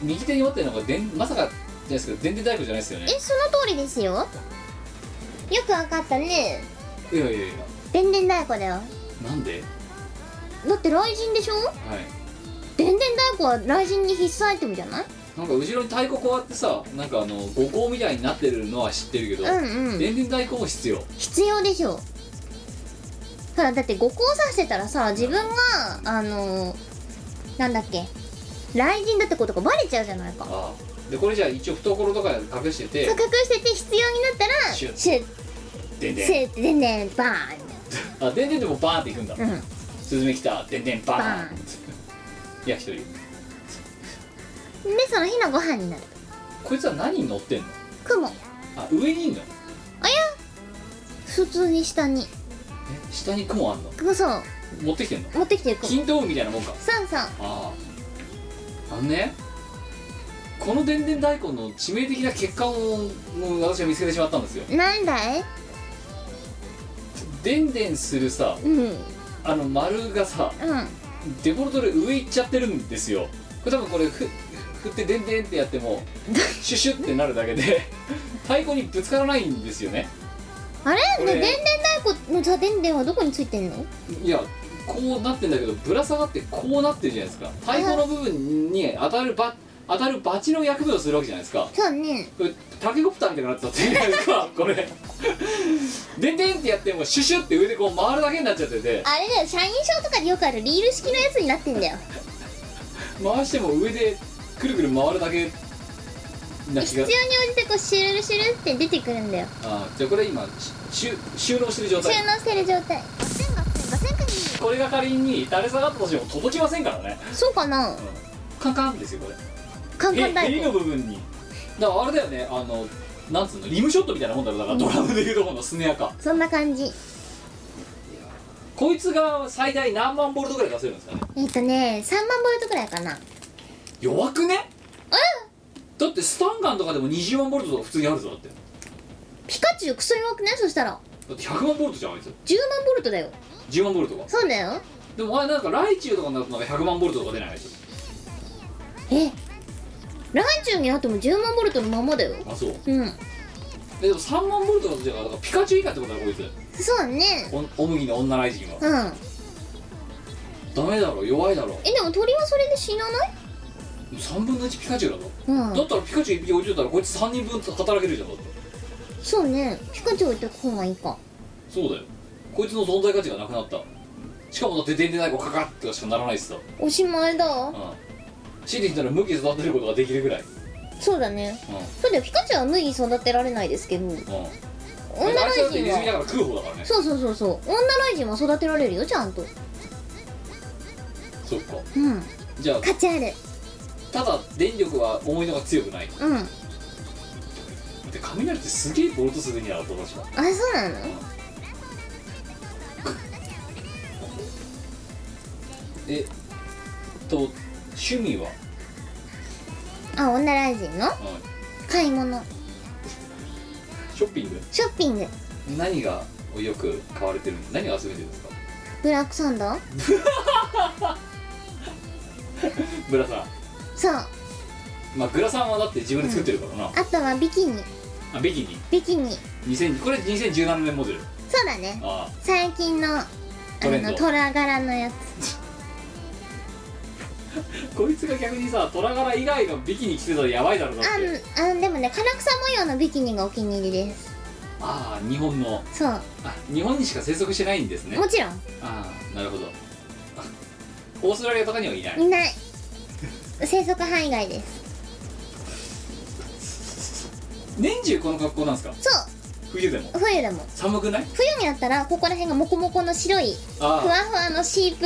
[SPEAKER 1] 右手に持ってるのがでんまさかじゃないですけど電電太鼓じゃないですよね
[SPEAKER 2] えその通りですよよくわかったね
[SPEAKER 1] いやいやいや
[SPEAKER 2] でんでん太鼓だよ
[SPEAKER 1] なんで
[SPEAKER 2] だって雷神でしょ
[SPEAKER 1] はい
[SPEAKER 2] でんでん太鼓は雷神に必須アイテムじゃない
[SPEAKER 1] なんか後ろに太鼓こうやってさなんかあの五行みたいになってるのは知ってるけど、
[SPEAKER 2] うんうん
[SPEAKER 1] 電電太鼓も必要
[SPEAKER 2] 必要でしょほらだって五行させたらさ自分があのなんだっけ雷神だってことがバレちゃうじゃないか
[SPEAKER 1] ああでこれじゃあ一応懐とか隠して
[SPEAKER 2] そう
[SPEAKER 1] て
[SPEAKER 2] 隠してて必要になったら
[SPEAKER 1] シュッ
[SPEAKER 2] シュッ
[SPEAKER 1] 電
[SPEAKER 2] シ
[SPEAKER 1] 電
[SPEAKER 2] ュッてでんでんバーン
[SPEAKER 1] あ電電でもバーンっていくんだ、
[SPEAKER 2] うん
[SPEAKER 1] スズメ来た電電バーン
[SPEAKER 2] バーン
[SPEAKER 1] いや一人
[SPEAKER 2] でその日のご飯になる
[SPEAKER 1] こいつは何に乗ってんの
[SPEAKER 2] 雲あ
[SPEAKER 1] あ上にいんの
[SPEAKER 2] や普通に下に
[SPEAKER 1] え下に雲あんの
[SPEAKER 2] そう
[SPEAKER 1] 持ってきてんの
[SPEAKER 2] 持ってきてる雲
[SPEAKER 1] 金刀みたいなもんか
[SPEAKER 2] そうそう
[SPEAKER 1] あああのねこの電電太鼓の致命的な欠陥をもう私は見つけてしまったんですよ
[SPEAKER 2] なんだい
[SPEAKER 1] 電電するさ
[SPEAKER 2] うんうん
[SPEAKER 1] あの丸がさデフォルトで上行っちゃってるんですよこれ多分これふ振ってでんでんってやってもシュシュってなるだけで太鼓にぶつからないんですよね
[SPEAKER 2] あれ
[SPEAKER 1] こ
[SPEAKER 2] ね
[SPEAKER 1] れ
[SPEAKER 2] でんでん太鼓の座でんでんはどこについてんの
[SPEAKER 1] いやこうなってんだけどぶら下がってこうなってるじゃないですか太鼓の部分に当たるば当たるバチの役目をするわけじゃないですか
[SPEAKER 2] そうね
[SPEAKER 1] これタケコプターみたいになってたっていうじゃないですかこれでんでんってやってもシュシュって上でこう回るだけになっちゃってて
[SPEAKER 2] あれだよ社員証とかでよくあるリール式のやつになってんだよ
[SPEAKER 1] 回しても上でくるくる回るだけな気
[SPEAKER 2] 必要
[SPEAKER 1] が
[SPEAKER 2] に応じてこうシュルルシュルって出てくるんだよ
[SPEAKER 1] あーじゃあこれ今し収収納してる状
[SPEAKER 2] 収
[SPEAKER 1] 態
[SPEAKER 2] 納してる状態ガセンガセンガセンクニー
[SPEAKER 1] これが仮に垂れ下がったとしても届きませんからね、
[SPEAKER 2] そうかな
[SPEAKER 1] カンカンですよこれ
[SPEAKER 2] カンカン太
[SPEAKER 1] え襟の
[SPEAKER 2] 鼓
[SPEAKER 1] 部分にだからあれだよねあのなんつうのリムショットみたいなもんだろだからドラムでいうところのスネアか
[SPEAKER 2] そんな感じ
[SPEAKER 1] こいつが最大何万ボルトぐらい出せるんですかね
[SPEAKER 2] えっ、とね3万ボルトくらいかな
[SPEAKER 1] 弱くねだってスタンガンとかでも20万ボルトとか普通にあるぞだってだ
[SPEAKER 2] ピカチュウクソ弱くないそしたら
[SPEAKER 1] って100万ボルトじゃんあいつ
[SPEAKER 2] 10万ボルトだよ
[SPEAKER 1] 10万ボルトか
[SPEAKER 2] そうだよ
[SPEAKER 1] でもあれなんかライチュウとかになるとなんか100万ボルトとか出ないあいつ
[SPEAKER 2] えランチュウになっても10万ボルトのままだよ
[SPEAKER 1] あそう
[SPEAKER 2] うん
[SPEAKER 1] えでも3万ボルトだとじゃあだからピカチュウ以下ってことだろこいつ
[SPEAKER 2] そうね
[SPEAKER 1] おお麦の女ライジンは
[SPEAKER 2] うん
[SPEAKER 1] ダメだろ弱いだろ
[SPEAKER 2] えでも鳥はそれで死なない
[SPEAKER 1] 3分の1ピカチュウだぞ、
[SPEAKER 2] うん
[SPEAKER 1] だったらピカチュウ1匹置いといたらこいつ3人分働けるじゃんだって
[SPEAKER 2] そうねピカチュウ置いとく方がいいか
[SPEAKER 1] そうだよこいつの存在価値がなくなったしかもだって電電太鼓カカッとかしかならないしさう
[SPEAKER 2] おしまいだ
[SPEAKER 1] ん死んできたら無気育てることができるぐらい
[SPEAKER 2] そうだね
[SPEAKER 1] うんうん
[SPEAKER 2] そうだよピカチュウは麦育てられないですけど女
[SPEAKER 1] だってあいつだっ
[SPEAKER 2] 雷
[SPEAKER 1] て
[SPEAKER 2] 神
[SPEAKER 1] ネズミだか
[SPEAKER 2] は
[SPEAKER 1] ら食う方だからね
[SPEAKER 2] そうそうそうそう女雷神は育てられるよちゃんと
[SPEAKER 1] そっか
[SPEAKER 2] うん
[SPEAKER 1] じゃあ
[SPEAKER 2] 価値ある
[SPEAKER 1] ただ電力は思いのが強くないだ
[SPEAKER 2] うんあ
[SPEAKER 1] って雷ってすげえボルト数になると私は
[SPEAKER 2] そうなの
[SPEAKER 1] えっと趣味は、
[SPEAKER 2] あ女雷神の
[SPEAKER 1] う
[SPEAKER 2] 買い物
[SPEAKER 1] ん、ショッピング
[SPEAKER 2] ショッピング
[SPEAKER 1] 何がよく買われてるの何が集めてるんですか
[SPEAKER 2] ブラックサンダー
[SPEAKER 1] グラサ
[SPEAKER 2] そう
[SPEAKER 1] ンまあグラサンはだって自分で作ってるからな、
[SPEAKER 2] あとはビキニ
[SPEAKER 1] あビキニ
[SPEAKER 2] ビキニ
[SPEAKER 1] 2000これ2017年モデル
[SPEAKER 2] そうだね
[SPEAKER 1] あ
[SPEAKER 2] 最近のあ
[SPEAKER 1] トレンド
[SPEAKER 2] の虎柄のやつ
[SPEAKER 1] あこいつが逆にさ虎柄以外のビキニ着てたらやばいだろうなって
[SPEAKER 2] あんあんでもね唐草模様のビキニがお気に入りです
[SPEAKER 1] ああ日本の
[SPEAKER 2] そう
[SPEAKER 1] あ日本にしか生息してないんですね
[SPEAKER 2] もちろん
[SPEAKER 1] ああなるほどあオーストラリアとかにはいない
[SPEAKER 2] いない生息範囲外です
[SPEAKER 1] 年中この格好なんですか
[SPEAKER 2] そ
[SPEAKER 1] 冬でも
[SPEAKER 2] う冬だもん
[SPEAKER 1] 寒くない
[SPEAKER 2] 冬になったらここら辺がモコモコの白い
[SPEAKER 1] あ
[SPEAKER 2] ふわふわのシープ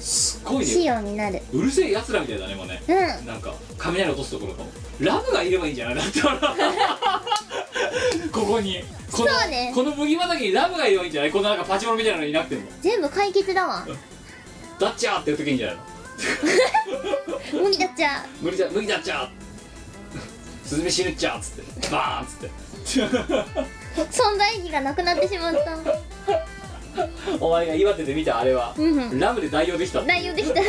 [SPEAKER 1] すすっごい
[SPEAKER 2] 仕
[SPEAKER 1] ね
[SPEAKER 2] 様になる
[SPEAKER 1] うるせえやつらみたいだねもうね
[SPEAKER 2] うん
[SPEAKER 1] なんか雷落とすところかもラブがいればいいんじゃないだってほら ここにこの
[SPEAKER 2] そうね
[SPEAKER 1] この麦畑にラブがいればいいんじゃないこのなんかパチモンみたいなのいなくても
[SPEAKER 2] 全部解決だわ
[SPEAKER 1] ダッチャーって言うときいいんじゃないの
[SPEAKER 2] 無理だっちゃ
[SPEAKER 1] 無理だ無理だっちゃースズメ死ぬっちゃーっつってバーンっつって
[SPEAKER 2] 存在意義がなくなってしまった
[SPEAKER 1] お前が岩手で見たあれは、
[SPEAKER 2] うんうん
[SPEAKER 1] ラブで代用できたって
[SPEAKER 2] 内容できた
[SPEAKER 1] は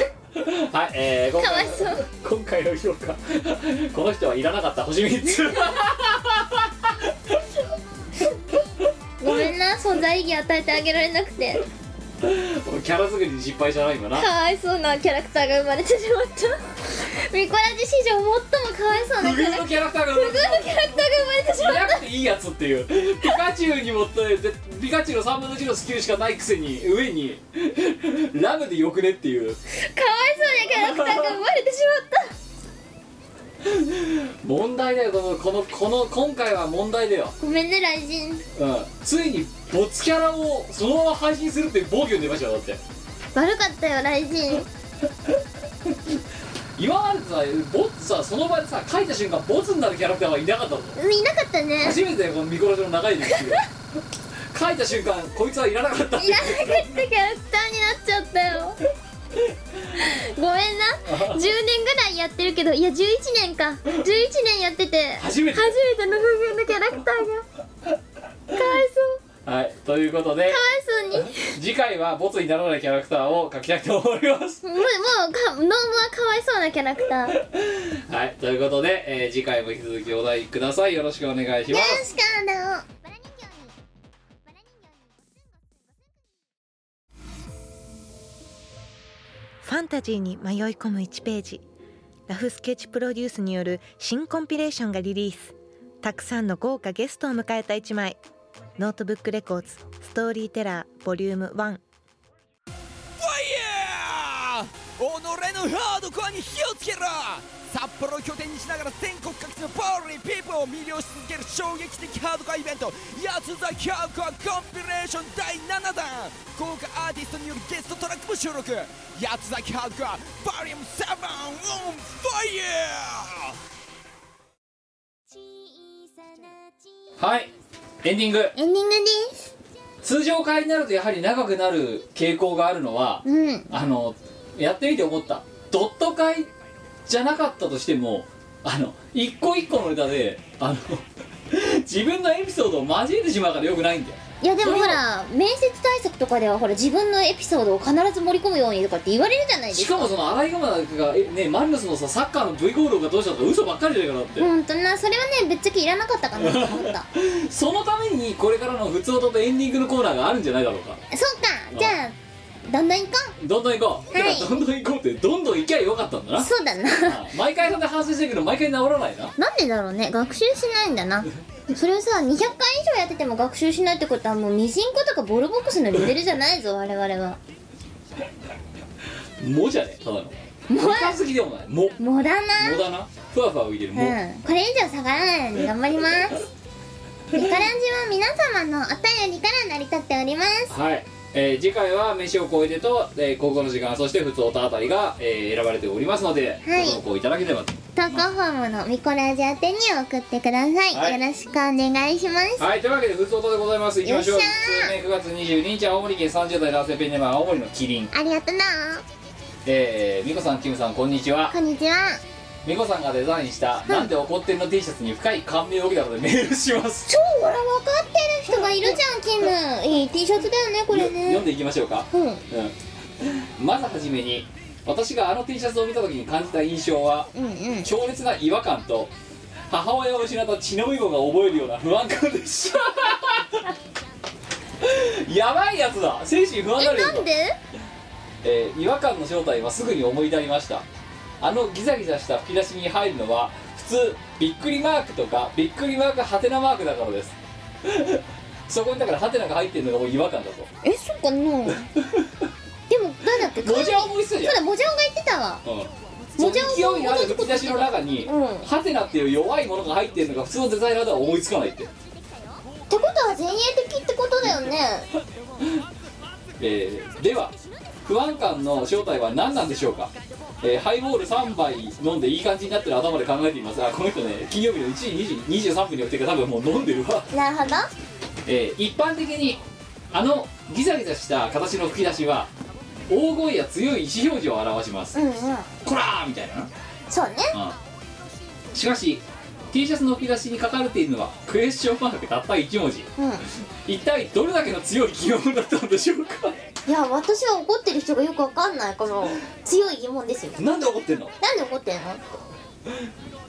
[SPEAKER 1] いえー、今
[SPEAKER 2] かわ
[SPEAKER 1] 回
[SPEAKER 2] いそう
[SPEAKER 1] 今回の評価 この人はいらなかった星3つ
[SPEAKER 2] ごめんな存在意義与えてあげられなくて
[SPEAKER 1] キャラ作りに失敗したな今な
[SPEAKER 2] かわいそうなキャラクターが生まれてしまったミコラジ史上最もかわいそうな
[SPEAKER 1] 不
[SPEAKER 2] キャ
[SPEAKER 1] 遇
[SPEAKER 2] ラクタ
[SPEAKER 1] のキャラクター
[SPEAKER 2] ー
[SPEAKER 1] が
[SPEAKER 2] 不遇のキャラクターが生まれてしま
[SPEAKER 1] い
[SPEAKER 2] っ
[SPEAKER 1] なくていいやつっていうピカチュウにもってでピカチュウの3分の1のスキルしかないくせに上にラブでよくねっていう
[SPEAKER 2] たかわいそうなキャラクターが生まれてしま
[SPEAKER 1] 問題だよこのこのこの今回は問題だよ
[SPEAKER 2] ったごめんね雷神
[SPEAKER 1] うんついにボツキャラをそのまま配信するっていう暴挙に出ましたよだって
[SPEAKER 2] 悪かったよ雷神
[SPEAKER 1] 今までさボツさその場でさ書いた瞬間ボツになるキャラクターはいなかったぞ
[SPEAKER 2] いなかったね
[SPEAKER 1] 初めてだよこのミコラジの長い歴史で書いた瞬間こいつはいらなかったって
[SPEAKER 2] いらなかったキャラクターになっちゃったよごめんな10年ぐらいやってるけどいや11年か11年やってて
[SPEAKER 1] 初めて
[SPEAKER 2] 初めての不遇のキャラクターがかわいそう
[SPEAKER 1] はいということで
[SPEAKER 2] かわいそうに
[SPEAKER 1] 次回はボツにならないキャラクターを書きたいと思います
[SPEAKER 2] もうもうかノームはかわいそうなキャラクターよろ
[SPEAKER 1] はいということで、えー次回も引き続きお題くださいよろしくお願いします
[SPEAKER 2] しくあのバラ人形にバラ人形に
[SPEAKER 4] ファンタジーに迷い込む1ページラフスケッチプロデュースによる新コンピレーションがリリースたくさんの豪華ゲストを迎えた1枚ノートブックレコーズストーリーテラーボリューム1
[SPEAKER 5] ァイヤー己のハードコアに火をつけろ札幌を拠点にしながら全国各地のボーリーピープルを魅了し続ける衝撃的ハードコアイベント「ヤツザキャーコアコンピレーション第7弾」豪華アーティストによるゲストトラックも収録「ヤツザキャードコアボリューム7オンファイヤー
[SPEAKER 1] はいエンディング
[SPEAKER 2] エンディングです
[SPEAKER 1] 通常会になるとやはり長くなる傾向があるのは
[SPEAKER 2] うん
[SPEAKER 1] あのやってみて思ったドット会じゃなかったとしてもあの一個一個のネタであの 自分のエピソードを交えてしまうからよくないんだよ
[SPEAKER 2] いやでもほら面接対策とかではほら自分のエピソードを必ず盛り込むようにとかって言われるじゃないで
[SPEAKER 1] し
[SPEAKER 2] す
[SPEAKER 1] か
[SPEAKER 2] か
[SPEAKER 1] もそのアライガマがえねマリノスのさサッカーの V ゴールがどうしたとか嘘ばっかりじゃないかなって、
[SPEAKER 2] 本当なそれはねぶっちゃけいらなかったかなと思った
[SPEAKER 1] そのためにこれからの普通音とエンディングのコーナーがあるんじゃないだろうか
[SPEAKER 2] そうかじゃあだんだん行こ
[SPEAKER 1] どんどん行こう、
[SPEAKER 2] はい
[SPEAKER 1] てかどんどん行こうってどんどん行きゃよかったんだ
[SPEAKER 2] う
[SPEAKER 1] な
[SPEAKER 2] そうだな
[SPEAKER 1] 毎回そんで反省してるけど毎回治らないな
[SPEAKER 2] なんでだろうね学習しないんだなそれをさ200回以上やってても学習しないってことはもうミジンコとかボロボックスのレベルじゃないぞ我々は
[SPEAKER 1] もじゃねただのもかすぎでもないもも
[SPEAKER 2] もだな
[SPEAKER 1] だなふわふわ浮いてるも、
[SPEAKER 2] うん、これ以上下がらないように頑張ります。ミカラジは皆様のお便りから成り立っております。
[SPEAKER 1] はい、えー次回は飯を超えてと、えー高校の時間そして普通音あたりが、えー選ばれておりますので、
[SPEAKER 2] はい
[SPEAKER 1] ご投稿いただければと
[SPEAKER 2] 投稿フォームのミコラジ宛てに送ってください。
[SPEAKER 1] はい
[SPEAKER 2] よろしくお願いします。
[SPEAKER 1] はいというわけで普通音でございますいきましょう
[SPEAKER 2] よっしゃー
[SPEAKER 1] 1通目9月22日青森県30代男性ペンネーム青森のキリン
[SPEAKER 2] ありがとな。
[SPEAKER 1] えー、みこさんキムさんこんにちは
[SPEAKER 2] こんにちは。
[SPEAKER 1] みこさんがデザインした「なんで怒ってんの T シャツ」に深い感銘を受けたのでメールします
[SPEAKER 2] 超ほら分かってる人がいるじゃん、キム。いい T シャツだよね、これ
[SPEAKER 1] 読ん
[SPEAKER 2] ね。
[SPEAKER 1] でいきましょうか
[SPEAKER 2] うん。
[SPEAKER 1] うんまずはじめに私があの T シャツを見た時に感じた印象は
[SPEAKER 2] うんうん。
[SPEAKER 1] 強烈な違和感と母親を失った血のみ子が覚えるような不安感で したやばいやつだ精神不安になる
[SPEAKER 2] え、
[SPEAKER 1] よ
[SPEAKER 2] なんで
[SPEAKER 1] えー違和感の正体はすぐに思い至りましたあのギザギザした吹き出しに入るのは普通びっくりマークとかびっくりマークハテナマークだからです そこにだからハテナが入ってるのがもう違和感だと
[SPEAKER 2] え、そっかな。でも、なんだっけ、
[SPEAKER 1] 文字
[SPEAKER 2] そう
[SPEAKER 1] は思いついや
[SPEAKER 2] だ、モジャオが言ってたわ。
[SPEAKER 1] うんその勢いのある吹き出しの中に、
[SPEAKER 2] うん
[SPEAKER 1] ハテナっていう弱いものが入ってるのが普通のデザイナーでは思いつかないって、
[SPEAKER 2] ってことは前衛的ってことだよね。
[SPEAKER 1] えーでは不安感の正体は何なんでしょうか、えーハイボール3杯飲んでいい感じになってる頭で考えていますがこの人ね金曜日の1時2時23分に寄ってから多分もう飲んでるわ
[SPEAKER 2] なるほど
[SPEAKER 1] えー一般的にあのギザギザした形の吹き出しは大声や強い意思表示を表します
[SPEAKER 2] うんうん
[SPEAKER 1] こらーみたいなな、
[SPEAKER 2] そうね
[SPEAKER 1] うんしかし T シャツの吹き出しに書かれているのはクエスチョンマークたった1文字
[SPEAKER 2] うん
[SPEAKER 1] 一体どれだけの強い疑問だったんでしょうか
[SPEAKER 2] いや私は怒ってる人がよくわかんないこ の強い疑問ですよ
[SPEAKER 1] なんで怒ってんの
[SPEAKER 2] なんで怒ってんの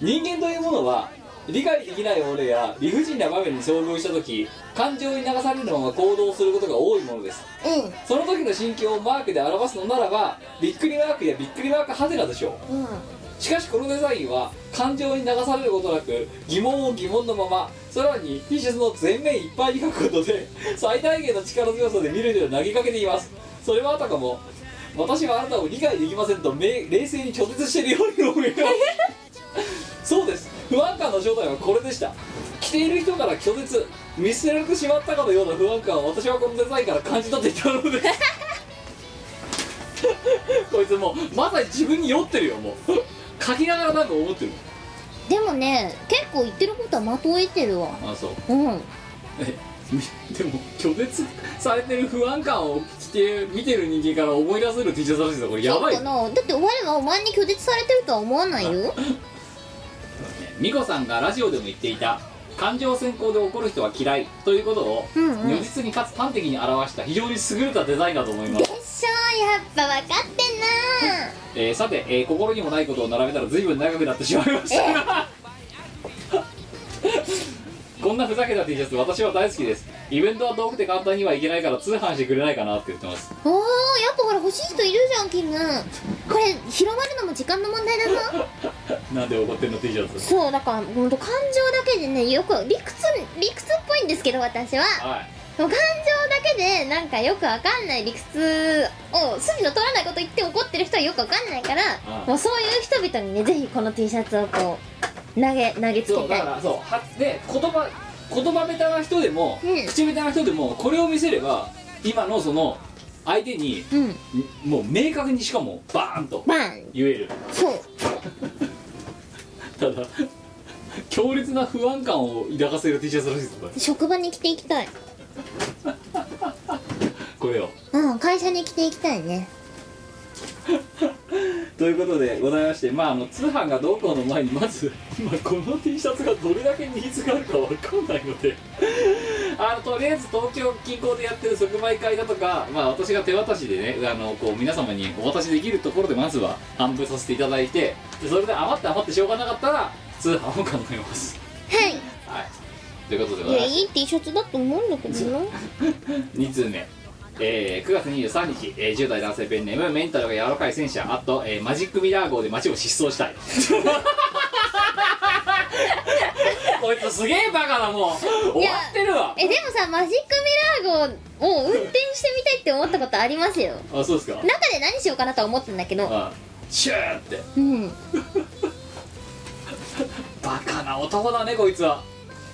[SPEAKER 1] 人間というものは理解できない俺や理不尽な場面に遭遇した時感情に流されるまま行動することが多いものです
[SPEAKER 2] う
[SPEAKER 1] その時の心境をマークで表すのならばびっくりマークやびっくりマークハテナでしょうん
[SPEAKER 2] うん
[SPEAKER 1] しかしこのデザインは感情に流されることなく疑問を疑問のままさらに T シャツの全面いっぱいに書くことで最大限の力強さで見る人を投げかけていますそれはあたかも私はあなたを理解できませんとめ冷静に拒絶しているように思いますそうです不安感の正体はこれでした着ている人から拒絶見捨てられてしまったかのような不安感を私はこのデザインから感じ取っていたのですこいつもうまさに自分に酔ってるよもう書きながらなんか思ってる
[SPEAKER 2] でもね結構言ってることはまとえてるわ
[SPEAKER 1] あそう
[SPEAKER 2] うん
[SPEAKER 1] えみ でも拒絶されてる不安感を着て見てる人間から思い出せる T シャツらしいぞこれやばい
[SPEAKER 2] そうかなだって我はお前に拒絶されてるとは思わないよ
[SPEAKER 1] 美子さんがラジオでも言っていた感情先行で怒る人は嫌いということを
[SPEAKER 2] うんうん
[SPEAKER 1] 如実にかつ端的に表した非常に優れたデザインだと思います
[SPEAKER 2] でしょやっぱ分かってんな
[SPEAKER 1] えーさて、えー心にもないことを並べたら随分長くなってしまいましたが こんなふざけた T シャツ私は大好きですイベントは遠くて簡単にはいけないから通販してくれないかなって言ってます
[SPEAKER 2] おーやっぱほら欲しい人いるじゃんキムこれ広まるのも時間の問題だな
[SPEAKER 1] なんで怒ってんの T シャツ
[SPEAKER 2] そうだからほんと感情だけでねよく理屈理屈っぽいんですけど私は
[SPEAKER 1] はい
[SPEAKER 2] もう感情だけでなんかよくわかんない理屈を筋の通らないこと言って怒ってる人はよくわかんないから
[SPEAKER 1] うん
[SPEAKER 2] もうそういう人々にねぜひこの T シャツをこう投げ投げつ
[SPEAKER 1] そう
[SPEAKER 2] けた
[SPEAKER 1] だ
[SPEAKER 2] い
[SPEAKER 1] からそうはで言葉言葉下手な人でも、
[SPEAKER 2] うん
[SPEAKER 1] 口下手な人でもこれを見せれば今のその相手に
[SPEAKER 2] うん
[SPEAKER 1] んもう明確にしかもバーンと
[SPEAKER 2] バーン
[SPEAKER 1] 言える
[SPEAKER 2] そう
[SPEAKER 1] ただ強烈な不安感を抱かせる T シャツらしいですこれ
[SPEAKER 2] 職場に着ていきたい
[SPEAKER 1] これを
[SPEAKER 2] うん会社に着ていきたいね
[SPEAKER 1] ということでございましてまああの通販がどうこうの前にまず、 まあ、この T シャツがどれだけニーズがあるかわかんないので あのとりあえず東京近郊でやってる即売会だとか、まあ、私が手渡しでねあのこう皆様にお渡しできるところでまずは販売させていただいてでそれで余って余ってしょうがなかったら通販を考えます
[SPEAKER 2] はい
[SPEAKER 1] はいということでご
[SPEAKER 2] い
[SPEAKER 1] ざい
[SPEAKER 2] や
[SPEAKER 1] まして
[SPEAKER 2] いい T シャツだと思うんだけどな
[SPEAKER 1] 2通目、えー9月23日、えー10代男性ペンネームメンタルが柔らかい戦車あと、えーマジックミラー号で街を疾走したい こいつすげえバカだもう終わってるわ
[SPEAKER 2] えでもさマジックミラー号を運転してみたいって思ったことありますよ
[SPEAKER 1] あそうですか
[SPEAKER 2] 中で何しようかなとは思ったんだけど
[SPEAKER 1] あシューって
[SPEAKER 2] うん
[SPEAKER 1] バカな男だねこいつは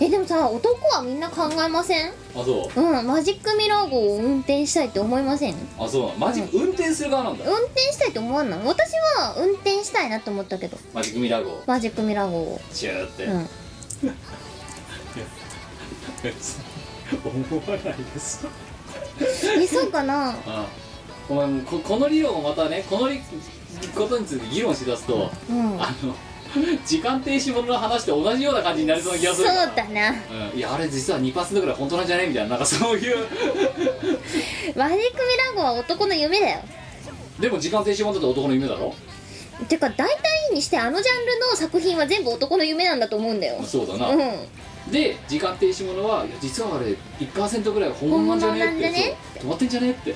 [SPEAKER 2] えでもさ男はみんな考えません
[SPEAKER 1] あそ
[SPEAKER 2] うんマジックミラー号を運転したいって思いません
[SPEAKER 1] うあそうなのマジック運転する側なんだ
[SPEAKER 2] 運転したいって思わない私は運転したいなって思ったけど
[SPEAKER 1] マジックミラー号
[SPEAKER 2] マジックミラー号を
[SPEAKER 1] シューって、
[SPEAKER 2] うん
[SPEAKER 1] 思わないです
[SPEAKER 2] えそうかな
[SPEAKER 1] あお前もうここの理論をまたねこのりことについて議論しだすと、
[SPEAKER 2] うん
[SPEAKER 1] あの時間停止ものの話と同じような感じになりそうな気がす
[SPEAKER 2] そう
[SPEAKER 1] るから
[SPEAKER 2] だな
[SPEAKER 1] うん、いやあれ実は2%ぐらい本当なんじゃねみたいななんかそういう
[SPEAKER 2] マジックミラー号は男の夢だよ
[SPEAKER 1] でも時間停止ものだと男の夢だろ
[SPEAKER 2] てか大体にしてあのジャンルの作品は全部男の夢なんだと思うんだよ
[SPEAKER 1] そうだな、
[SPEAKER 2] うん
[SPEAKER 1] で時間停止ものはいや実はあれ1%ぐらい本物なんじゃね
[SPEAKER 2] 本物なんじゃね
[SPEAKER 1] ってそう止まってんじゃねって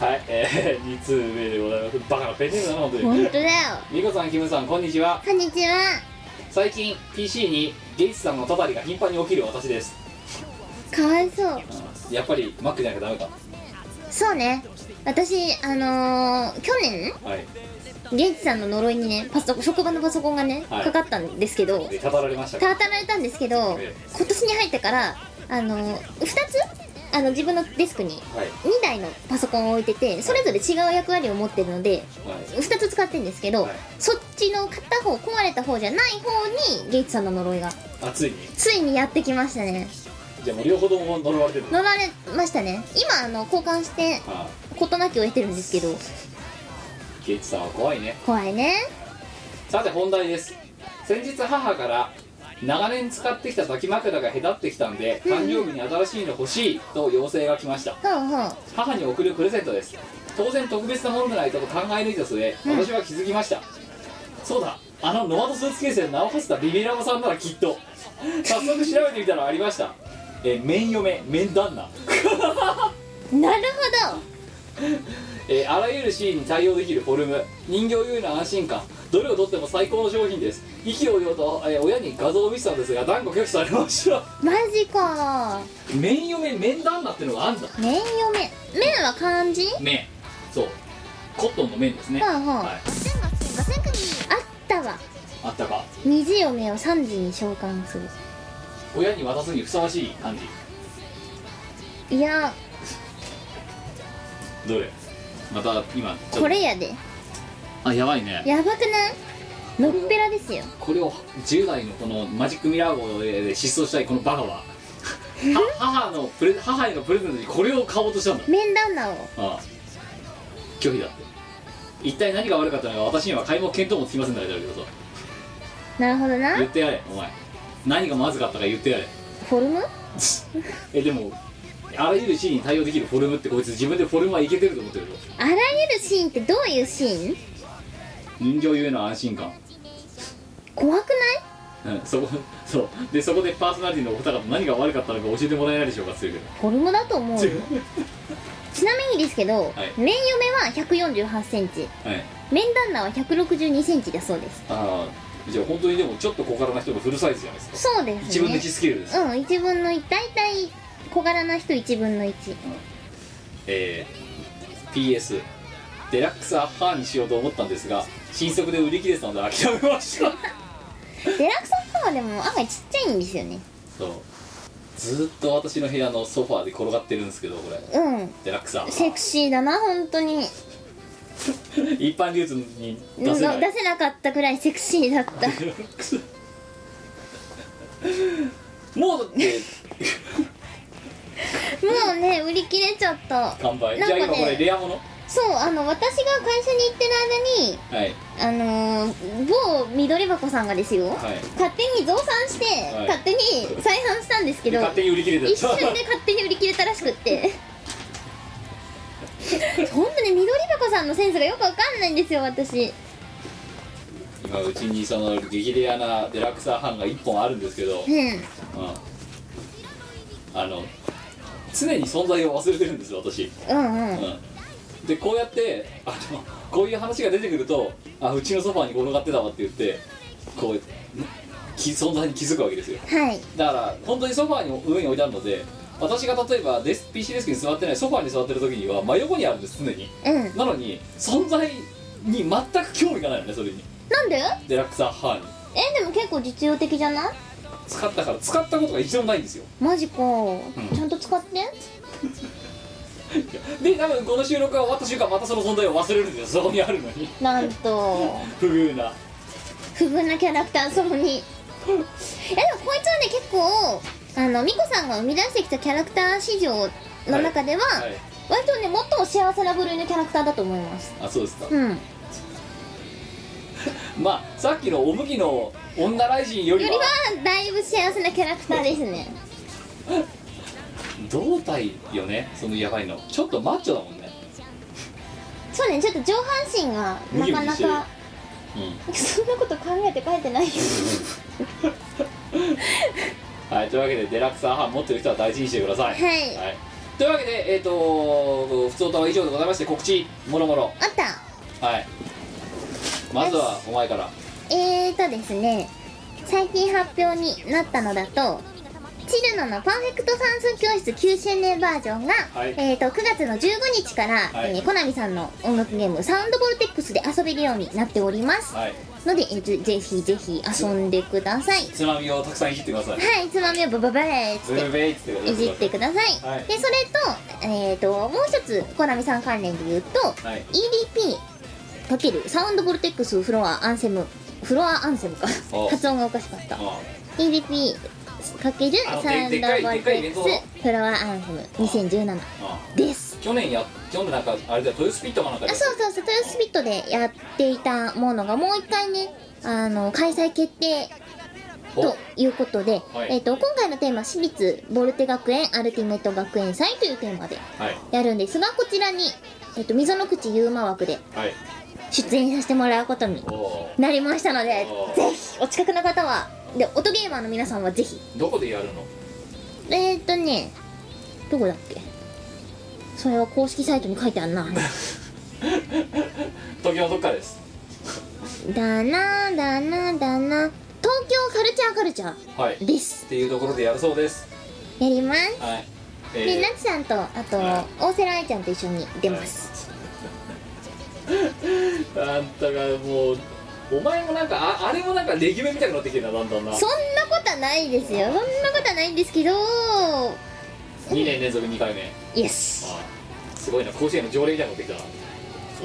[SPEAKER 1] はいえー、2通目でございますバカなペンネームだな本当に
[SPEAKER 2] 本当だよ
[SPEAKER 1] みこさんキムさんこんにちは
[SPEAKER 2] こんにちは
[SPEAKER 1] 最近 PC にゲイツさんのたたりが頻繁に起きる私です
[SPEAKER 2] かわいそう
[SPEAKER 1] やっぱり Mac じゃなきゃダメか
[SPEAKER 2] そうね私あのー去年
[SPEAKER 1] はい
[SPEAKER 2] ゲンチさんの呪いにねパソコン職場のパソコンがね、
[SPEAKER 1] はい
[SPEAKER 2] かかったんですけど
[SPEAKER 1] でたたられました
[SPEAKER 2] た
[SPEAKER 1] か
[SPEAKER 2] たられたんですけど今
[SPEAKER 1] ええ
[SPEAKER 2] 年に入ってからあの2つあの自分のデスクに
[SPEAKER 1] はい
[SPEAKER 2] 2台のパソコンを置いててそれぞれ違う役割を持ってるので
[SPEAKER 1] はい
[SPEAKER 2] 2つ使ってるんですけど、
[SPEAKER 1] はい
[SPEAKER 2] そっちの片方壊れた方じゃない方にゲイツさんの呪いが
[SPEAKER 1] あついに
[SPEAKER 2] ついにやってきましたね
[SPEAKER 1] じゃあもう両方とも呪われてる
[SPEAKER 2] 呪われましたね今あの交換して
[SPEAKER 1] あ
[SPEAKER 2] 事なきを得てるんですけど
[SPEAKER 1] ケイチさんは怖いね
[SPEAKER 2] 怖いね
[SPEAKER 1] さて本題です先日母から長年使ってきた抱き枕がへたってきたんで誕生日に新しいの欲しいと要請が来ました
[SPEAKER 2] ほうほう
[SPEAKER 1] 母に贈るプレゼントです当然特別なものでないと考え抜いた末
[SPEAKER 2] ん
[SPEAKER 1] 私は気づきました、そうだあのノワドスーツケースで名を馳せたビビラマさんならきっと早速調べてみたらありましたえー面嫁面旦那
[SPEAKER 2] なるほ
[SPEAKER 1] えーあらゆるシーンに対応できるフォルム人形優位な安心感どれをとっても最高の商品です息を言うと、えー親に画像を見せたんですが断固拒否されました
[SPEAKER 2] どマジか
[SPEAKER 1] 面嫁面旦那ってのがあんだ
[SPEAKER 2] 麺嫁麺は漢字
[SPEAKER 1] 面そうコットンの面ですね、
[SPEAKER 2] はあはあ
[SPEAKER 1] はい、
[SPEAKER 2] あったわ
[SPEAKER 1] あったか
[SPEAKER 2] 二次嫁を三次に召喚する
[SPEAKER 1] 親に渡すにふさわしい感じ
[SPEAKER 2] いや
[SPEAKER 1] どれまた今ちょっと
[SPEAKER 2] これやで
[SPEAKER 1] あやばいね
[SPEAKER 2] やばくないのっぺらですよ
[SPEAKER 1] これを10代のこのマジックミラー号で失踪したいこのバカ はは母のプレ母へのプレゼントにこれを買おうとしたんだ
[SPEAKER 2] 面旦那を
[SPEAKER 1] ああ拒否だって一体何が悪かったのか私には買い物見当もつきませんだけどさ
[SPEAKER 2] なるほどな
[SPEAKER 1] 言ってやれお前何がまずかったか言ってやれ
[SPEAKER 2] フォルム
[SPEAKER 1] えでもあらゆるシーンに対応できるフォルムってこいつ自分でフォルムはいけてると思ってるぞ
[SPEAKER 2] あらゆるシーンってどういうシーン
[SPEAKER 1] 人形ゆえの安心感
[SPEAKER 2] 怖くない
[SPEAKER 1] うんそこそうでそこでパーソナリティのお二方何が悪かったのか教えてもらえないでしょうかって言う
[SPEAKER 2] フォルムだと思う
[SPEAKER 1] け
[SPEAKER 2] よ
[SPEAKER 1] ど
[SPEAKER 2] ちなみにですけど、
[SPEAKER 1] はい
[SPEAKER 2] 面嫁は148センチ
[SPEAKER 1] はい
[SPEAKER 2] 面旦那は162センチだそうです
[SPEAKER 1] ああじゃあ本当にでもちょっと小柄な人のフルサイズじゃないですか
[SPEAKER 2] そうですね
[SPEAKER 1] 一分の1スケールです、
[SPEAKER 2] うん1分の1大体小柄な人1分の1
[SPEAKER 1] えー、PS デラックスアッハーにしようと思ったんですが新速で売り切れてたので諦めました
[SPEAKER 2] デラックスアッハーはでも案外ちっちゃいんですよね
[SPEAKER 1] そうずーっと私の部屋のソファーで転がってるんですけどこれ
[SPEAKER 2] うん
[SPEAKER 1] デラックスアッハ
[SPEAKER 2] セ
[SPEAKER 1] ー
[SPEAKER 2] クシーだな本当に
[SPEAKER 1] 一般流通に
[SPEAKER 2] 出
[SPEAKER 1] 出
[SPEAKER 2] せ
[SPEAKER 1] せない
[SPEAKER 2] 出せなかったくらいセクシーだっ
[SPEAKER 1] デ
[SPEAKER 2] た
[SPEAKER 1] ラックスもうだって
[SPEAKER 2] もうね売り切れちゃった
[SPEAKER 1] 完売、
[SPEAKER 2] なん
[SPEAKER 1] じ
[SPEAKER 2] か
[SPEAKER 1] ゃあ
[SPEAKER 2] ね
[SPEAKER 1] 今これレアものは
[SPEAKER 2] そうあの私が会社に行ってる間に
[SPEAKER 1] い
[SPEAKER 2] あのー、某緑箱さんがですよ、
[SPEAKER 1] はい
[SPEAKER 2] 勝手に増産して、
[SPEAKER 1] はい
[SPEAKER 2] 勝手に再販したんですけど
[SPEAKER 1] 勝手に売り切れ
[SPEAKER 2] 一
[SPEAKER 1] ちゃっ
[SPEAKER 2] 瞬
[SPEAKER 1] た
[SPEAKER 2] で勝手に売り切れたらしくって ほんとね緑箱さんのセンスがよくわかんないんですよ私
[SPEAKER 1] 今うちにその激レアなデラックスアハンが1本あるんですけど、
[SPEAKER 2] うん
[SPEAKER 1] うんあの常に存在を忘れてるんですよ私、
[SPEAKER 2] うんうん
[SPEAKER 1] うん、でこうやってあのこういう話が出てくるとあうちのソファーに転がってたわって言ってこうき存在に気づくわけですよ
[SPEAKER 2] はい
[SPEAKER 1] だから本当にソファーに上に置いてあるので私が例えばデス PC デスクに座ってないソファーに座ってる時には真横にあるんです常に
[SPEAKER 2] うん
[SPEAKER 1] なのに存在に全く興味がないのねそれに
[SPEAKER 2] なんで
[SPEAKER 1] デラックスアハーに
[SPEAKER 2] えでも結構実用的じゃない
[SPEAKER 1] 使ったから使ったことが一度もないんですよ
[SPEAKER 2] マジか、
[SPEAKER 1] ん
[SPEAKER 2] ちゃんと使って
[SPEAKER 1] で多分この収録が終わった瞬間またその存在を忘れるんですよそこにあるのに
[SPEAKER 2] なんと
[SPEAKER 1] 不遇な
[SPEAKER 2] 不遇なキャラクターそこにいやでもこいつはね結構あのミコさんが生み出してきたキャラクター史上の中では、
[SPEAKER 1] はい
[SPEAKER 2] 割とね最も幸せな部類のキャラクターだと思います
[SPEAKER 1] あそうですか、
[SPEAKER 2] うんよ
[SPEAKER 1] まあさっきのお麦の女雷神より
[SPEAKER 2] り
[SPEAKER 1] は
[SPEAKER 2] はだいぶ幸せなキャラクターですね
[SPEAKER 1] 胴体よねそのやばいのちょっとマッチョだもんね
[SPEAKER 2] そうねちょっと上半身がなか
[SPEAKER 1] ムキム
[SPEAKER 2] な
[SPEAKER 1] キしてる
[SPEAKER 2] かそんなこと考えて書いてないよ
[SPEAKER 1] うんはいというわけでデラックスアハン持ってる人は大事にしてください
[SPEAKER 2] はい
[SPEAKER 1] というわけでえっ、と普通歌は以上でございまして告知もろもろ
[SPEAKER 2] あった
[SPEAKER 1] はいまずはお前から
[SPEAKER 2] えーとですね最近発表になったのだとチルノのパーフェクト算数教室9周年バージョンが、
[SPEAKER 1] はい
[SPEAKER 2] えーと9月の15日から、
[SPEAKER 1] はい
[SPEAKER 2] えーコナミさんの音楽ゲーム「サウンドボルテックス」で遊べべるようになっております
[SPEAKER 1] はい
[SPEAKER 2] のでえぜぜひぜひ遊んでください
[SPEAKER 1] つまみをたくさんいじってください
[SPEAKER 2] はいつまみをバババーっつ
[SPEAKER 1] ブ
[SPEAKER 2] っ
[SPEAKER 1] ル
[SPEAKER 2] て
[SPEAKER 1] ーベイって
[SPEAKER 2] いじってください、
[SPEAKER 1] はい
[SPEAKER 2] でそれと,、えー、ともう一つコナミさん関連で言うと、
[SPEAKER 1] はい
[SPEAKER 2] EDP× サウンドボルテックスフロアアンセムフロアアンセムか
[SPEAKER 1] お
[SPEAKER 2] 発音がおかしかった
[SPEAKER 1] あ
[SPEAKER 2] EDP× サウ
[SPEAKER 1] あので
[SPEAKER 2] ン
[SPEAKER 1] でっかい
[SPEAKER 2] ドボル
[SPEAKER 1] でっかいイベン
[SPEAKER 2] テッ
[SPEAKER 1] ト
[SPEAKER 2] クスフロアアンセム2017
[SPEAKER 1] あ
[SPEAKER 2] です
[SPEAKER 1] 去年や去年なんかあれだよトヨスピットかなんか
[SPEAKER 2] あ
[SPEAKER 1] で
[SPEAKER 2] そうそうそう豊洲ビットでやっていたものがもう一回ねあの開催決定
[SPEAKER 1] お
[SPEAKER 2] ということで、
[SPEAKER 1] はい
[SPEAKER 2] えっと今回のテーマ「私立ボルテ学園アルティメット学園祭」というテーマで
[SPEAKER 1] はい
[SPEAKER 2] やるんですがこちらに、えっと溝の口ユーマ枠で
[SPEAKER 1] はい
[SPEAKER 2] 出演させてもらうことに
[SPEAKER 1] おお
[SPEAKER 2] なりましたので
[SPEAKER 1] お
[SPEAKER 2] ぜひお近くの方はで音ゲーマーの皆さんはぜひ
[SPEAKER 1] どこでやるの
[SPEAKER 2] えーっとねどこだっけそれは公式サイトに書いてあ んな
[SPEAKER 1] 東京のどっかです
[SPEAKER 2] だなだなだな東京カルチャーカルチャ
[SPEAKER 1] はいっ
[SPEAKER 2] ーです
[SPEAKER 1] ていうところでやるそうです
[SPEAKER 2] やります
[SPEAKER 1] はい
[SPEAKER 2] で
[SPEAKER 1] え
[SPEAKER 2] なつさんとあと
[SPEAKER 1] は
[SPEAKER 2] 大瀬良愛ちゃんと一緒に出ます
[SPEAKER 1] ー、あんたがもうお前もなんかああれもなんかレギュメみたいになってきてるなだんだんな
[SPEAKER 2] そんなことはないですよそんなことはないんですけど
[SPEAKER 1] 2年連続2回目
[SPEAKER 2] イエス
[SPEAKER 1] あーすごいな甲子園の条例みたいになってきたな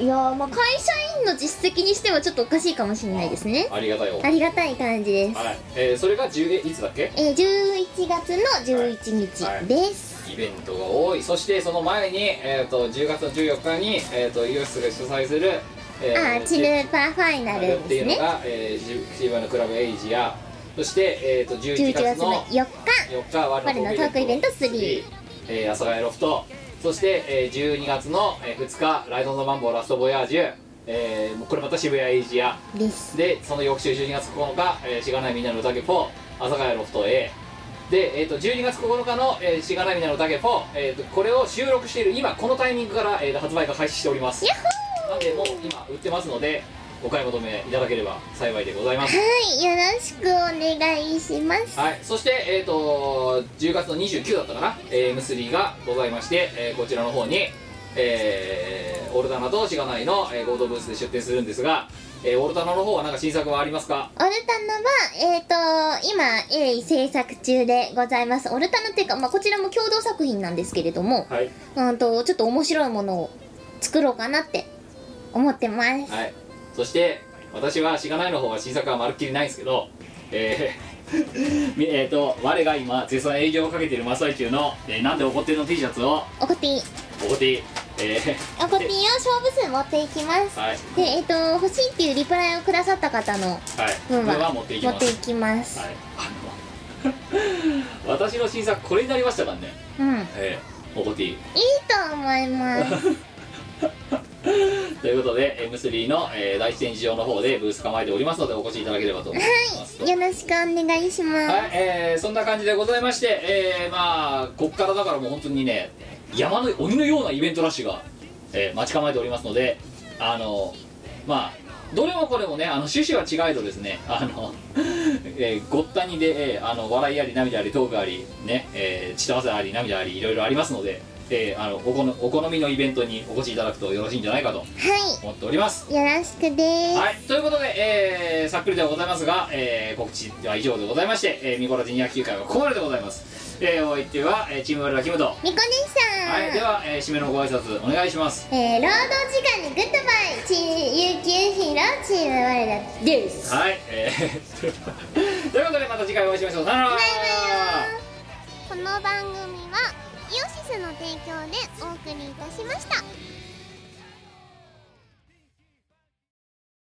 [SPEAKER 1] い
[SPEAKER 2] やーまあ会社員の実績にしてはちょっとおかしいかもしれないですね
[SPEAKER 1] ありがたいよ
[SPEAKER 2] ありがたい感じです
[SPEAKER 1] はい、えー、それが10えいつだっけ
[SPEAKER 2] えー、11月の11日です
[SPEAKER 1] イベントが多いそしてその前に、えー、と10月の14日に、えー、とイオシスが主催する、え
[SPEAKER 2] あーチ
[SPEAKER 1] ジェ
[SPEAKER 2] ルパーファイナ
[SPEAKER 1] ルっ
[SPEAKER 2] ル
[SPEAKER 1] て
[SPEAKER 2] で
[SPEAKER 1] い
[SPEAKER 2] す
[SPEAKER 1] うの
[SPEAKER 2] ね
[SPEAKER 1] が、えー、シーバのクラブエイジやそして、えー、と11
[SPEAKER 2] 11
[SPEAKER 1] 月
[SPEAKER 2] 月の
[SPEAKER 1] の
[SPEAKER 2] 4日
[SPEAKER 1] 4日は
[SPEAKER 2] 我のトークイベント3
[SPEAKER 1] 3えー、阿佐ヶ谷ロフトそして、えー、12月のえー2日ライド・オン・ザ・マンボーラスト・ボヤージュ、えー、もうこれまた渋谷エイジア
[SPEAKER 2] です
[SPEAKER 1] でその翌週12月9日、えー、しがないみんなの宴4阿佐ヶ谷ロフト A で、えー、と12月9日の、えー、しがないみんなの宴4、えー、とこれを収録している今このタイミングから、えー、発売が開始しております
[SPEAKER 2] やっ
[SPEAKER 1] なんでもう今売ってますのでお買い求めいただければ幸いでございます
[SPEAKER 2] はいよろしくお願いします
[SPEAKER 1] はい、そして、えー、と10月の29だったかな、えー M3 がございまして、えーこちらの方に、えーオルタナとしがないの、えー合同ブースで出店するんですが、えーオルタナの方は何か新作はありますか
[SPEAKER 2] オルタナは、えっ、と、今、鋭意制作中でございます。オルタナっていうか、まあ、こちらも共同作品なんですけれども、
[SPEAKER 1] はい、
[SPEAKER 2] うんと、ちょっと面白いものを作ろうかなって思ってます。
[SPEAKER 1] はい、そして私はしがないの方は新作はまるっきりないんですけどえー みえーと我が今絶賛営業をかけている真っ最中の、えーなんで怒ってるの T シャツを
[SPEAKER 2] おこてぃ、
[SPEAKER 1] おこてえ
[SPEAKER 2] おこてぃを勝負数持っていきます。
[SPEAKER 1] ー、はい
[SPEAKER 2] で、えっ、と、欲しいっていうリプライをくださった方の
[SPEAKER 1] はい、
[SPEAKER 2] 分
[SPEAKER 1] これは
[SPEAKER 2] は
[SPEAKER 1] 持っていき
[SPEAKER 2] 持
[SPEAKER 1] ま
[SPEAKER 2] って
[SPEAKER 1] す
[SPEAKER 2] いきます。
[SPEAKER 1] はい、あの 私の新作これになりましたからね
[SPEAKER 2] うん。いい
[SPEAKER 1] ええおこてぃ
[SPEAKER 2] と思います。
[SPEAKER 1] ということで M3 の、えー、第一展示場の方でブース構えておりますのでお越しいただければと思い ます
[SPEAKER 2] よろしくお願いします。
[SPEAKER 1] はい、えー、そんな感じでございまして、えー、まあこっからだからもう本当にね山の鬼のようなイベントラッシュが、えー待ち構えておりますのであのまあどれもこれもねあの趣旨は違えどですねあの、 えーごったにで、えーあの笑いあり涙ありトークありねえー血と汗あり涙ありいろいろありますので、えーあのおこのお好みのイベントにお越しいただくとよろしいんじゃないかと
[SPEAKER 2] は
[SPEAKER 1] 思っております
[SPEAKER 2] い。よろしくです。
[SPEAKER 1] はい、ということで、えー、さっくりではございますが、えー、告知は以上でございまして、えー、ミコラジニア球会はここまででございます。えー、お相手は、えー、チームワルダキムと。は
[SPEAKER 2] みこでした。
[SPEAKER 1] い、では、えー、締めのご挨拶お願いします。
[SPEAKER 2] えー、労働時間にグッドバイチー有給ヒーローチーム我らです
[SPEAKER 1] はい、えー、 ということでまた次回お会いしましょう。さよなら
[SPEAKER 2] この番組はイオシスの提供でお送りいたしました